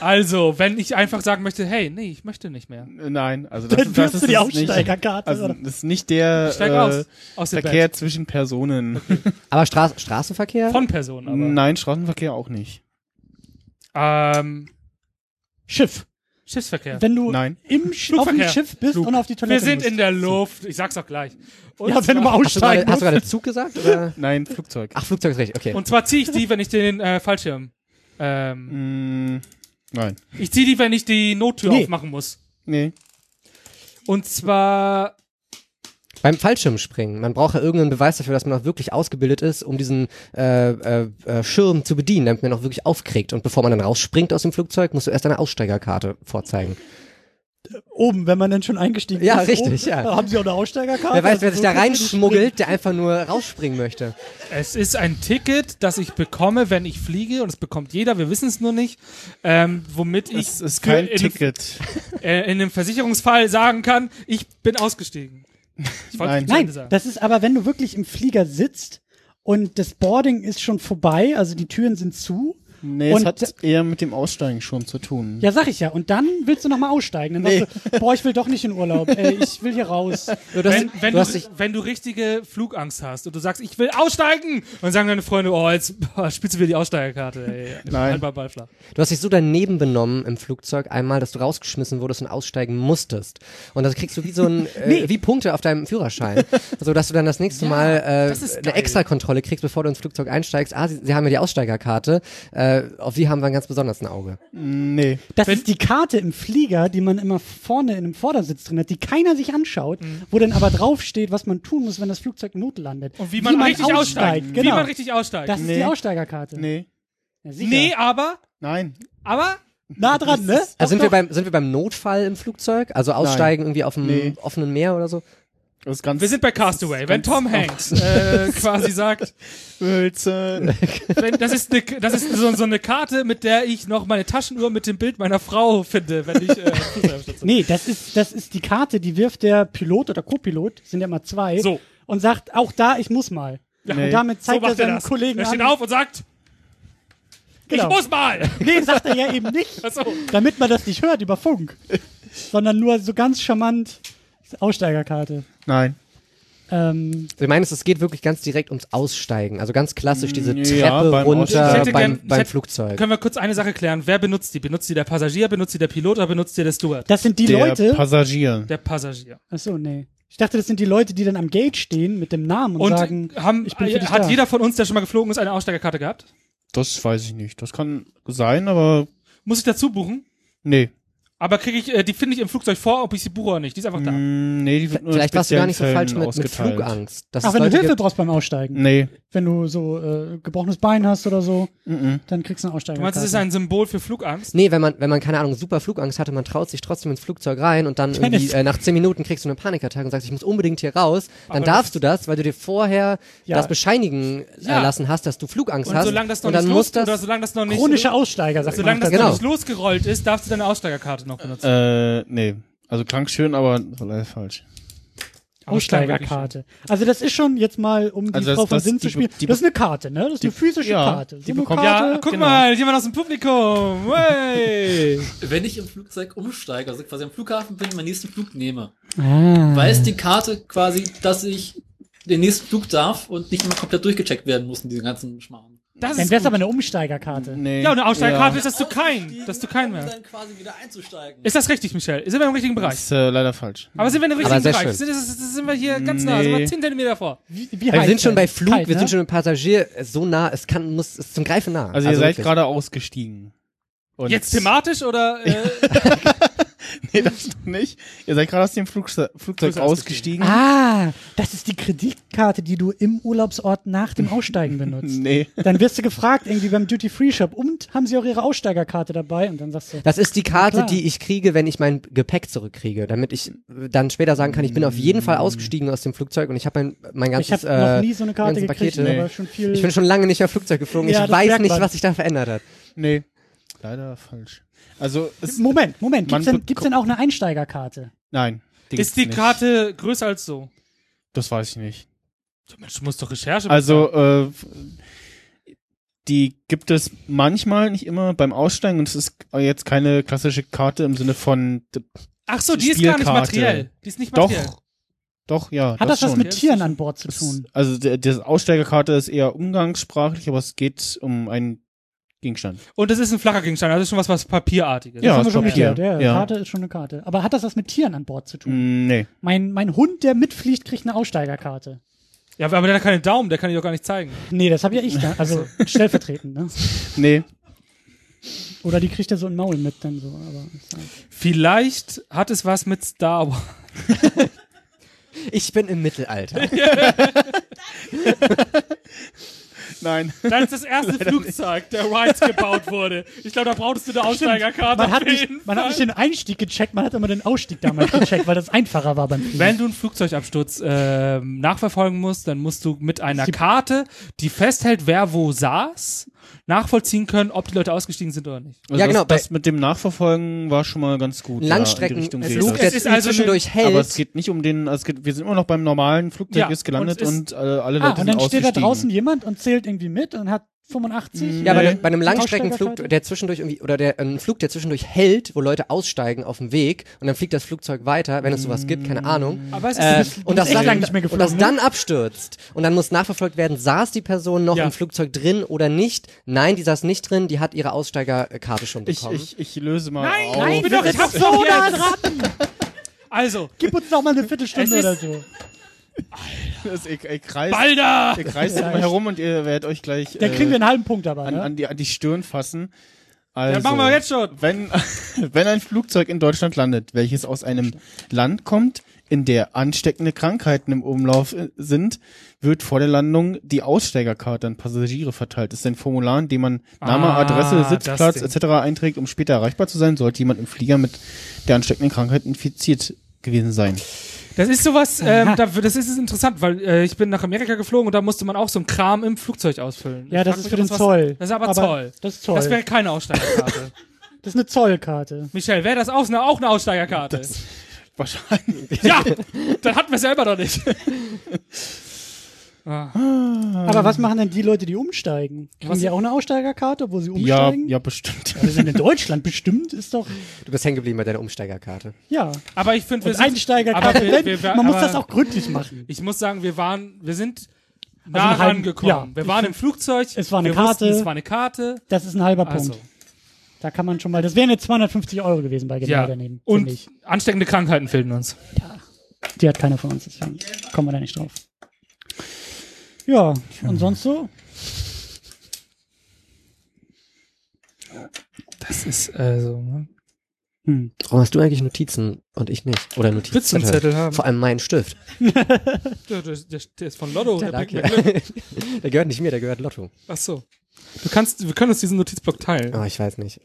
[SPEAKER 3] also, wenn ich einfach sagen möchte, hey, nee, ich möchte nicht mehr.
[SPEAKER 2] Nein, also das,
[SPEAKER 6] Dann
[SPEAKER 2] das
[SPEAKER 6] wirfst
[SPEAKER 2] ist
[SPEAKER 6] du die
[SPEAKER 2] es nicht.
[SPEAKER 6] Aussteigerkarte.
[SPEAKER 2] Also
[SPEAKER 6] oder?
[SPEAKER 2] das ist nicht der
[SPEAKER 3] Steig
[SPEAKER 2] äh,
[SPEAKER 3] aus. Aus dem
[SPEAKER 2] Verkehr
[SPEAKER 3] Bett.
[SPEAKER 2] zwischen Personen.
[SPEAKER 7] Aber Straß Straßenverkehr?
[SPEAKER 3] Von Personen, aber.
[SPEAKER 2] Nein, Straßenverkehr auch nicht.
[SPEAKER 3] Ähm,
[SPEAKER 6] Schiff.
[SPEAKER 3] Schiffsverkehr.
[SPEAKER 6] Wenn du
[SPEAKER 2] Nein.
[SPEAKER 6] im Sch auf dem
[SPEAKER 3] Flugverkehr.
[SPEAKER 6] Schiff bist
[SPEAKER 3] Flug.
[SPEAKER 6] und auf die
[SPEAKER 3] Wir
[SPEAKER 6] Toilette
[SPEAKER 3] sind
[SPEAKER 6] musst.
[SPEAKER 3] in der Luft. Ich sag's auch gleich. Und
[SPEAKER 6] ja, wenn du mal
[SPEAKER 3] zwar,
[SPEAKER 7] Hast du gerade,
[SPEAKER 6] aussteigen
[SPEAKER 7] hast
[SPEAKER 6] musst.
[SPEAKER 7] du gerade Zug gesagt? Oder?
[SPEAKER 2] Nein, Flugzeug.
[SPEAKER 7] Ach, Flugzeug ist recht, okay.
[SPEAKER 3] und zwar zieh ich die, wenn ich den äh, Fallschirm. Ähm,
[SPEAKER 2] Mm, nein.
[SPEAKER 3] ich zieh die, wenn ich die Nottür
[SPEAKER 6] Nee.
[SPEAKER 3] aufmachen muss.
[SPEAKER 2] Nee.
[SPEAKER 3] Und zwar
[SPEAKER 7] Beim Fallschirmspringen. Man braucht ja irgendeinen Beweis dafür, dass man auch wirklich ausgebildet ist, um diesen äh, äh, äh, Schirm zu bedienen, damit man auch wirklich aufkriegt. Und bevor man dann rausspringt aus dem Flugzeug, musst du erst eine Aussteigerkarte vorzeigen.
[SPEAKER 6] Oben, wenn man dann schon eingestiegen
[SPEAKER 7] Ja,
[SPEAKER 6] ist.
[SPEAKER 7] richtig,
[SPEAKER 6] oben,
[SPEAKER 7] ja.
[SPEAKER 6] Dann haben sie auch eine Aussteigerkarte.
[SPEAKER 7] Wer weiß,
[SPEAKER 6] also
[SPEAKER 7] wer sich
[SPEAKER 6] so
[SPEAKER 7] da
[SPEAKER 6] kannst du nicht
[SPEAKER 7] reinschmuggelt, der einfach nur rausspringen möchte.
[SPEAKER 3] Es ist ein Ticket, das ich bekomme, wenn ich fliege, und es bekommt jeder, wir wissen es nur nicht, ähm, womit ich
[SPEAKER 2] Es ist
[SPEAKER 3] für-
[SPEAKER 2] kein
[SPEAKER 3] in,
[SPEAKER 2] Ticket.
[SPEAKER 3] Äh, in einem Versicherungsfall sagen kann, ich bin ausgestiegen. Ich wollte
[SPEAKER 2] Nein.
[SPEAKER 3] es zu Ende
[SPEAKER 6] Nein,
[SPEAKER 3] sagen.
[SPEAKER 6] das ist aber, wenn du wirklich im Flieger sitzt und das Boarding ist schon vorbei, also die Türen sind zu.
[SPEAKER 2] Nee, es
[SPEAKER 6] Und-
[SPEAKER 2] hat eher mit dem Aussteigen schon zu tun.
[SPEAKER 6] Ja, sag ich ja. Und dann willst du nochmal aussteigen. Dann sagst du, boah, ich will doch nicht in Urlaub. Ey, ich will hier raus.
[SPEAKER 7] Du, das,
[SPEAKER 3] Wenn, wenn,
[SPEAKER 7] du
[SPEAKER 3] du,
[SPEAKER 7] hast dich,
[SPEAKER 3] wenn du richtige Flugangst hast und du sagst, ich will aussteigen, und sagen deine Freunde, oh, jetzt boah, spielst du wieder die Aussteigerkarte. Ey.
[SPEAKER 2] Nein.
[SPEAKER 3] Halber Ball flach.
[SPEAKER 7] du hast dich so daneben benommen im Flugzeug einmal, dass du rausgeschmissen wurdest und aussteigen musstest. Und das kriegst du wie so ein, äh, wie Punkte auf deinem Führerschein. Also, dass du dann das nächste Mal äh,
[SPEAKER 3] das ist
[SPEAKER 7] eine
[SPEAKER 3] geil.
[SPEAKER 7] extra Kontrolle kriegst, bevor du ins Flugzeug einsteigst. Ah, sie, sie haben ja die Aussteigerkarte. Äh, auf die haben wir ein ganz besonders ein Auge.
[SPEAKER 2] Nee.
[SPEAKER 6] Das
[SPEAKER 3] Wenn-
[SPEAKER 6] ist die Karte im Flieger, die man immer vorne in einem Vordersitz drin hat, die keiner sich anschaut,
[SPEAKER 3] Mhm.
[SPEAKER 6] wo dann aber draufsteht, was man tun muss, wenn das Flugzeug notlandet.
[SPEAKER 3] Und wie man, richtig aussteigt.
[SPEAKER 6] Genau.
[SPEAKER 3] Wie man richtig aussteigt.
[SPEAKER 6] das ist
[SPEAKER 2] Nee.
[SPEAKER 6] die Aussteigerkarte.
[SPEAKER 2] Nee.
[SPEAKER 6] Ja, sicher.
[SPEAKER 3] nee, aber,
[SPEAKER 2] Nein.
[SPEAKER 3] aber,
[SPEAKER 6] Nah dran, ne?
[SPEAKER 7] Also sind wir, beim, sind wir beim Notfall im Flugzeug? Also aussteigen irgendwie auf dem
[SPEAKER 2] Nee.
[SPEAKER 7] offenen Meer oder so?
[SPEAKER 2] Das ist ganz
[SPEAKER 3] wir sind bei Castaway. Wenn Tom Hanks äh, quasi sagt,
[SPEAKER 2] Wilson.
[SPEAKER 3] Wenn, das ist, ne, das ist so, so eine Karte, mit der ich noch meine Taschenuhr mit dem Bild meiner Frau finde, wenn ich äh, Flugzeugabsturz
[SPEAKER 6] Nee, das ist, das ist die Karte, die wirft der Pilot oder Copilot, sind ja immer zwei,
[SPEAKER 3] So.
[SPEAKER 6] und sagt, auch da, ich muss mal.
[SPEAKER 2] Nee.
[SPEAKER 6] Und damit
[SPEAKER 3] So
[SPEAKER 6] zeigt er
[SPEAKER 3] macht er
[SPEAKER 6] seinen
[SPEAKER 3] das.
[SPEAKER 6] Kollegen
[SPEAKER 3] er steht
[SPEAKER 6] an.
[SPEAKER 3] auf und sagt,
[SPEAKER 6] Genau.
[SPEAKER 3] ich muss mal.
[SPEAKER 6] Nee, sagt er ja eben nicht,
[SPEAKER 3] Achso.
[SPEAKER 6] damit man das nicht hört über Funk, sondern nur so ganz charmant Aussteigerkarte.
[SPEAKER 2] Nein.
[SPEAKER 6] Ähm,
[SPEAKER 7] Du meinst, Also es geht wirklich ganz direkt ums Aussteigen. Also ganz klassisch diese
[SPEAKER 2] Ja,
[SPEAKER 7] Treppe
[SPEAKER 2] beim Aussteigen.
[SPEAKER 7] runter
[SPEAKER 3] Ich hätte gern-
[SPEAKER 7] beim,
[SPEAKER 3] ich
[SPEAKER 7] beim
[SPEAKER 3] hätte-
[SPEAKER 7] Flugzeug.
[SPEAKER 3] Können wir kurz eine Sache klären? Wer benutzt die? Benutzt die der Passagier, benutzt die der Pilot oder benutzt die der Steward?
[SPEAKER 6] das sind die
[SPEAKER 2] Der
[SPEAKER 6] Leute.
[SPEAKER 2] Passagier.
[SPEAKER 3] Der Passagier.
[SPEAKER 6] Achso, nee. Ich dachte, das sind die Leute, die dann am Gate stehen mit dem Namen und,
[SPEAKER 3] Und
[SPEAKER 6] sagen,
[SPEAKER 3] haben, äh,
[SPEAKER 6] ich bin für dich
[SPEAKER 3] hat
[SPEAKER 6] da.
[SPEAKER 3] jeder von uns, der schon mal geflogen ist, eine Aussteigerkarte gehabt?
[SPEAKER 2] Das weiß ich nicht. Das kann sein, aber
[SPEAKER 3] Muss ich dazu buchen?
[SPEAKER 2] nee.
[SPEAKER 3] Aber kriege ich, äh, die finde ich im Flugzeug vor, ob ich sie buche oder nicht. Die ist einfach da.
[SPEAKER 6] Hm,
[SPEAKER 2] Mm, nee, die wird nur in
[SPEAKER 7] Vielleicht warst du gar nicht so
[SPEAKER 2] speziellen
[SPEAKER 7] falsch
[SPEAKER 2] Fällen
[SPEAKER 7] mit, mit
[SPEAKER 2] ausgeteilt.
[SPEAKER 7] Flugangst. Dass
[SPEAKER 6] ach,
[SPEAKER 7] es
[SPEAKER 6] wenn du
[SPEAKER 7] Leute
[SPEAKER 6] Hilfe
[SPEAKER 7] gibt-
[SPEAKER 6] brauchst beim Aussteigen,
[SPEAKER 2] Nee.
[SPEAKER 6] wenn du so äh, gebrochenes Bein hast oder so,
[SPEAKER 2] Mhm.
[SPEAKER 6] dann kriegst du eine
[SPEAKER 3] Du
[SPEAKER 6] Aussteigerkarte.
[SPEAKER 3] meinst, das ist ein Symbol für Flugangst?
[SPEAKER 7] Nee, wenn man, wenn man, keine Ahnung, super Flugangst hatte, man traut sich trotzdem ins Flugzeug rein und dann irgendwie,
[SPEAKER 6] ist-
[SPEAKER 7] äh, nach zehn Minuten kriegst du eine Panikattacke und sagst, ich muss unbedingt hier raus, dann
[SPEAKER 3] Aber
[SPEAKER 7] darfst du das, weil du dir vorher
[SPEAKER 6] Ja.
[SPEAKER 7] das bescheinigen
[SPEAKER 3] Ja.
[SPEAKER 7] äh, lassen hast, dass du Flugangst
[SPEAKER 3] Und
[SPEAKER 7] hast.
[SPEAKER 3] solange das noch
[SPEAKER 7] und dann
[SPEAKER 3] nicht
[SPEAKER 7] muss
[SPEAKER 3] los,
[SPEAKER 7] das,
[SPEAKER 3] oder solange das noch nicht,
[SPEAKER 6] Chronischer Aussteiger, sagt
[SPEAKER 3] solange
[SPEAKER 6] man.
[SPEAKER 3] das
[SPEAKER 6] auf der-
[SPEAKER 7] Genau.
[SPEAKER 3] noch nicht losgerollt ist, darfst du deine Aussteigerkarte noch benutzen.
[SPEAKER 2] Äh, nee. Also klang schön, aber leider falsch.
[SPEAKER 3] Aber es klang wirklich
[SPEAKER 6] Aussteigerkarte. Also das ist schon jetzt mal, um die
[SPEAKER 2] Also das-
[SPEAKER 6] Frau von
[SPEAKER 2] das-
[SPEAKER 6] Sinn
[SPEAKER 2] die
[SPEAKER 6] zu spielen.
[SPEAKER 2] be- die
[SPEAKER 6] das ist eine Karte, ne? Das ist eine physische
[SPEAKER 2] ja,
[SPEAKER 6] Karte. Genau.
[SPEAKER 2] die
[SPEAKER 6] So eine
[SPEAKER 2] bekommt-
[SPEAKER 6] Karte.
[SPEAKER 3] Äh, Ja, guck mal, jemand aus dem Publikum. Hey.
[SPEAKER 8] Wenn ich im Flugzeug umsteige, also quasi am Flughafen bin, meinen nächsten Flug nehme,
[SPEAKER 6] Ah.
[SPEAKER 8] weiß die Karte quasi, dass ich den nächsten Flug darf und nicht immer komplett durchgecheckt werden muss in diesen ganzen Schmarrn.
[SPEAKER 3] Das
[SPEAKER 6] Dann
[SPEAKER 3] ist
[SPEAKER 6] wär's
[SPEAKER 3] gut.
[SPEAKER 6] aber eine Umsteigerkarte.
[SPEAKER 2] Nee.
[SPEAKER 3] Ja, und eine Aussteigerkarte
[SPEAKER 2] Ja.
[SPEAKER 3] ist, dass du kein, dass du kein
[SPEAKER 8] Um
[SPEAKER 3] mehr.
[SPEAKER 8] dann quasi wieder einzusteigen.
[SPEAKER 3] Ist das richtig, Michelle? Sind wir im richtigen
[SPEAKER 2] Das
[SPEAKER 3] Bereich?
[SPEAKER 2] ist äh, leider falsch.
[SPEAKER 3] Aber sind wir im
[SPEAKER 7] Aber
[SPEAKER 3] richtigen
[SPEAKER 7] sehr
[SPEAKER 3] Bereich?
[SPEAKER 7] schön.
[SPEAKER 3] Sind, sind, sind wir hier ganz nah, sind wir
[SPEAKER 2] Nee.
[SPEAKER 3] 10 Zentimeter vor.
[SPEAKER 6] Wie,
[SPEAKER 7] Weil
[SPEAKER 6] wie
[SPEAKER 7] wir
[SPEAKER 6] heißt
[SPEAKER 7] sind schon
[SPEAKER 6] der?
[SPEAKER 7] bei Flug,
[SPEAKER 6] Kalt,
[SPEAKER 7] wir
[SPEAKER 6] ne?
[SPEAKER 7] sind schon im Passagier äh, so nah, es kann, muss, es ist zum Greifen nah.
[SPEAKER 2] Also, ihr seid
[SPEAKER 7] wirklich.
[SPEAKER 2] gerade ausgestiegen. Und
[SPEAKER 3] Jetzt thematisch oder äh,
[SPEAKER 2] Nee, das noch nicht. Ihr seid gerade aus dem Flugse Flugzeug ausgestiegen.
[SPEAKER 6] Ah, das ist die Kreditkarte, die du im Urlaubsort nach dem Aussteigen benutzt.
[SPEAKER 2] Nee.
[SPEAKER 6] Dann wirst du gefragt, irgendwie beim Duty-Free-Shop, und haben sie auch ihre Aussteigerkarte dabei? Und dann sagst du,
[SPEAKER 7] Das ist die Karte,
[SPEAKER 6] klar.
[SPEAKER 7] die ich kriege, wenn ich mein Gepäck zurückkriege, damit ich äh, dann später sagen kann, ich bin auf jeden Fall ausgestiegen aus dem Flugzeug und ich habe mein, mein
[SPEAKER 6] Hm. ich
[SPEAKER 7] ganzes
[SPEAKER 6] habe noch
[SPEAKER 7] äh,
[SPEAKER 6] nie so eine Karte
[SPEAKER 7] ganzen
[SPEAKER 6] gekriegt,
[SPEAKER 7] Pakete.
[SPEAKER 6] aber schon viel.
[SPEAKER 7] Ich bin schon lange nicht mehr Flugzeug geflogen.
[SPEAKER 6] Ja,
[SPEAKER 7] ich
[SPEAKER 6] das
[SPEAKER 7] weiß
[SPEAKER 6] merkt
[SPEAKER 7] nicht,
[SPEAKER 6] man.
[SPEAKER 7] was sich da verändert hat.
[SPEAKER 2] Nee. Leider falsch. Also, es,
[SPEAKER 6] Moment, Moment,
[SPEAKER 2] Man
[SPEAKER 6] gibt's denn,
[SPEAKER 2] bek-
[SPEAKER 6] gibt's denn auch eine Einsteigerkarte?
[SPEAKER 2] nein.
[SPEAKER 3] ist die
[SPEAKER 2] gibt's nicht.
[SPEAKER 3] Karte größer als so?
[SPEAKER 2] Das weiß ich nicht.
[SPEAKER 3] Ja, Mensch, du musst doch Recherche
[SPEAKER 2] Also, äh, die gibt es manchmal, nicht immer, beim Aussteigen und es ist jetzt keine klassische Karte im Sinne von. d-
[SPEAKER 3] Ach so, die ist gar nicht
[SPEAKER 2] Spielkarte.
[SPEAKER 3] materiell. Die ist nicht
[SPEAKER 2] Doch.
[SPEAKER 3] materiell.
[SPEAKER 2] Doch, ja.
[SPEAKER 6] Hat das, was
[SPEAKER 2] schon.
[SPEAKER 6] mit
[SPEAKER 3] Ja,
[SPEAKER 6] Tieren
[SPEAKER 3] das
[SPEAKER 6] an Bord zu
[SPEAKER 2] Das-
[SPEAKER 6] tun?
[SPEAKER 2] Also der- die Aussteigerkarte ist eher umgangssprachlich, aber es geht um einen Gegenstand.
[SPEAKER 3] Und das ist ein flacher Gegenstand, also schon was, was Papierartiges.
[SPEAKER 2] Ja,
[SPEAKER 6] das haben wir
[SPEAKER 2] das
[SPEAKER 6] schon
[SPEAKER 2] Papier.
[SPEAKER 6] geklärt. Ja,
[SPEAKER 2] Ja.
[SPEAKER 6] Karte ist schon eine Karte. Aber hat das was mit Tieren an Bord
[SPEAKER 3] Mhm.
[SPEAKER 6] zu tun?
[SPEAKER 2] Mm, Nee.
[SPEAKER 6] Mein, mein Hund, der mitfliegt, kriegt eine Aussteigerkarte.
[SPEAKER 3] Ja, aber der hat keinen Daumen, der kann ich doch gar nicht zeigen.
[SPEAKER 6] Nee, das habe ja ich da. Also stellvertretend, ne?
[SPEAKER 2] Nee.
[SPEAKER 6] Oder die kriegt er so ein Maul mit dann so. Aber ist halt-
[SPEAKER 3] Vielleicht hat es was mit Star Wars.
[SPEAKER 7] Ich bin im Mittelalter.
[SPEAKER 2] Nein.
[SPEAKER 3] Das ist das erste Flugzeug, der Wright gebaut wurde. Ich glaube, da brauchtest du eine Aussteigerkarte.
[SPEAKER 6] Man
[SPEAKER 3] auf
[SPEAKER 6] hat,
[SPEAKER 3] jeden
[SPEAKER 6] nicht, man hat
[SPEAKER 3] Fall.
[SPEAKER 6] nicht den Einstieg gecheckt, man hat immer den Ausstieg damals gecheckt, weil das einfacher war beim Fliegen.
[SPEAKER 3] Wenn du einen Flugzeugabsturz ähm, nachverfolgen musst, dann musst du mit einer Karte, die festhält, wer wo saß, nachvollziehen können, ob die Leute ausgestiegen sind oder nicht.
[SPEAKER 2] Also
[SPEAKER 7] Ja, genau, bei-
[SPEAKER 2] Das, das mit dem Nachverfolgen war schon mal ganz gut.
[SPEAKER 7] Ein Langstreckenflug,
[SPEAKER 2] Ja, in die Richtung geht
[SPEAKER 7] der
[SPEAKER 3] Es ist also
[SPEAKER 7] zwischendurch
[SPEAKER 2] das.
[SPEAKER 7] hält.
[SPEAKER 2] Aber es geht nicht um den, also es geht, wir sind immer noch beim normalen Flugzeug,
[SPEAKER 3] Ja,
[SPEAKER 2] ist gelandet
[SPEAKER 3] und es
[SPEAKER 2] und, äh, alle Leute
[SPEAKER 6] ah, und
[SPEAKER 2] sind
[SPEAKER 6] dann steht da
[SPEAKER 2] ausgestiegen.
[SPEAKER 6] draußen jemand und zählt irgendwie mit und hat
[SPEAKER 3] Mhm.
[SPEAKER 6] 85.
[SPEAKER 7] ja, bei,
[SPEAKER 2] Nee.
[SPEAKER 7] einem- bei einem Langstreckenflug,
[SPEAKER 6] Aussteigerkarte?
[SPEAKER 7] der zwischendurch irgendwie, oder der, ein Flug, der zwischendurch hält, wo Leute aussteigen auf dem Weg und dann fliegt das Flugzeug weiter, wenn es sowas gibt, keine Ahnung.
[SPEAKER 3] Aber es ist
[SPEAKER 7] Äh, und, das
[SPEAKER 6] echt
[SPEAKER 7] dann,
[SPEAKER 6] lange nicht mehr
[SPEAKER 7] und
[SPEAKER 6] geflogen,
[SPEAKER 7] das
[SPEAKER 6] ne?
[SPEAKER 7] dann abstürzt und dann muss nachverfolgt werden, saß die Person noch
[SPEAKER 3] Ja.
[SPEAKER 7] im Flugzeug drin oder nicht? Nein, die saß nicht drin, die hat ihre Aussteigerkarte schon
[SPEAKER 2] Ich,
[SPEAKER 7] bekommen.
[SPEAKER 2] ich, ich löse mal
[SPEAKER 3] Nein,
[SPEAKER 2] auf.
[SPEAKER 3] nein, wir doch, ich hab's doch jetzt. Also,
[SPEAKER 6] Gib uns noch mal eine
[SPEAKER 3] Es
[SPEAKER 6] Viertelstunde
[SPEAKER 3] ist-
[SPEAKER 6] oder so.
[SPEAKER 2] Das, ihr, ihr kreist,
[SPEAKER 3] Balder!
[SPEAKER 2] ihr kreist immer herum und ihr werdet euch gleich
[SPEAKER 6] Da kriegen wir
[SPEAKER 2] äh,
[SPEAKER 6] einen halben Punkt dabei.
[SPEAKER 2] an,
[SPEAKER 6] Ne?
[SPEAKER 2] an, die, an die Stirn fassen. Also,
[SPEAKER 3] Ja, machen wir jetzt schon.
[SPEAKER 2] Wenn, wenn ein Flugzeug in Deutschland landet, welches aus einem Land kommt, in der ansteckende Krankheiten im Umlauf äh, sind, wird vor der Landung die Aussteigerkarte an Passagiere verteilt. Das ist ein Formular, in dem man Name,
[SPEAKER 3] Ah,
[SPEAKER 2] Adresse,
[SPEAKER 3] das
[SPEAKER 2] Sitzplatz
[SPEAKER 3] Ding.
[SPEAKER 2] etc. einträgt, um später erreichbar zu sein, sollte jemand im Flieger mit der ansteckenden Krankheit infiziert gewesen sein.
[SPEAKER 3] Das ist sowas, ähm, da, das ist es interessant, weil äh, ich bin nach Amerika geflogen und da musste man auch so einen Kram im Flugzeug ausfüllen.
[SPEAKER 6] Ja,
[SPEAKER 3] Ich
[SPEAKER 6] das
[SPEAKER 3] frag
[SPEAKER 6] ist
[SPEAKER 3] mich,
[SPEAKER 6] für
[SPEAKER 3] ob
[SPEAKER 6] den Zoll.
[SPEAKER 3] Das ist aber, Zoll.
[SPEAKER 6] Das ist Zoll.
[SPEAKER 3] Das wäre keine Aussteigerkarte.
[SPEAKER 6] das ist eine Zollkarte.
[SPEAKER 3] Michelle, wäre das auch eine, auch eine Aussteigerkarte?
[SPEAKER 2] Wahrscheinlich.
[SPEAKER 3] ja, dann hatten wir selber doch nicht. ah.
[SPEAKER 6] Aber was machen denn die Leute, die umsteigen? Kriegen
[SPEAKER 3] Was-
[SPEAKER 6] die auch eine Aussteigerkarte, wo sie
[SPEAKER 2] Ja,
[SPEAKER 6] umsteigen?
[SPEAKER 2] ja, bestimmt.
[SPEAKER 6] Wir sind in Deutschland bestimmt, ist doch.
[SPEAKER 7] du bist hängen geblieben bei deiner Umsteigerkarte.
[SPEAKER 6] Ja.
[SPEAKER 3] Aber ich finde, wir
[SPEAKER 6] Und
[SPEAKER 3] sind,
[SPEAKER 6] Einsteigerkarte,
[SPEAKER 3] aber wir-
[SPEAKER 6] wenn-
[SPEAKER 3] wir- wir-
[SPEAKER 6] man muss
[SPEAKER 3] aber-
[SPEAKER 6] das auch gründlich machen.
[SPEAKER 3] Ich muss sagen, wir waren, wir sind nah
[SPEAKER 6] Also einen halben-
[SPEAKER 3] rangekommen.
[SPEAKER 6] ja.
[SPEAKER 3] wir waren im Flugzeug.
[SPEAKER 6] Es war eine
[SPEAKER 3] wir wussten,
[SPEAKER 6] Karte.
[SPEAKER 3] es war eine Karte.
[SPEAKER 6] Das ist ein halber Punkt. Genau,
[SPEAKER 3] Also,
[SPEAKER 6] Da kann man schon mal. Das wären jetzt 250 Euro gewesen bei genau
[SPEAKER 3] ja.
[SPEAKER 6] daneben.
[SPEAKER 3] Und
[SPEAKER 6] finde ich.
[SPEAKER 3] ansteckende Krankheiten fehlten uns.
[SPEAKER 6] Die hat keiner von uns, deswegen kommen wir da nicht drauf. Ja,
[SPEAKER 7] Hm.
[SPEAKER 6] und sonst so?
[SPEAKER 3] Das ist also ne?
[SPEAKER 6] Hm.
[SPEAKER 7] Warum hast du eigentlich Notizen und ich nicht? Oder Notizzettel?
[SPEAKER 3] Spitzenzettel haben.
[SPEAKER 7] Vor allem meinen Stift.
[SPEAKER 3] Der, der, der, der ist von Lotto. Der bringt
[SPEAKER 7] Danke.
[SPEAKER 3] mir Glück.
[SPEAKER 7] der gehört nicht mir, der gehört Lotto.
[SPEAKER 3] Ach so. Du kannst, wir können uns diesen Notizblock teilen.
[SPEAKER 6] Ah.
[SPEAKER 7] Oh, ich weiß nicht.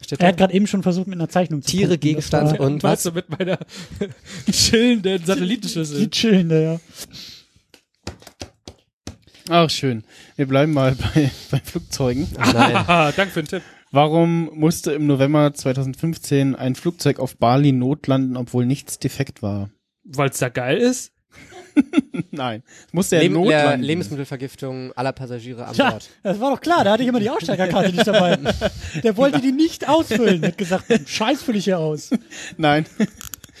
[SPEAKER 7] Steht
[SPEAKER 6] Er
[SPEAKER 7] da?
[SPEAKER 6] hat gerade eben schon versucht, mit einer Zeichnung zu
[SPEAKER 7] Tiere,
[SPEAKER 6] punkten. Das
[SPEAKER 7] Gegenstand
[SPEAKER 6] war-
[SPEAKER 7] und
[SPEAKER 3] Weißt
[SPEAKER 7] was?
[SPEAKER 3] du, mit meiner chillenden
[SPEAKER 6] Die
[SPEAKER 3] Satellitenschüssel.
[SPEAKER 6] chillen da, ja.
[SPEAKER 2] Ach, schön. Wir bleiben mal bei, bei Flugzeugen.
[SPEAKER 7] Ach, nein.
[SPEAKER 3] Haha, danke für den Tipp.
[SPEAKER 2] Warum musste im November 2015 ein Flugzeug auf Bali notlanden, obwohl nichts defekt war?
[SPEAKER 3] Weil es da geil ist.
[SPEAKER 2] Nein, es musste ja
[SPEAKER 7] Leb äh,
[SPEAKER 2] notlanden.
[SPEAKER 7] Lebensmittelvergiftung aller Passagiere an
[SPEAKER 6] Ja,
[SPEAKER 7] Bord.
[SPEAKER 6] das war doch klar, da hatte ich immer die Aussteigerkarte nicht dabei. Der wollte
[SPEAKER 3] Genau.
[SPEAKER 6] die nicht ausfüllen. Hat gesagt, scheiß fülle ich hier aus.
[SPEAKER 2] Nein,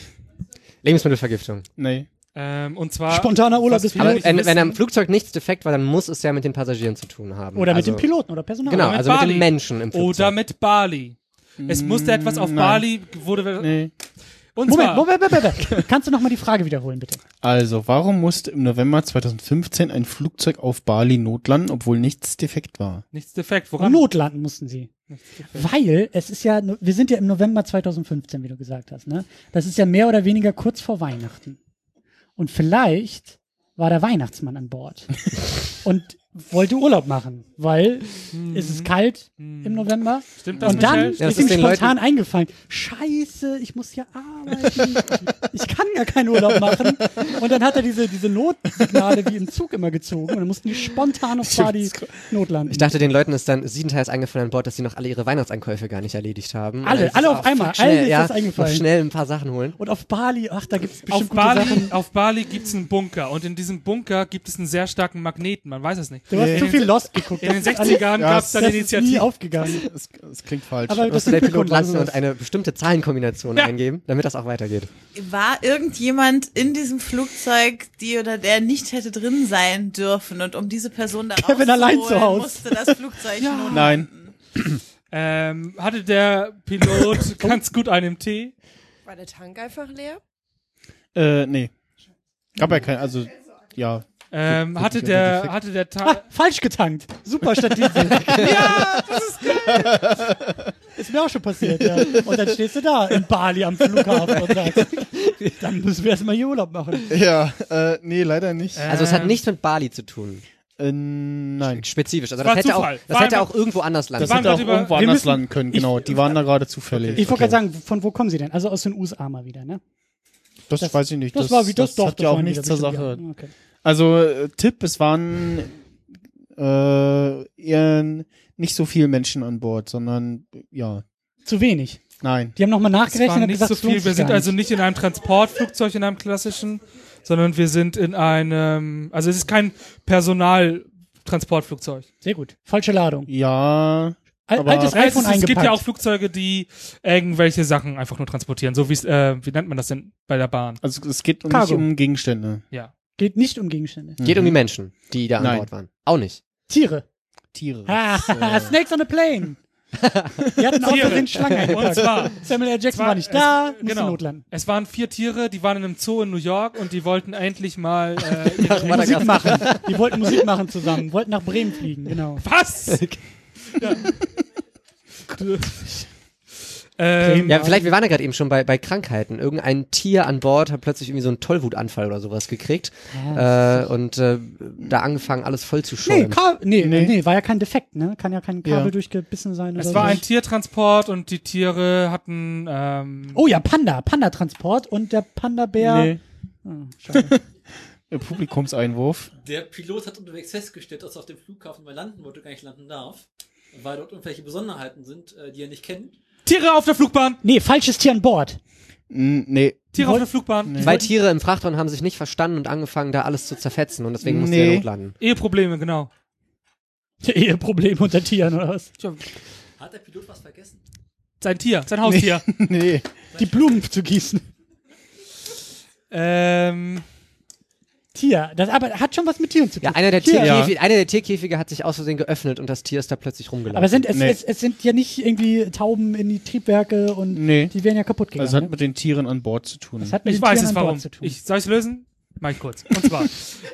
[SPEAKER 7] Lebensmittelvergiftung.
[SPEAKER 2] nee.
[SPEAKER 3] Ähm, und zwar.
[SPEAKER 6] Spontaner Urlaub
[SPEAKER 3] was
[SPEAKER 6] des
[SPEAKER 3] viele
[SPEAKER 7] Aber
[SPEAKER 3] nicht
[SPEAKER 7] wenn, wenn am
[SPEAKER 3] wissen-
[SPEAKER 7] Flugzeug nichts defekt war, dann muss es ja mit den Passagieren zu tun haben.
[SPEAKER 6] Oder mit
[SPEAKER 7] also,
[SPEAKER 6] dem Piloten oder Personal.
[SPEAKER 7] Genau,
[SPEAKER 3] mit
[SPEAKER 7] also mit
[SPEAKER 3] Bali.
[SPEAKER 7] den Menschen im Flugzeug.
[SPEAKER 3] Oder mit Bali. Es musste etwas auf
[SPEAKER 2] nein.
[SPEAKER 3] Bali, wurde.
[SPEAKER 2] Nee.
[SPEAKER 3] Und
[SPEAKER 6] Moment,
[SPEAKER 3] zwar,
[SPEAKER 6] Moment, Moment, Moment. Kannst du nochmal die Frage wiederholen, bitte?
[SPEAKER 2] Also, warum musste im November 2015 ein Flugzeug auf Bali notlanden, obwohl nichts defekt war?
[SPEAKER 3] Nichts defekt. Woran?
[SPEAKER 6] Notlanden mussten sie. Weil es ist ja, wir sind ja im November 2015, wie du gesagt hast, ne? Das ist ja mehr oder weniger kurz vor Weihnachten. Und vielleicht war der Weihnachtsmann an Bord und wollte Urlaub machen, weil es
[SPEAKER 3] Mhm.
[SPEAKER 6] ist kalt im November.
[SPEAKER 3] Stimmt das,
[SPEAKER 6] Und dann
[SPEAKER 3] Michelle?
[SPEAKER 7] Ja, das
[SPEAKER 6] ist ihm
[SPEAKER 7] ist den
[SPEAKER 6] spontan eingefallen, scheiße, ich muss ja arbeiten. ich kann ja keinen Urlaub machen. Und dann hat er diese, diese Notsignale wie im Zug immer gezogen und dann mussten die spontan auf Bali notlanden.
[SPEAKER 7] Ich dachte, den Leuten ist dann siebenteils eingefallen an Bord, dass sie noch alle ihre Weihnachtseinkäufe gar nicht erledigt haben.
[SPEAKER 6] Alle,
[SPEAKER 7] Und dann
[SPEAKER 6] alle
[SPEAKER 7] ist
[SPEAKER 6] auf
[SPEAKER 7] es,
[SPEAKER 6] einmal,
[SPEAKER 7] fuck, schnell,
[SPEAKER 6] allen ist
[SPEAKER 7] ja,
[SPEAKER 6] das eingefallen.
[SPEAKER 7] Noch schnell ein paar Sachen holen.
[SPEAKER 6] Und auf Bali, ach, da gibt's bestimmt
[SPEAKER 3] Auf
[SPEAKER 6] gute
[SPEAKER 3] Bali,
[SPEAKER 6] Sachen.
[SPEAKER 3] auf Bali gibt's einen Bunker und in diesem Bunker gibt es einen sehr starken Magneten, man weiß es nicht.
[SPEAKER 6] Du hast zu viel Lost geguckt.
[SPEAKER 3] In den
[SPEAKER 6] Das ist
[SPEAKER 3] 60ern
[SPEAKER 2] Ja,
[SPEAKER 3] gab's da
[SPEAKER 6] alles-
[SPEAKER 3] die
[SPEAKER 6] das ist nie
[SPEAKER 3] Initiative.
[SPEAKER 6] aufgegangen.
[SPEAKER 2] Das, das klingt falsch.
[SPEAKER 6] Aber das
[SPEAKER 7] Musste
[SPEAKER 6] sind
[SPEAKER 7] der Pilot landen
[SPEAKER 6] Piloten
[SPEAKER 7] und eine bestimmte Zahlenkombination
[SPEAKER 3] Ja.
[SPEAKER 7] eingeben, damit das auch weitergeht.
[SPEAKER 4] War irgendjemand in diesem Flugzeug, die oder der nicht hätte drin sein dürfen und um diese Person da
[SPEAKER 6] Kevin
[SPEAKER 4] rauszuholen,
[SPEAKER 6] allein zu Hause.
[SPEAKER 4] musste das Flugzeug ja.
[SPEAKER 2] Nein.
[SPEAKER 3] Ähm, hatte der Pilot ganz gut einen Tee.
[SPEAKER 9] War der Tank einfach leer?
[SPEAKER 2] Äh, nee. Gab ja kein, also, ja.
[SPEAKER 3] Ähm, hatte der, hatte der
[SPEAKER 6] Ah,
[SPEAKER 3] Ta
[SPEAKER 6] falsch getankt. Super Statistik. ja, das ist geil. Ist mir auch schon passiert, ja. Und dann stehst du da in Bali am Flughafen und sagst, dann müssen wir erstmal hier Urlaub machen.
[SPEAKER 2] Ja, äh, nee, leider nicht.
[SPEAKER 7] Also es hat
[SPEAKER 3] Ähm.
[SPEAKER 7] nichts mit Bali zu tun.
[SPEAKER 2] Äh, nein.
[SPEAKER 7] Spezifisch. Also
[SPEAKER 3] War
[SPEAKER 7] das hätte auch,
[SPEAKER 3] Zufall.
[SPEAKER 7] das
[SPEAKER 3] War
[SPEAKER 7] hätte
[SPEAKER 3] einfach-
[SPEAKER 7] auch irgendwo anders landen
[SPEAKER 2] Das
[SPEAKER 3] waren
[SPEAKER 2] Also hätte auch
[SPEAKER 3] gerade über-
[SPEAKER 2] irgendwo
[SPEAKER 3] wir
[SPEAKER 2] anders
[SPEAKER 6] müssen-
[SPEAKER 2] landen können, genau. die waren da gerade zufällig.
[SPEAKER 6] Ich wollte gerade
[SPEAKER 2] Okay.
[SPEAKER 6] sagen, von wo kommen sie denn? Also aus den USA mal wieder, ne?
[SPEAKER 2] das, weiß ich nicht.
[SPEAKER 6] Das, war wie das, doch.
[SPEAKER 2] hat ja auch
[SPEAKER 6] waren
[SPEAKER 2] nichts
[SPEAKER 6] wieder
[SPEAKER 2] zur Sache.
[SPEAKER 6] bestimmt, ja. Okay.
[SPEAKER 2] Also äh, Tipp, es waren äh, eher n- nicht so viele Menschen an Bord, sondern äh, ja,
[SPEAKER 6] Zu wenig.
[SPEAKER 2] nein.
[SPEAKER 6] Die haben nochmal
[SPEAKER 3] Es
[SPEAKER 6] nachgerechnet
[SPEAKER 3] war
[SPEAKER 6] und
[SPEAKER 3] nicht
[SPEAKER 6] gesagt,
[SPEAKER 3] so
[SPEAKER 6] es lohnt
[SPEAKER 3] viel. Wir
[SPEAKER 6] sich
[SPEAKER 3] sind
[SPEAKER 6] gar
[SPEAKER 3] also
[SPEAKER 6] nicht.
[SPEAKER 3] nicht in einem Transportflugzeug, in einem klassischen, sondern wir sind in einem, also es ist kein Personaltransportflugzeug.
[SPEAKER 6] Sehr gut. Falsche Ladung.
[SPEAKER 2] Ja,
[SPEAKER 6] Al
[SPEAKER 2] Aber-
[SPEAKER 6] altes
[SPEAKER 3] Es,
[SPEAKER 6] iPhone
[SPEAKER 3] ist, es
[SPEAKER 6] eingepackt.
[SPEAKER 3] gibt ja auch Flugzeuge, die irgendwelche Sachen einfach nur transportieren, so wie es, äh, wie nennt man das denn bei der Bahn?
[SPEAKER 2] also es geht um nicht
[SPEAKER 6] Cargo.
[SPEAKER 2] um Gegenstände.
[SPEAKER 3] Ja.
[SPEAKER 6] Geht nicht um Gegenstände.
[SPEAKER 7] Geht um die Menschen, die da an
[SPEAKER 2] Nein.
[SPEAKER 7] Bord waren. Auch nicht.
[SPEAKER 6] Tiere.
[SPEAKER 2] Tiere. äh,
[SPEAKER 6] Ah, Snakes on a Plane. Die hatten auch
[SPEAKER 3] Tiere.
[SPEAKER 6] den Schlangen
[SPEAKER 3] Und
[SPEAKER 6] eingepackt.
[SPEAKER 3] zwar,
[SPEAKER 6] Samuel L. Jackson
[SPEAKER 3] Zwar-
[SPEAKER 6] war nicht da,
[SPEAKER 3] es-
[SPEAKER 6] musste
[SPEAKER 3] genau.
[SPEAKER 6] notlanden.
[SPEAKER 3] es waren vier Tiere, die waren in einem Zoo in New York und die wollten endlich mal äh, ihre
[SPEAKER 6] Musik machen. Die wollten Musik machen zusammen, wollten nach Bremen fliegen, genau.
[SPEAKER 3] Was? ja. ähm,
[SPEAKER 6] Bremen.
[SPEAKER 7] Ja, vielleicht, wir waren ja gerade eben schon bei, bei Krankheiten. Irgendein Tier an Bord hat plötzlich irgendwie so einen Tollwutanfall oder sowas gekriegt. Äh, und äh, da angefangen, alles voll zu
[SPEAKER 6] Nee,
[SPEAKER 7] schäumen.
[SPEAKER 6] Ka nee, nee.
[SPEAKER 2] Nee.
[SPEAKER 6] nee, war ja kein Defekt, ne? Kann ja kein Kabel
[SPEAKER 2] Ja.
[SPEAKER 6] durchgebissen sein
[SPEAKER 3] es
[SPEAKER 6] oder
[SPEAKER 3] war
[SPEAKER 6] so.
[SPEAKER 3] ein Tiertransport und die Tiere hatten ähm,
[SPEAKER 6] Oh ja, Panda, Panda-Transport und der Panda-Bär.
[SPEAKER 2] Nee,
[SPEAKER 6] Oh, schade.
[SPEAKER 2] äh, Publikumseinwurf.
[SPEAKER 8] Der Pilot hat unterwegs festgestellt, dass er auf dem Flughafen, wo er landen wollte, gar nicht landen darf, weil dort irgendwelche Besonderheiten sind, äh, die er nicht kennt.
[SPEAKER 3] Tiere auf der Flugbahn.
[SPEAKER 6] nee, falsches Tier an Bord.
[SPEAKER 2] N nee,
[SPEAKER 3] Tiere auf der Flugbahn.
[SPEAKER 7] Zwei Tiere im Frachtraum haben sich nicht verstanden und angefangen, da alles zu zerfetzen. Und deswegen mussten
[SPEAKER 2] Nee.
[SPEAKER 7] wir notlanden.
[SPEAKER 3] Eheprobleme, genau.
[SPEAKER 6] Eheproblem unter Tieren oder was?
[SPEAKER 8] Hat der Pilot was vergessen?
[SPEAKER 3] Sein Tier, sein Haustier.
[SPEAKER 2] nee.
[SPEAKER 6] Die Blumen zu gießen.
[SPEAKER 3] ähm,
[SPEAKER 6] Tier, das aber hat schon was mit Tieren zu tun.
[SPEAKER 7] Ja, einer der,
[SPEAKER 6] Hier.
[SPEAKER 7] Tierkäfige, einer der Tierkäfige hat sich aus Versehen geöffnet und das Tier ist da plötzlich rumgelaufen.
[SPEAKER 6] Aber sind, es,
[SPEAKER 2] Nee.
[SPEAKER 6] es, es sind ja nicht irgendwie Tauben in die Triebwerke und
[SPEAKER 2] Nee.
[SPEAKER 6] die wären ja kaputt gegangen.
[SPEAKER 2] Hm. Also es hat
[SPEAKER 6] ne?
[SPEAKER 2] mit den Tieren an Bord zu tun.
[SPEAKER 6] das hat mit
[SPEAKER 3] ich
[SPEAKER 6] den
[SPEAKER 3] weiß
[SPEAKER 6] Tieren
[SPEAKER 3] es
[SPEAKER 6] an Bord
[SPEAKER 3] warum.
[SPEAKER 6] Zu tun.
[SPEAKER 3] Ich soll ich lösen? Mach ich kurz. Und zwar,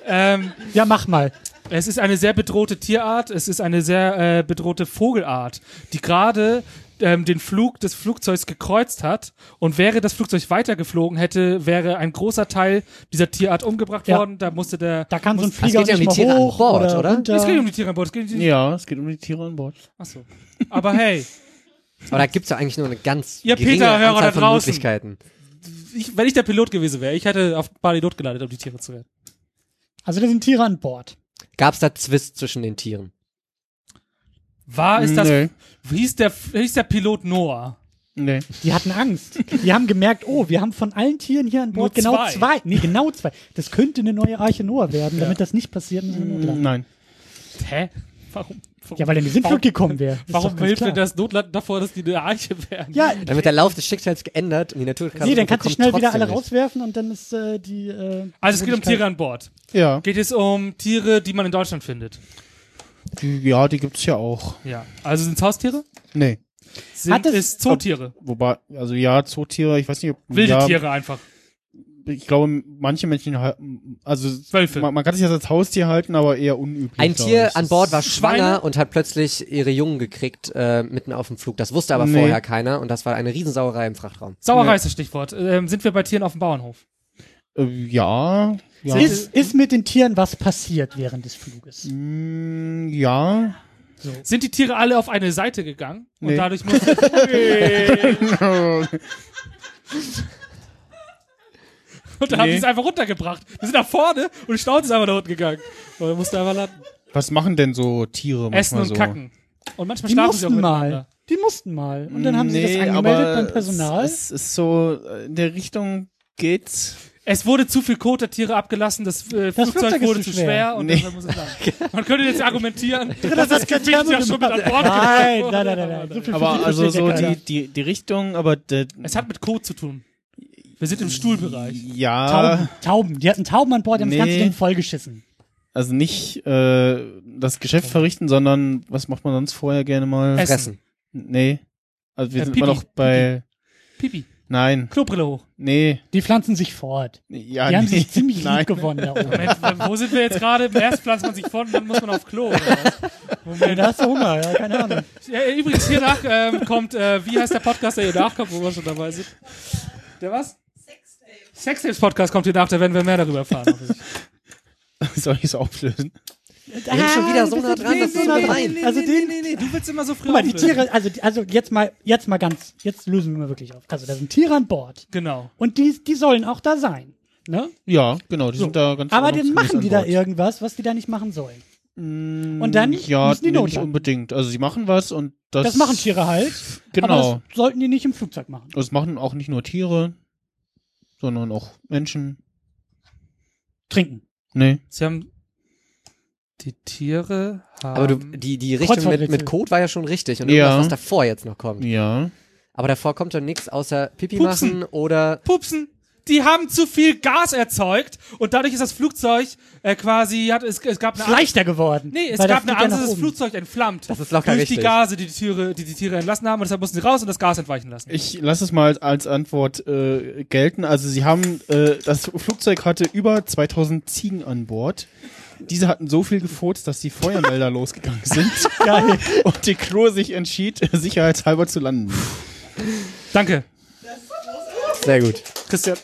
[SPEAKER 3] ähm,
[SPEAKER 6] ja, mach mal.
[SPEAKER 3] es ist eine sehr bedrohte Tierart. Es ist eine sehr äh, bedrohte Vogelart, die gerade ähm, den Flug des Flugzeugs gekreuzt hat. Und wäre das Flugzeug weitergeflogen hätte, wäre ein großer Teil dieser Tierart umgebracht
[SPEAKER 6] Ja.
[SPEAKER 3] worden. Da musste der
[SPEAKER 6] Da kann so ein
[SPEAKER 7] geht ja
[SPEAKER 6] Flieger
[SPEAKER 7] um
[SPEAKER 6] nicht
[SPEAKER 7] die
[SPEAKER 6] mal
[SPEAKER 7] Tiere an
[SPEAKER 6] hoch
[SPEAKER 7] Bord,
[SPEAKER 6] oder,
[SPEAKER 7] oder?
[SPEAKER 6] runter.
[SPEAKER 3] es geht um die Tiere an Bord. Es geht um die
[SPEAKER 2] ja, es geht um die Tiere an Bord.
[SPEAKER 3] Achso. Aber hey,
[SPEAKER 7] Aber da gibt's ja eigentlich nur eine ganz
[SPEAKER 3] Ihr
[SPEAKER 7] geringe
[SPEAKER 3] Peter-Hörer
[SPEAKER 7] Anzahl
[SPEAKER 3] da
[SPEAKER 7] von
[SPEAKER 3] draußen.
[SPEAKER 7] Möglichkeiten.
[SPEAKER 3] ich, wenn ich der Pilot gewesen wäre, ich hätte auf Bali Lot gelandet, um die Tiere zu retten.
[SPEAKER 6] Also da sind Tiere an Bord.
[SPEAKER 7] Gab's da Zwist zwischen den Tieren?
[SPEAKER 3] War es das?
[SPEAKER 2] Nee.
[SPEAKER 3] Hieß der, hieß der Pilot Noah?
[SPEAKER 2] Nee.
[SPEAKER 6] Die hatten Angst. Die haben gemerkt, oh, wir haben von allen Tieren hier an Bord
[SPEAKER 3] Nur
[SPEAKER 6] genau
[SPEAKER 3] zwei.
[SPEAKER 6] zwei. Nee, genau zwei.
[SPEAKER 2] Mm,
[SPEAKER 6] Das könnte eine neue Arche Noah werden, damit das nicht passiert. müssen wir notlanden.
[SPEAKER 2] Nein.
[SPEAKER 3] Hä? Warum?
[SPEAKER 6] Ja, weil er in die Sintflut
[SPEAKER 3] Warum-
[SPEAKER 6] gekommen wäre. Ist
[SPEAKER 3] Warum
[SPEAKER 6] doch ganz
[SPEAKER 3] hilft
[SPEAKER 6] klar.
[SPEAKER 3] denn das Notland davor, dass die eine Arche werden?
[SPEAKER 6] Ja,
[SPEAKER 7] Dann wird der Lauf des Schicksals geändert und die Naturkatastrophe
[SPEAKER 3] also
[SPEAKER 6] nee, dann kannst du
[SPEAKER 7] kommt
[SPEAKER 6] schnell wieder
[SPEAKER 7] trotzdem
[SPEAKER 6] alle
[SPEAKER 7] nicht.
[SPEAKER 6] rauswerfen und dann ist äh, die. Äh,
[SPEAKER 3] Also es geht um
[SPEAKER 6] Möglichkeit-
[SPEAKER 3] Tiere an Bord.
[SPEAKER 2] Ja,
[SPEAKER 3] Geht es um Tiere, die man in Deutschland findet?
[SPEAKER 2] die, ja, die gibt's ja auch.
[SPEAKER 3] Ja. Also sind es Haustiere?
[SPEAKER 2] Nee.
[SPEAKER 3] Sind
[SPEAKER 6] Hat es-
[SPEAKER 3] es Zootiere?
[SPEAKER 2] Wobei, also ja, Zootiere, ich weiß nicht, ob.
[SPEAKER 3] Wilde
[SPEAKER 2] ja,
[SPEAKER 3] Tiere einfach.
[SPEAKER 2] Ich glaube, manche Menschen halten, also.
[SPEAKER 3] Wölfe.
[SPEAKER 2] Man, man kann es jetzt als Haustier halten, aber eher unüblich.
[SPEAKER 7] Ein
[SPEAKER 2] glaube
[SPEAKER 7] Tier
[SPEAKER 2] ich.
[SPEAKER 7] an Bord war schwanger
[SPEAKER 3] Schweine?
[SPEAKER 7] und hat plötzlich ihre Jungen gekriegt äh, mitten auf dem Flug. Das wusste aber
[SPEAKER 2] Nee.
[SPEAKER 7] vorher keiner und das war eine Riesensauerei im Frachtraum.
[SPEAKER 3] Sauerei
[SPEAKER 2] Ja.
[SPEAKER 3] ist das Stichwort. Ähm, sind wir bei Tieren auf dem Bauernhof?
[SPEAKER 2] Äh, ja. Ja.
[SPEAKER 6] Ist, ist mit den Tieren was passiert während des Fluges?
[SPEAKER 3] Mhm.
[SPEAKER 2] Mm, ja.
[SPEAKER 3] Sind die Tiere alle auf eine Seite gegangen? Und
[SPEAKER 2] Nee.
[SPEAKER 3] dadurch muss. Und dann haben die
[SPEAKER 2] Nee.
[SPEAKER 3] es einfach runtergebracht. Die sind nach vorne und die Schnauze ist einfach da unten gegangen. Und dann musste einfach landen.
[SPEAKER 2] Was machen denn so Tiere manchmal
[SPEAKER 3] Essen und
[SPEAKER 2] so?
[SPEAKER 3] kacken. Und manchmal
[SPEAKER 6] Die
[SPEAKER 3] schlafen sie auch
[SPEAKER 6] mussten mal.
[SPEAKER 3] miteinander.
[SPEAKER 6] Die mussten mal. Und dann haben sie
[SPEAKER 2] Nee,
[SPEAKER 6] das angemeldet
[SPEAKER 2] aber
[SPEAKER 6] beim Personal.
[SPEAKER 2] Es, es ist so, äh, in der Richtung geht's.
[SPEAKER 3] Es wurde zu viel Kot der Tiere abgelassen, das, äh,
[SPEAKER 6] Das
[SPEAKER 3] Flugzeug
[SPEAKER 6] Flugzeug ist
[SPEAKER 3] wurde zu
[SPEAKER 6] zu
[SPEAKER 3] schwer,
[SPEAKER 6] schwer.
[SPEAKER 3] und
[SPEAKER 2] Nee.
[SPEAKER 3] deshalb muss es landen. Man könnte jetzt argumentieren, dass
[SPEAKER 6] hat
[SPEAKER 3] das Gewicht ja
[SPEAKER 6] Thermo
[SPEAKER 3] schon mit an
[SPEAKER 6] gemacht.
[SPEAKER 3] Bord
[SPEAKER 6] Nein,
[SPEAKER 3] genommen
[SPEAKER 6] nein,
[SPEAKER 3] wurde.
[SPEAKER 6] nein, nein, nein. So viel
[SPEAKER 2] Aber
[SPEAKER 6] Physik
[SPEAKER 2] also
[SPEAKER 6] versteht
[SPEAKER 2] so
[SPEAKER 6] ja keiner.
[SPEAKER 2] die, die, die Richtung, aber der,
[SPEAKER 3] Es hat mit Kot zu tun. Wir sind im Stuhlbereich.
[SPEAKER 2] ja,
[SPEAKER 6] Tauben, Tauben. Die hatten Tauben an Bord, die haben das ganze
[SPEAKER 2] Ah. Nee.
[SPEAKER 6] Ding vollgeschissen.
[SPEAKER 2] also nicht äh, das Geschäft verrichten, sondern was macht man sonst vorher gerne mal?
[SPEAKER 3] Essen.
[SPEAKER 7] Fressen.
[SPEAKER 2] Nee. Also wir
[SPEAKER 3] Äh,
[SPEAKER 2] sind
[SPEAKER 3] Pipi,
[SPEAKER 2] immer noch bei
[SPEAKER 3] Pipi.
[SPEAKER 2] Nein,
[SPEAKER 3] Klobrille hoch.
[SPEAKER 2] nee.
[SPEAKER 6] Die pflanzen sich fort.
[SPEAKER 2] Ja,
[SPEAKER 6] Die haben
[SPEAKER 2] nee.
[SPEAKER 6] sich ziemlich
[SPEAKER 2] Nein.
[SPEAKER 6] lieb gewonnen da oben.
[SPEAKER 3] Moment, wo sind wir jetzt gerade? Erst pflanzt man sich fort und dann muss man auf Klo. Oder was? Moment.
[SPEAKER 6] Da hast du Hunger, ja, keine Ahnung.
[SPEAKER 3] Ja, übrigens, hier nach ähm, kommt, äh, wie heißt der Podcast, der hier nachkommt, wo wir schon dabei sind? Der was? Sextapes Podcast kommt hier nach, da werden wir mehr darüber erfahren. hoffe ich.
[SPEAKER 2] Soll ich es auflösen?
[SPEAKER 7] Wir sind schon wieder so nah dran, das ist
[SPEAKER 6] nee,
[SPEAKER 7] gemein.
[SPEAKER 6] nee, Also den,
[SPEAKER 3] Du willst immer so früh
[SPEAKER 6] guck mal, die
[SPEAKER 3] auflösen.
[SPEAKER 6] Tiere, also, die- also jetzt mal, jetzt mal ganz, jetzt lösen wir mal wirklich auf. Also da sind Tiere an Bord.
[SPEAKER 3] Genau.
[SPEAKER 6] Und die, die sollen auch da sein. Ne?
[SPEAKER 2] Ja, genau, die sind da ganz
[SPEAKER 6] Aber dann
[SPEAKER 2] ordnungsgemäß
[SPEAKER 6] machen die
[SPEAKER 2] an
[SPEAKER 6] da
[SPEAKER 2] Bord.
[SPEAKER 6] irgendwas, was die da nicht machen sollen. Und dann
[SPEAKER 2] Mm, Ja,
[SPEAKER 6] müssen die
[SPEAKER 2] nee,
[SPEAKER 6] Not
[SPEAKER 2] nicht
[SPEAKER 6] landen.
[SPEAKER 2] unbedingt. Also sie machen was und das
[SPEAKER 6] Das machen Tiere halt.
[SPEAKER 2] Genau.
[SPEAKER 6] Aber das sollten die nicht im Flugzeug machen.
[SPEAKER 2] Das machen auch nicht nur Tiere, sondern auch Menschen.
[SPEAKER 6] Trinken.
[SPEAKER 2] Nee.
[SPEAKER 3] Sie haben. Die Tiere haben.
[SPEAKER 7] Aber du, die, die Richtung mit,
[SPEAKER 6] Kreuzworträtsel.
[SPEAKER 7] mit Code war ja schon richtig und
[SPEAKER 2] Ja.
[SPEAKER 7] irgendwas, was davor jetzt noch kommt.
[SPEAKER 2] Ja.
[SPEAKER 7] Aber davor kommt dann nichts außer Pipi
[SPEAKER 3] Pupsen.
[SPEAKER 7] machen oder
[SPEAKER 3] Pupsen. Die haben zu viel Gas erzeugt und dadurch ist das Flugzeug äh, quasi hat es, es gab eine
[SPEAKER 6] Ist leichter geworden.
[SPEAKER 3] Nee, es
[SPEAKER 6] Weil da
[SPEAKER 3] gab eine
[SPEAKER 6] fliegt ja
[SPEAKER 3] Angst,
[SPEAKER 6] nach
[SPEAKER 3] dass das
[SPEAKER 6] oben.
[SPEAKER 3] Flugzeug entflammt.
[SPEAKER 7] Das ist locker
[SPEAKER 3] Durch die
[SPEAKER 7] richtig.
[SPEAKER 3] Gase, die die Tiere, die die Tiere entlassen haben und deshalb mussten sie raus und das Gas entweichen lassen.
[SPEAKER 2] Ich lasse es mal als Antwort äh, gelten. Also sie haben, äh, das Flugzeug hatte über 2000 Ziegen an Bord. Diese hatten so viel gefurzt, dass die Feuermelder losgegangen sind
[SPEAKER 6] Geil.
[SPEAKER 2] und die Crew sich entschied, sicherheitshalber zu landen.
[SPEAKER 3] Danke.
[SPEAKER 7] sehr gut.
[SPEAKER 2] Christian.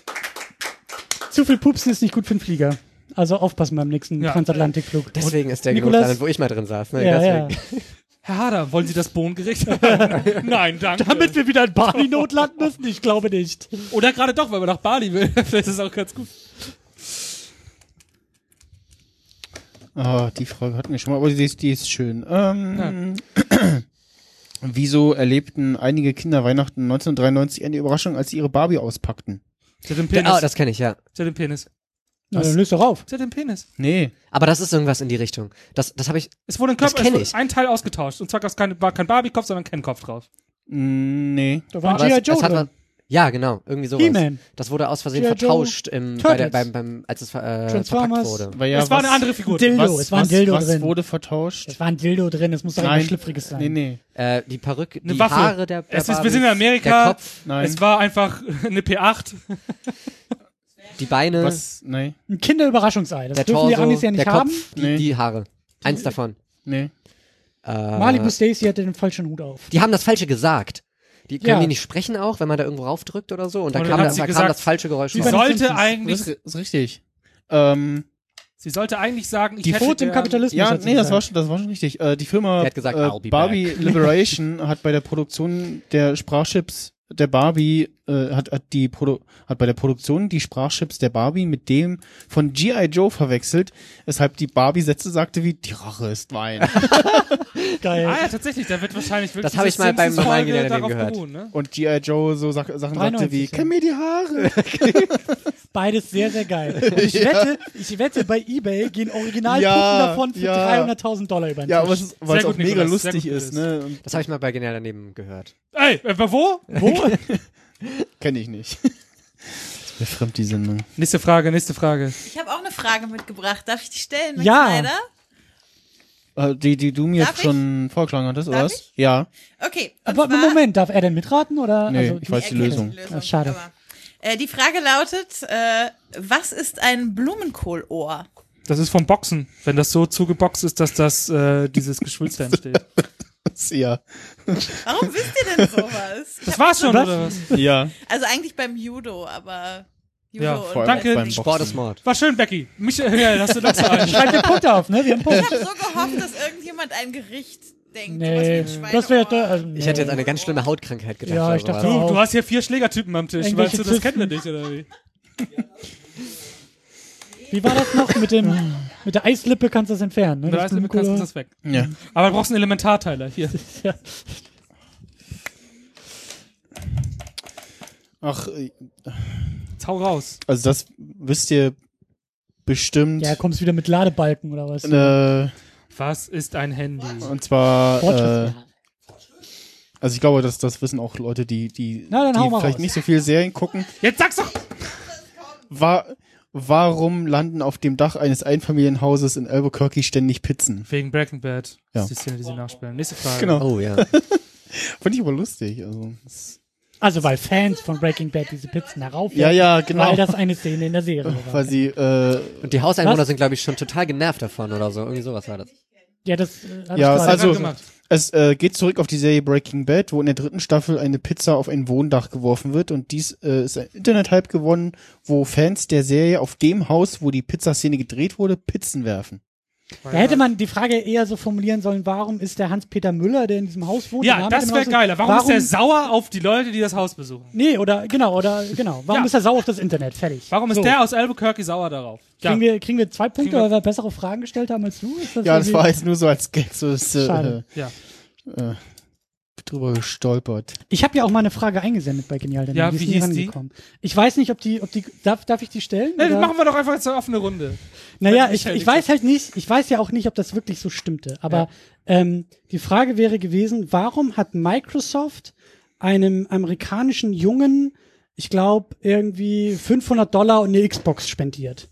[SPEAKER 6] Zu viel Pupsen ist nicht gut für den Flieger. Also aufpassen beim nächsten
[SPEAKER 3] Ja.
[SPEAKER 6] Transatlantikflug.
[SPEAKER 7] Deswegen ist der
[SPEAKER 6] Nikolas-
[SPEAKER 7] Nikolas, wo ich mal drin saß. Ne?
[SPEAKER 6] ja, ja.
[SPEAKER 7] Deswegen.
[SPEAKER 3] Herr Hader, wollen Sie das Bohngericht? haben? Nein, danke.
[SPEAKER 6] Damit wir wieder in Bali notlanden müssen? Ich glaube nicht.
[SPEAKER 3] Oder gerade doch, weil man nach Bali will. Vielleicht ist es auch ganz gut.
[SPEAKER 2] Ah, die Frage hatten wir schon mal, aber die ist, die ist schön.
[SPEAKER 7] Mm.
[SPEAKER 2] Ähm, Wieso erlebten einige Kinder Weihnachten 1993 eine Überraschung, als sie ihre Barbie auspackten?
[SPEAKER 3] Sie hat den
[SPEAKER 7] Der,
[SPEAKER 3] Penis.
[SPEAKER 7] ah, das kenne ich, ja.
[SPEAKER 3] Sie hat den Penis.
[SPEAKER 6] Na, dann löst doch auf.
[SPEAKER 3] Sie hat den Penis.
[SPEAKER 2] Nee.
[SPEAKER 7] Aber das ist irgendwas in die Richtung. Das, das habe ich.
[SPEAKER 3] Es wurde ein
[SPEAKER 7] Das
[SPEAKER 3] Körper,
[SPEAKER 7] kenn
[SPEAKER 3] es wurde
[SPEAKER 7] ich.
[SPEAKER 3] ein Teil ausgetauscht. Und zwar gab's kein, war kein Barbie-Kopf, sondern kein Kopf drauf.
[SPEAKER 2] Mm, Nee.
[SPEAKER 6] Da war
[SPEAKER 7] Aber
[SPEAKER 6] ein G.I.
[SPEAKER 7] es- es
[SPEAKER 6] Joe
[SPEAKER 7] hat
[SPEAKER 6] drin.
[SPEAKER 7] was- ja, genau, irgendwie sowas.
[SPEAKER 6] He-Man.
[SPEAKER 7] Das wurde aus Versehen
[SPEAKER 6] G.I. Joe,
[SPEAKER 7] vertauscht, im, bei der, beim,
[SPEAKER 6] Turtles.
[SPEAKER 7] beim, als es ver- äh, verpackt
[SPEAKER 6] Transformers.
[SPEAKER 7] wurde.
[SPEAKER 2] Weil ja
[SPEAKER 3] es war
[SPEAKER 2] was-
[SPEAKER 3] eine andere Figur.
[SPEAKER 6] Dildo,
[SPEAKER 2] Was,
[SPEAKER 6] es war ein
[SPEAKER 2] was,
[SPEAKER 6] Dildo
[SPEAKER 2] was
[SPEAKER 6] drin.
[SPEAKER 2] wurde vertauscht?
[SPEAKER 6] Es war ein Dildo drin, es muss doch irgendwas Schlüpfriges sein.
[SPEAKER 2] Nee, nee.
[SPEAKER 7] Äh, die Perücke,
[SPEAKER 3] Eine
[SPEAKER 7] die
[SPEAKER 3] Waffe.
[SPEAKER 7] Haare der, der
[SPEAKER 3] Es ist, wir
[SPEAKER 7] Barbies,
[SPEAKER 3] sind in Amerika.
[SPEAKER 7] Der Kopf,
[SPEAKER 2] Nein.
[SPEAKER 3] Es war einfach eine P8.
[SPEAKER 7] die Beine,
[SPEAKER 2] was? Nee.
[SPEAKER 6] Ein Kinderüberraschungsei. Das
[SPEAKER 7] der
[SPEAKER 6] dürfen
[SPEAKER 7] Torso,
[SPEAKER 6] die Amis ja nicht
[SPEAKER 7] der
[SPEAKER 6] haben.
[SPEAKER 7] Kopf, die,
[SPEAKER 2] Nee.
[SPEAKER 7] die Haare. Eins davon.
[SPEAKER 2] Nee.
[SPEAKER 7] Äh,
[SPEAKER 6] Malibu Stacy hatte den falschen Hut auf.
[SPEAKER 7] Die haben das Falsche gesagt. Die können
[SPEAKER 6] Ja.
[SPEAKER 7] die nicht sprechen auch, wenn man da irgendwo raufdrückt oder so. Und dann
[SPEAKER 3] Und dann
[SPEAKER 7] kam,
[SPEAKER 3] hat
[SPEAKER 7] da,
[SPEAKER 3] sie
[SPEAKER 7] da kam
[SPEAKER 3] gesagt,
[SPEAKER 7] das falsche Geräusch
[SPEAKER 3] Sie
[SPEAKER 7] raus.
[SPEAKER 6] Soll-
[SPEAKER 3] sollte
[SPEAKER 6] Simpsons.
[SPEAKER 3] eigentlich,
[SPEAKER 2] Das ist, ist richtig. Ähm,
[SPEAKER 3] sie sollte eigentlich sagen, ich
[SPEAKER 2] Die
[SPEAKER 3] hätte
[SPEAKER 6] Tot im
[SPEAKER 3] gern-
[SPEAKER 6] Kapitalismus.
[SPEAKER 2] ja,
[SPEAKER 6] hat sie
[SPEAKER 2] nee, das war,
[SPEAKER 6] gesagt.
[SPEAKER 2] schon, das war schon richtig. Äh, die Firma
[SPEAKER 7] Der hat gesagt, I'll
[SPEAKER 2] äh,
[SPEAKER 7] be
[SPEAKER 2] Barbie Liberation hat bei der Produktion der Sprachchips der Barbie äh, hat, hat, die Produ hat bei der Produktion die Sprachchips der Barbie mit dem von G.I. Joe verwechselt, weshalb die Barbie Sätze sagte wie, die Rache ist Wein.
[SPEAKER 6] Geil.
[SPEAKER 3] Ah ja, tatsächlich, da wird wahrscheinlich wirklich
[SPEAKER 7] Das habe ich mal beim normalen General
[SPEAKER 3] darauf
[SPEAKER 7] gehört.
[SPEAKER 3] beruhen, ne?
[SPEAKER 2] Und G.I. Joe so Sach- Sachen sagte wie,
[SPEAKER 6] 93,
[SPEAKER 2] kämm mir die Haare.
[SPEAKER 6] Beides sehr, sehr geil. Und ich, wette, ich wette, bei Ebay gehen Originalpuppen
[SPEAKER 2] Ja,
[SPEAKER 6] davon für
[SPEAKER 2] ja.
[SPEAKER 6] 300.000 Dollar über den
[SPEAKER 2] ja,
[SPEAKER 6] Tisch.
[SPEAKER 2] aber es ist- weil es
[SPEAKER 3] Sehr
[SPEAKER 2] auch
[SPEAKER 3] gut,
[SPEAKER 2] mega
[SPEAKER 3] Nikolas, sehr
[SPEAKER 2] lustig
[SPEAKER 3] gut
[SPEAKER 2] ist,
[SPEAKER 3] gelöst.
[SPEAKER 2] ne? Und
[SPEAKER 7] Das habe ich mal bei Genial daneben gehört.
[SPEAKER 3] Ey, äh, wo?
[SPEAKER 6] Wo?
[SPEAKER 2] Kenn ich nicht. Ist mir fremd, die Sendung.
[SPEAKER 3] Nächste Frage, nächste Frage.
[SPEAKER 4] Ich habe auch eine Frage mitgebracht. Darf ich die stellen, Max
[SPEAKER 6] Ja.
[SPEAKER 4] Schneider?
[SPEAKER 2] Äh, die, die du mir
[SPEAKER 4] Darf ich?
[SPEAKER 2] schon vorgeschlagen hattest, oder
[SPEAKER 4] Darf
[SPEAKER 2] was?
[SPEAKER 4] ich?
[SPEAKER 2] Ja.
[SPEAKER 4] Okay. und
[SPEAKER 6] Aber
[SPEAKER 4] zwar-
[SPEAKER 6] Moment, darf er denn mitraten? Oder? Also,
[SPEAKER 2] Nee, ich weiß
[SPEAKER 4] Er
[SPEAKER 2] die
[SPEAKER 4] kennt
[SPEAKER 2] Lösung.
[SPEAKER 6] Ah, schade.
[SPEAKER 4] aber- Äh, die Frage lautet, äh, was ist ein Blumenkohlohr?
[SPEAKER 3] Das ist vom Boxen, wenn das so zugeboxt ist, dass das äh, dieses Geschwulste entsteht.
[SPEAKER 2] Ja.
[SPEAKER 4] Warum wisst ihr denn sowas? Ich
[SPEAKER 3] Das
[SPEAKER 4] hab-
[SPEAKER 3] war's schon, oder was?
[SPEAKER 2] Ja.
[SPEAKER 4] also eigentlich beim Judo, aber Judo
[SPEAKER 3] Ja,
[SPEAKER 4] und
[SPEAKER 2] vor allem
[SPEAKER 3] Danke.
[SPEAKER 2] auch beim
[SPEAKER 7] Sport
[SPEAKER 2] Boxen.
[SPEAKER 7] ist Mord.
[SPEAKER 3] War schön, Becky. Michael, hast du noch so einen?
[SPEAKER 6] Schreib den Punkt auf, ne? Wir haben
[SPEAKER 4] Ich
[SPEAKER 6] einen Punkt.
[SPEAKER 4] habe so gehofft, dass irgendjemand ein Gericht denkt.
[SPEAKER 6] Nee,
[SPEAKER 4] sowas wie ein
[SPEAKER 6] das wäre.
[SPEAKER 4] Schweineohr.
[SPEAKER 6] Also, nee.
[SPEAKER 7] Ich hätte jetzt eine ganz schlimme Hautkrankheit gedacht.
[SPEAKER 6] Ja,
[SPEAKER 7] oder
[SPEAKER 6] ich dachte
[SPEAKER 7] sowas.
[SPEAKER 3] Du, du hast hier vier Schlägertypen am Tisch, weißt
[SPEAKER 6] Irgendwelche
[SPEAKER 3] du, das kennen wir
[SPEAKER 6] Typen.
[SPEAKER 3] nicht, oder wie?
[SPEAKER 6] Wie war das noch mit dem. Mit der Eislippe kannst du das entfernen, ne?
[SPEAKER 3] Mit der
[SPEAKER 6] Das
[SPEAKER 3] Eislippe kannst du
[SPEAKER 6] Blumenkohle-
[SPEAKER 3] das weg.
[SPEAKER 2] Ja.
[SPEAKER 3] Aber du brauchst einen Elementarteiler hier.
[SPEAKER 2] Ach, äh,
[SPEAKER 3] Hau raus.
[SPEAKER 2] also das wisst ihr bestimmt.
[SPEAKER 6] Ja, kommst wieder mit Ladebalken oder was?
[SPEAKER 2] äh,
[SPEAKER 3] Was ist ein Handy?
[SPEAKER 2] und zwar. Äh,
[SPEAKER 6] Fortschrittsjahr.
[SPEAKER 2] also ich glaube, dass das wissen auch Leute, die, die,
[SPEAKER 6] Na, dann
[SPEAKER 2] die
[SPEAKER 6] hau mal
[SPEAKER 2] vielleicht
[SPEAKER 6] raus.
[SPEAKER 2] nicht so viel Serien gucken.
[SPEAKER 3] Jetzt sag's doch!
[SPEAKER 2] Wa warum landen auf dem Dach eines Einfamilienhauses in Albuquerque ständig Pizzen?
[SPEAKER 3] Wegen Breaking Bad.
[SPEAKER 2] Ja.
[SPEAKER 3] Das ist die Szene, die sie nachspielen. Nächste Frage.
[SPEAKER 2] Genau.
[SPEAKER 7] Oh ja.
[SPEAKER 2] Fand ich aber lustig. Also.
[SPEAKER 6] Also, weil Fans von Breaking Bad diese Pizzen herauf.
[SPEAKER 2] Ja, ja, genau.
[SPEAKER 6] Weil das eine Szene in der Serie war.
[SPEAKER 2] Weil sie, äh,
[SPEAKER 7] Und die Hauseinwohner
[SPEAKER 6] Was?
[SPEAKER 7] sind, glaube ich, schon total genervt davon oder so. Irgendwie sowas war das.
[SPEAKER 6] Ja, das. äh, hab ich
[SPEAKER 2] Ja,
[SPEAKER 6] gerade
[SPEAKER 2] also-
[SPEAKER 6] gesagt.
[SPEAKER 2] es äh, geht zurück auf die Serie Breaking Bad, wo in der dritten Staffel eine Pizza auf ein Wohndach geworfen wird und dies äh, ist ein Internet-Hype gewonnen, wo Fans der Serie auf dem Haus, wo die Pizzaszene gedreht wurde, Pizzen werfen.
[SPEAKER 6] Da hätte man die Frage eher so formulieren sollen, warum ist der Hans-Peter Müller, der in diesem Haus wohnt? der
[SPEAKER 3] Ja,
[SPEAKER 6] Name
[SPEAKER 3] das
[SPEAKER 6] in dem
[SPEAKER 3] wäre
[SPEAKER 6] Haus-
[SPEAKER 3] geiler. Warum, ist er sauer auf die Leute, die das Haus besuchen?
[SPEAKER 6] Nee, oder, genau, oder, genau. Warum
[SPEAKER 3] Ja.
[SPEAKER 6] ist er sauer auf das Internet? Fertig.
[SPEAKER 3] Warum ist
[SPEAKER 6] so.
[SPEAKER 3] der aus Albuquerque sauer darauf? Ja.
[SPEAKER 6] Kriegen, wir, kriegen wir zwei Punkte,
[SPEAKER 3] Kriegen wir-
[SPEAKER 6] weil wir bessere Fragen gestellt haben als du? Ist
[SPEAKER 2] Ja, das
[SPEAKER 6] irgendwie-
[SPEAKER 2] war jetzt nur so als Gag, so ist äh,
[SPEAKER 6] Schade.
[SPEAKER 3] Ja.
[SPEAKER 2] äh, drüber gestolpert.
[SPEAKER 6] Ich habe ja auch mal eine Frage eingesendet bei Genial, denn
[SPEAKER 3] Ja,
[SPEAKER 6] die
[SPEAKER 3] wie
[SPEAKER 6] ist nie
[SPEAKER 3] hieß die?
[SPEAKER 6] rangekommen. Ich weiß nicht, ob die, ob die, darf, darf ich die stellen?
[SPEAKER 3] Nee,
[SPEAKER 6] oder?
[SPEAKER 3] machen wir doch einfach jetzt eine offene Runde.
[SPEAKER 6] Naja,
[SPEAKER 3] Wenn
[SPEAKER 6] ich,
[SPEAKER 3] Michael
[SPEAKER 6] ich
[SPEAKER 3] nicht
[SPEAKER 6] weiß halt nicht, ich weiß ja auch nicht, ob das wirklich so stimmte. Aber ähm, die Frage wäre gewesen, warum hat Microsoft einem amerikanischen Jungen, ich glaube, irgendwie 500 Dollar und eine Xbox spendiert?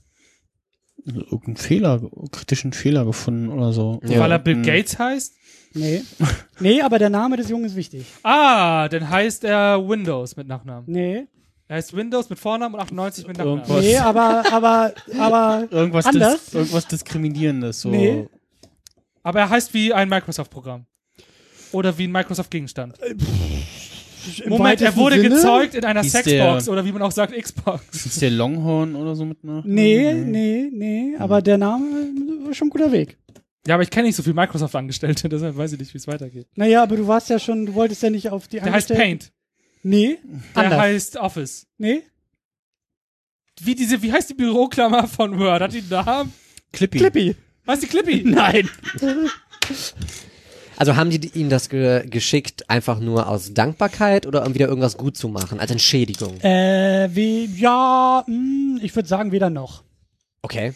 [SPEAKER 2] Irgendeinen Fehler, kritischen Fehler gefunden oder so.
[SPEAKER 3] Weil er
[SPEAKER 2] Mhm.
[SPEAKER 6] Mhm.
[SPEAKER 3] Bill Gates heißt?
[SPEAKER 6] Nee. nee, aber der Name des Jungen ist wichtig.
[SPEAKER 3] Ah, dann heißt er Windows mit Nachnamen.
[SPEAKER 6] Nee.
[SPEAKER 3] Er heißt Windows mit Vornamen und 98 mit
[SPEAKER 2] Irgendwas.
[SPEAKER 3] Nachnamen.
[SPEAKER 6] Nee, aber, aber, aber,
[SPEAKER 2] Irgendwas,
[SPEAKER 6] Anders?
[SPEAKER 2] dis irgendwas Diskriminierendes. So.
[SPEAKER 6] Nee.
[SPEAKER 3] Aber er heißt wie ein Microsoft-Programm. Oder wie ein Microsoft-Gegenstand.
[SPEAKER 6] im
[SPEAKER 3] Moment, er
[SPEAKER 6] weitesten
[SPEAKER 3] wurde
[SPEAKER 6] Sinne?
[SPEAKER 3] gezeugt in einer
[SPEAKER 2] Hieß
[SPEAKER 3] Sexbox
[SPEAKER 2] der-
[SPEAKER 3] oder wie man auch sagt, Xbox.
[SPEAKER 2] Ist der Longhorn oder so mit Mhm. nach?
[SPEAKER 6] Nee,
[SPEAKER 3] Mhm.
[SPEAKER 6] nee, nee, aber der Name war schon ein guter Weg.
[SPEAKER 3] Ja, aber ich kenne nicht so viel Microsoft-Angestellte, deshalb weiß ich nicht, wie es weitergeht.
[SPEAKER 6] Naja, aber du warst ja schon, du wolltest ja nicht auf die
[SPEAKER 3] Der heißt
[SPEAKER 6] Angestellten-
[SPEAKER 3] Paint.
[SPEAKER 6] Nee,
[SPEAKER 3] Der
[SPEAKER 6] anders.
[SPEAKER 3] heißt Office.
[SPEAKER 6] nee.
[SPEAKER 3] Wie diese, wie heißt die Büroklammer von Word? Hat die einen Namen?
[SPEAKER 2] Clippy.
[SPEAKER 6] Clippy.
[SPEAKER 3] Was die Clippy?
[SPEAKER 6] Nein.
[SPEAKER 7] Also haben die die- ihm das ge geschickt, einfach nur aus Dankbarkeit oder um wieder irgendwas gut zu machen, als Entschädigung?
[SPEAKER 6] Äh, wie, ja, mh, ich würde sagen, weder noch.
[SPEAKER 7] Okay.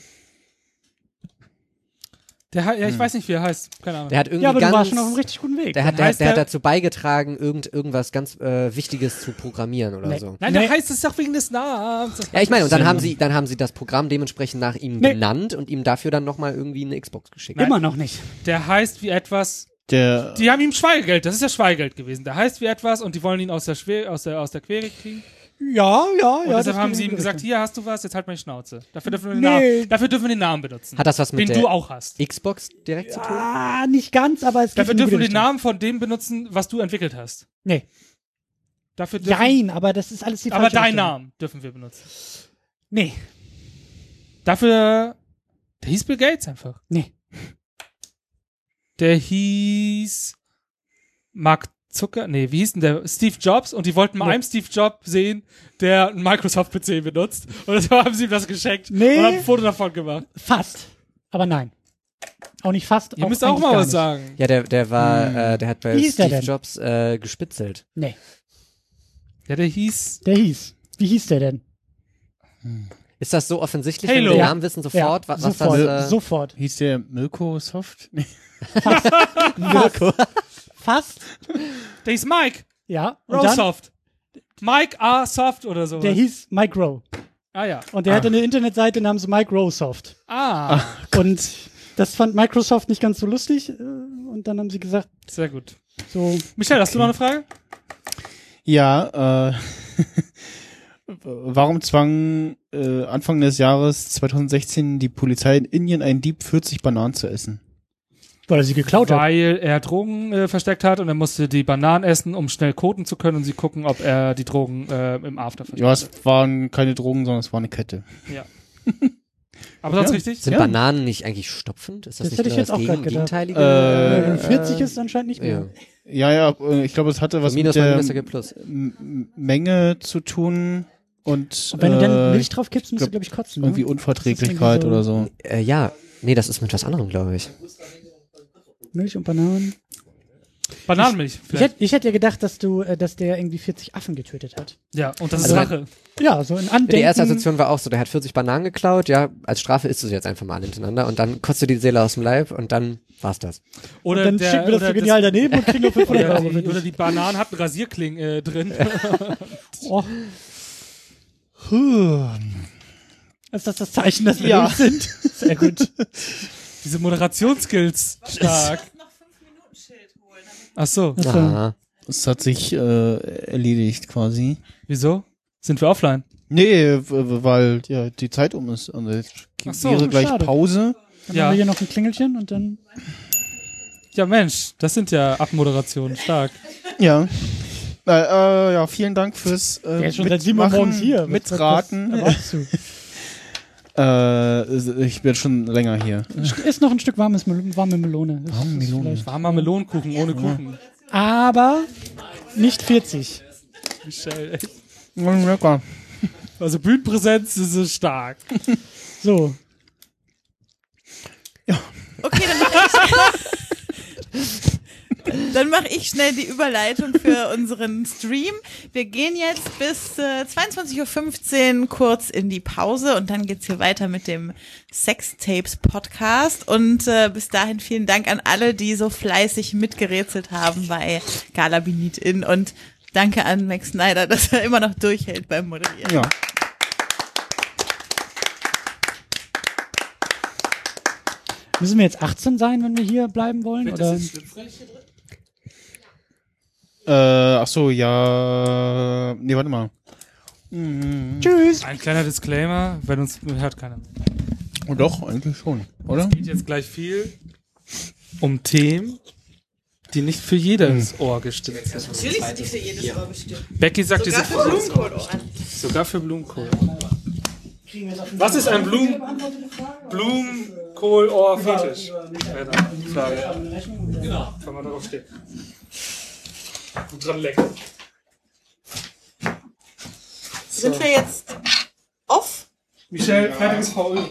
[SPEAKER 3] Der, hei- ja, ich weiß nicht, wie er heißt. Keine Ahnung.
[SPEAKER 7] Der hat irgendwie
[SPEAKER 6] Ja, aber
[SPEAKER 7] ganz.
[SPEAKER 6] du warst schon auf einem richtig guten Weg.
[SPEAKER 7] der hat,
[SPEAKER 3] Dann
[SPEAKER 7] der,
[SPEAKER 3] heißt
[SPEAKER 7] hat- der hat
[SPEAKER 3] der-
[SPEAKER 7] dazu beigetragen, irgend, irgendwas ganz äh, Wichtiges zu programmieren oder
[SPEAKER 6] Nee.
[SPEAKER 7] so.
[SPEAKER 3] Nein, der
[SPEAKER 6] Nee.
[SPEAKER 3] heißt es doch wegen des Namens. Das-
[SPEAKER 7] Ja, ich meine, und dann haben sie, dann haben sie das Programm dementsprechend nach ihm
[SPEAKER 6] Nee.
[SPEAKER 7] benannt und ihm dafür dann nochmal irgendwie eine Xbox geschickt.
[SPEAKER 6] Immer noch nicht.
[SPEAKER 3] Der heißt wie etwas.
[SPEAKER 2] Der,
[SPEAKER 3] Die haben ihm Schweigegeld, das ist ja Schweigegeld gewesen. Der heißt wie etwas und die wollen ihn aus der, Schwer, aus der, aus der Quere kriegen.
[SPEAKER 6] Ja, ja,
[SPEAKER 3] Und
[SPEAKER 6] ja. das
[SPEAKER 3] deshalb haben
[SPEAKER 6] geht
[SPEAKER 3] sie
[SPEAKER 6] in
[SPEAKER 3] ihm
[SPEAKER 6] die
[SPEAKER 3] gesagt,
[SPEAKER 6] Richtung.
[SPEAKER 3] hier hast du was, jetzt halt meine Schnauze. Dafür dürfen wir den,
[SPEAKER 6] Nee.
[SPEAKER 3] Namen, dafür dürfen wir den Namen benutzen.
[SPEAKER 7] Hat das was mit
[SPEAKER 3] den
[SPEAKER 7] der-
[SPEAKER 3] du auch hast.
[SPEAKER 7] Xbox direkt zu tun?
[SPEAKER 6] Ah, nicht ganz, aber es geht
[SPEAKER 3] Dafür
[SPEAKER 6] in die
[SPEAKER 3] dürfen wir den
[SPEAKER 6] gute
[SPEAKER 3] Namen von dem benutzen, was du entwickelt hast.
[SPEAKER 6] Nee.
[SPEAKER 3] Dafür dürfen,
[SPEAKER 6] Richtung. Nein, aber das ist alles die
[SPEAKER 3] aber
[SPEAKER 6] falsche
[SPEAKER 3] deinen
[SPEAKER 6] Richtung.
[SPEAKER 3] Namen dürfen wir benutzen.
[SPEAKER 6] Nee,
[SPEAKER 3] Dafür, der hieß Bill Gates einfach.
[SPEAKER 6] nee.
[SPEAKER 3] Der hieß Mark Zucker, nee, wie hieß denn der? Steve Jobs und die wollten mal
[SPEAKER 6] Nee.
[SPEAKER 3] einen Steve Jobs sehen, der einen Microsoft-PC benutzt. Und deshalb haben sie ihm das geschenkt
[SPEAKER 6] Nee.
[SPEAKER 3] und haben ein Foto davon gemacht.
[SPEAKER 6] Fast. Aber nein. Auch nicht fast.
[SPEAKER 3] Ihr müsst auch mal
[SPEAKER 6] gar
[SPEAKER 3] was
[SPEAKER 6] nicht.
[SPEAKER 3] sagen.
[SPEAKER 7] Ja, der, der war, äh, der hat bei
[SPEAKER 6] Hm. Wie hieß der
[SPEAKER 7] Steve
[SPEAKER 6] denn?
[SPEAKER 7] Jobs äh, gespitzelt.
[SPEAKER 6] Nee,
[SPEAKER 3] Ja, der hieß.
[SPEAKER 6] der hieß. Wie hieß der denn?
[SPEAKER 7] Ist das so offensichtlich, wenn
[SPEAKER 3] Halo.
[SPEAKER 7] wir den Namen wissen sofort,
[SPEAKER 6] ja,
[SPEAKER 7] wa- was
[SPEAKER 6] sofort,
[SPEAKER 7] das äh,
[SPEAKER 6] sofort.
[SPEAKER 2] Hieß der Mirko Soft? Nee.
[SPEAKER 6] Fast.
[SPEAKER 3] Der hieß Mike.
[SPEAKER 6] Ja. Und dann,
[SPEAKER 3] Rosoft. Mike A. Soft oder so.
[SPEAKER 6] der hieß Mike Rowe.
[SPEAKER 3] Ah ja.
[SPEAKER 6] Und der hatte eine Internetseite namens Mike Rosoft.
[SPEAKER 3] Ah,
[SPEAKER 6] Und das fand Microsoft nicht ganz so lustig. äh, Und dann haben sie gesagt,
[SPEAKER 3] sehr gut.
[SPEAKER 6] so,
[SPEAKER 3] Michelle, hast du noch eine Frage?
[SPEAKER 2] Ja, äh, warum zwang äh, Anfang des Jahres 2016 die Polizei in Indien einen Dieb 40 Bananen zu essen?
[SPEAKER 6] weil er sie geklaut hat.
[SPEAKER 3] Weil er Drogen äh, versteckt hat und er musste die Bananen essen, um schnell koten zu können und sie gucken, ob er die Drogen äh, im After versteckt.
[SPEAKER 2] Ja, es waren keine Drogen, sondern es war eine Kette.
[SPEAKER 3] Aber sonst
[SPEAKER 2] Ja.
[SPEAKER 3] richtig?
[SPEAKER 7] Sind
[SPEAKER 2] Ja.
[SPEAKER 7] Bananen nicht eigentlich stopfend? Ist das, nicht
[SPEAKER 6] Das hätte
[SPEAKER 7] nur
[SPEAKER 6] ich jetzt
[SPEAKER 7] das
[SPEAKER 6] auch grad
[SPEAKER 7] Gegen
[SPEAKER 6] gedacht.
[SPEAKER 7] Gegenteilige?
[SPEAKER 2] Äh,
[SPEAKER 6] Äh, 40 ist Ähm, anscheinend nicht
[SPEAKER 7] ja.
[SPEAKER 6] mehr.
[SPEAKER 2] Ja, ja, äh, ich glaube, es hatte was
[SPEAKER 7] Minus
[SPEAKER 2] mit
[SPEAKER 7] mal
[SPEAKER 2] der
[SPEAKER 7] Minus ergibt Plus.
[SPEAKER 2] M- M- Menge zu tun und
[SPEAKER 6] Wenn du dann
[SPEAKER 2] äh,
[SPEAKER 6] Milch drauf kippst, musst
[SPEAKER 2] glaub-
[SPEAKER 6] du, glaube ich, kotzen.
[SPEAKER 2] irgendwie
[SPEAKER 6] Ne?
[SPEAKER 2] Unverträglichkeit
[SPEAKER 6] Das ist irgendwie
[SPEAKER 2] oder so.
[SPEAKER 7] Äh, ja, nee, das ist mit was anderem, glaube ich.
[SPEAKER 6] Milch und Bananen.
[SPEAKER 3] Bananenmilch
[SPEAKER 6] Ich
[SPEAKER 3] vielleicht.
[SPEAKER 6] hätte, ich hätte ja gedacht, dass du, äh, dass der irgendwie 40 Affen getötet hat.
[SPEAKER 3] Ja, und das ist
[SPEAKER 7] Also-
[SPEAKER 3] Rache.
[SPEAKER 6] Ja, so in Andenken.
[SPEAKER 7] Die erste Assoziation war auch so, der hat 40 Bananen geklaut, ja, als Strafe isst du sie jetzt einfach mal alle hintereinander und dann kotzt du die Seele aus dem Leib und dann war's das.
[SPEAKER 3] Oder
[SPEAKER 6] dann
[SPEAKER 3] der,
[SPEAKER 6] schicken wir das
[SPEAKER 3] oder
[SPEAKER 6] für genial daneben und kriegen nur 500
[SPEAKER 3] Oder
[SPEAKER 6] Euro.
[SPEAKER 3] die,
[SPEAKER 6] für
[SPEAKER 3] oder
[SPEAKER 6] dich.
[SPEAKER 3] die Bananen hatten Rasierklingen äh, drin.
[SPEAKER 6] Oh, ist das das Zeichen, dass wir
[SPEAKER 2] Ja.
[SPEAKER 6] durch sind? Sehr gut.
[SPEAKER 3] Diese Moderationsskills stark.
[SPEAKER 4] noch fünf Minuten Schild holen.
[SPEAKER 3] Ach so.
[SPEAKER 6] Also,
[SPEAKER 7] Ah.
[SPEAKER 2] Es hat sich äh, erledigt quasi.
[SPEAKER 3] Wieso? Sind wir offline?
[SPEAKER 2] Nee, w- w- weil ja die Zeit um ist. Und jetzt
[SPEAKER 3] Ach so,
[SPEAKER 2] wäre gleich
[SPEAKER 6] schade.
[SPEAKER 2] Pause.
[SPEAKER 6] Dann
[SPEAKER 3] Ja.
[SPEAKER 6] haben wir hier noch ein Klingelchen und dann
[SPEAKER 3] Ja, Mensch, das sind ja Abmoderationen stark.
[SPEAKER 2] Ja. Äh, äh, ja, vielen Dank fürs äh,
[SPEAKER 6] Der ist schon seit 7 Uhr
[SPEAKER 2] mitmachen,
[SPEAKER 6] morgens hier. Was- was- was
[SPEAKER 2] Mitraten.
[SPEAKER 6] erwartest du?
[SPEAKER 2] Äh, ich bin schon länger hier.
[SPEAKER 6] Ist noch ein Stück warmes Mel warme Melone. Ist-
[SPEAKER 2] Warme
[SPEAKER 6] ist
[SPEAKER 2] Melone.
[SPEAKER 6] vielleicht-
[SPEAKER 3] Warmer Melonenkuchen ohne Kuchen.
[SPEAKER 6] Aber nicht 40.
[SPEAKER 3] Michelle, echt.
[SPEAKER 2] Mm, Lecker.
[SPEAKER 3] Also Bühnenpräsenz ist so stark.
[SPEAKER 6] So.
[SPEAKER 4] Dann mache ich schnell die Überleitung für unseren Stream. Wir gehen jetzt bis äh, 22.15 Uhr kurz in die Pause und dann geht's hier weiter mit dem Sextapes Podcast. Und äh, bis dahin vielen Dank an alle, die so fleißig mitgerätselt haben bei Gala Benit In und danke an Max Snyder, dass er immer noch durchhält beim Moderieren.
[SPEAKER 2] Ja.
[SPEAKER 6] Müssen wir jetzt 18 sein, wenn wir hier bleiben wollen? Oder?
[SPEAKER 2] Äh, ach so, ja. Nee, warte mal. Mhm.
[SPEAKER 6] Tschüss.
[SPEAKER 3] Ein kleiner Disclaimer, wenn uns hört keiner. mehr.
[SPEAKER 2] Oh, Doch, eigentlich schon, oder?
[SPEAKER 3] Geht jetzt gleich viel um Themen, die nicht für jedes Ohr gestimmt sind.
[SPEAKER 4] Natürlich sind die für jedes Ohr bestimmt.
[SPEAKER 3] Becky sagt, die sind
[SPEAKER 4] Dafür Blumenkohl auch an.
[SPEAKER 3] sogar für Blumenkohl. Was ist ein Blumen Blumenkohlohr-Fetisch? Wäre dann die Frage. Genau, wenn man darauf steht. Und dran lecken.
[SPEAKER 4] Sind wir jetzt off?
[SPEAKER 3] Michelle, fertiges Faul.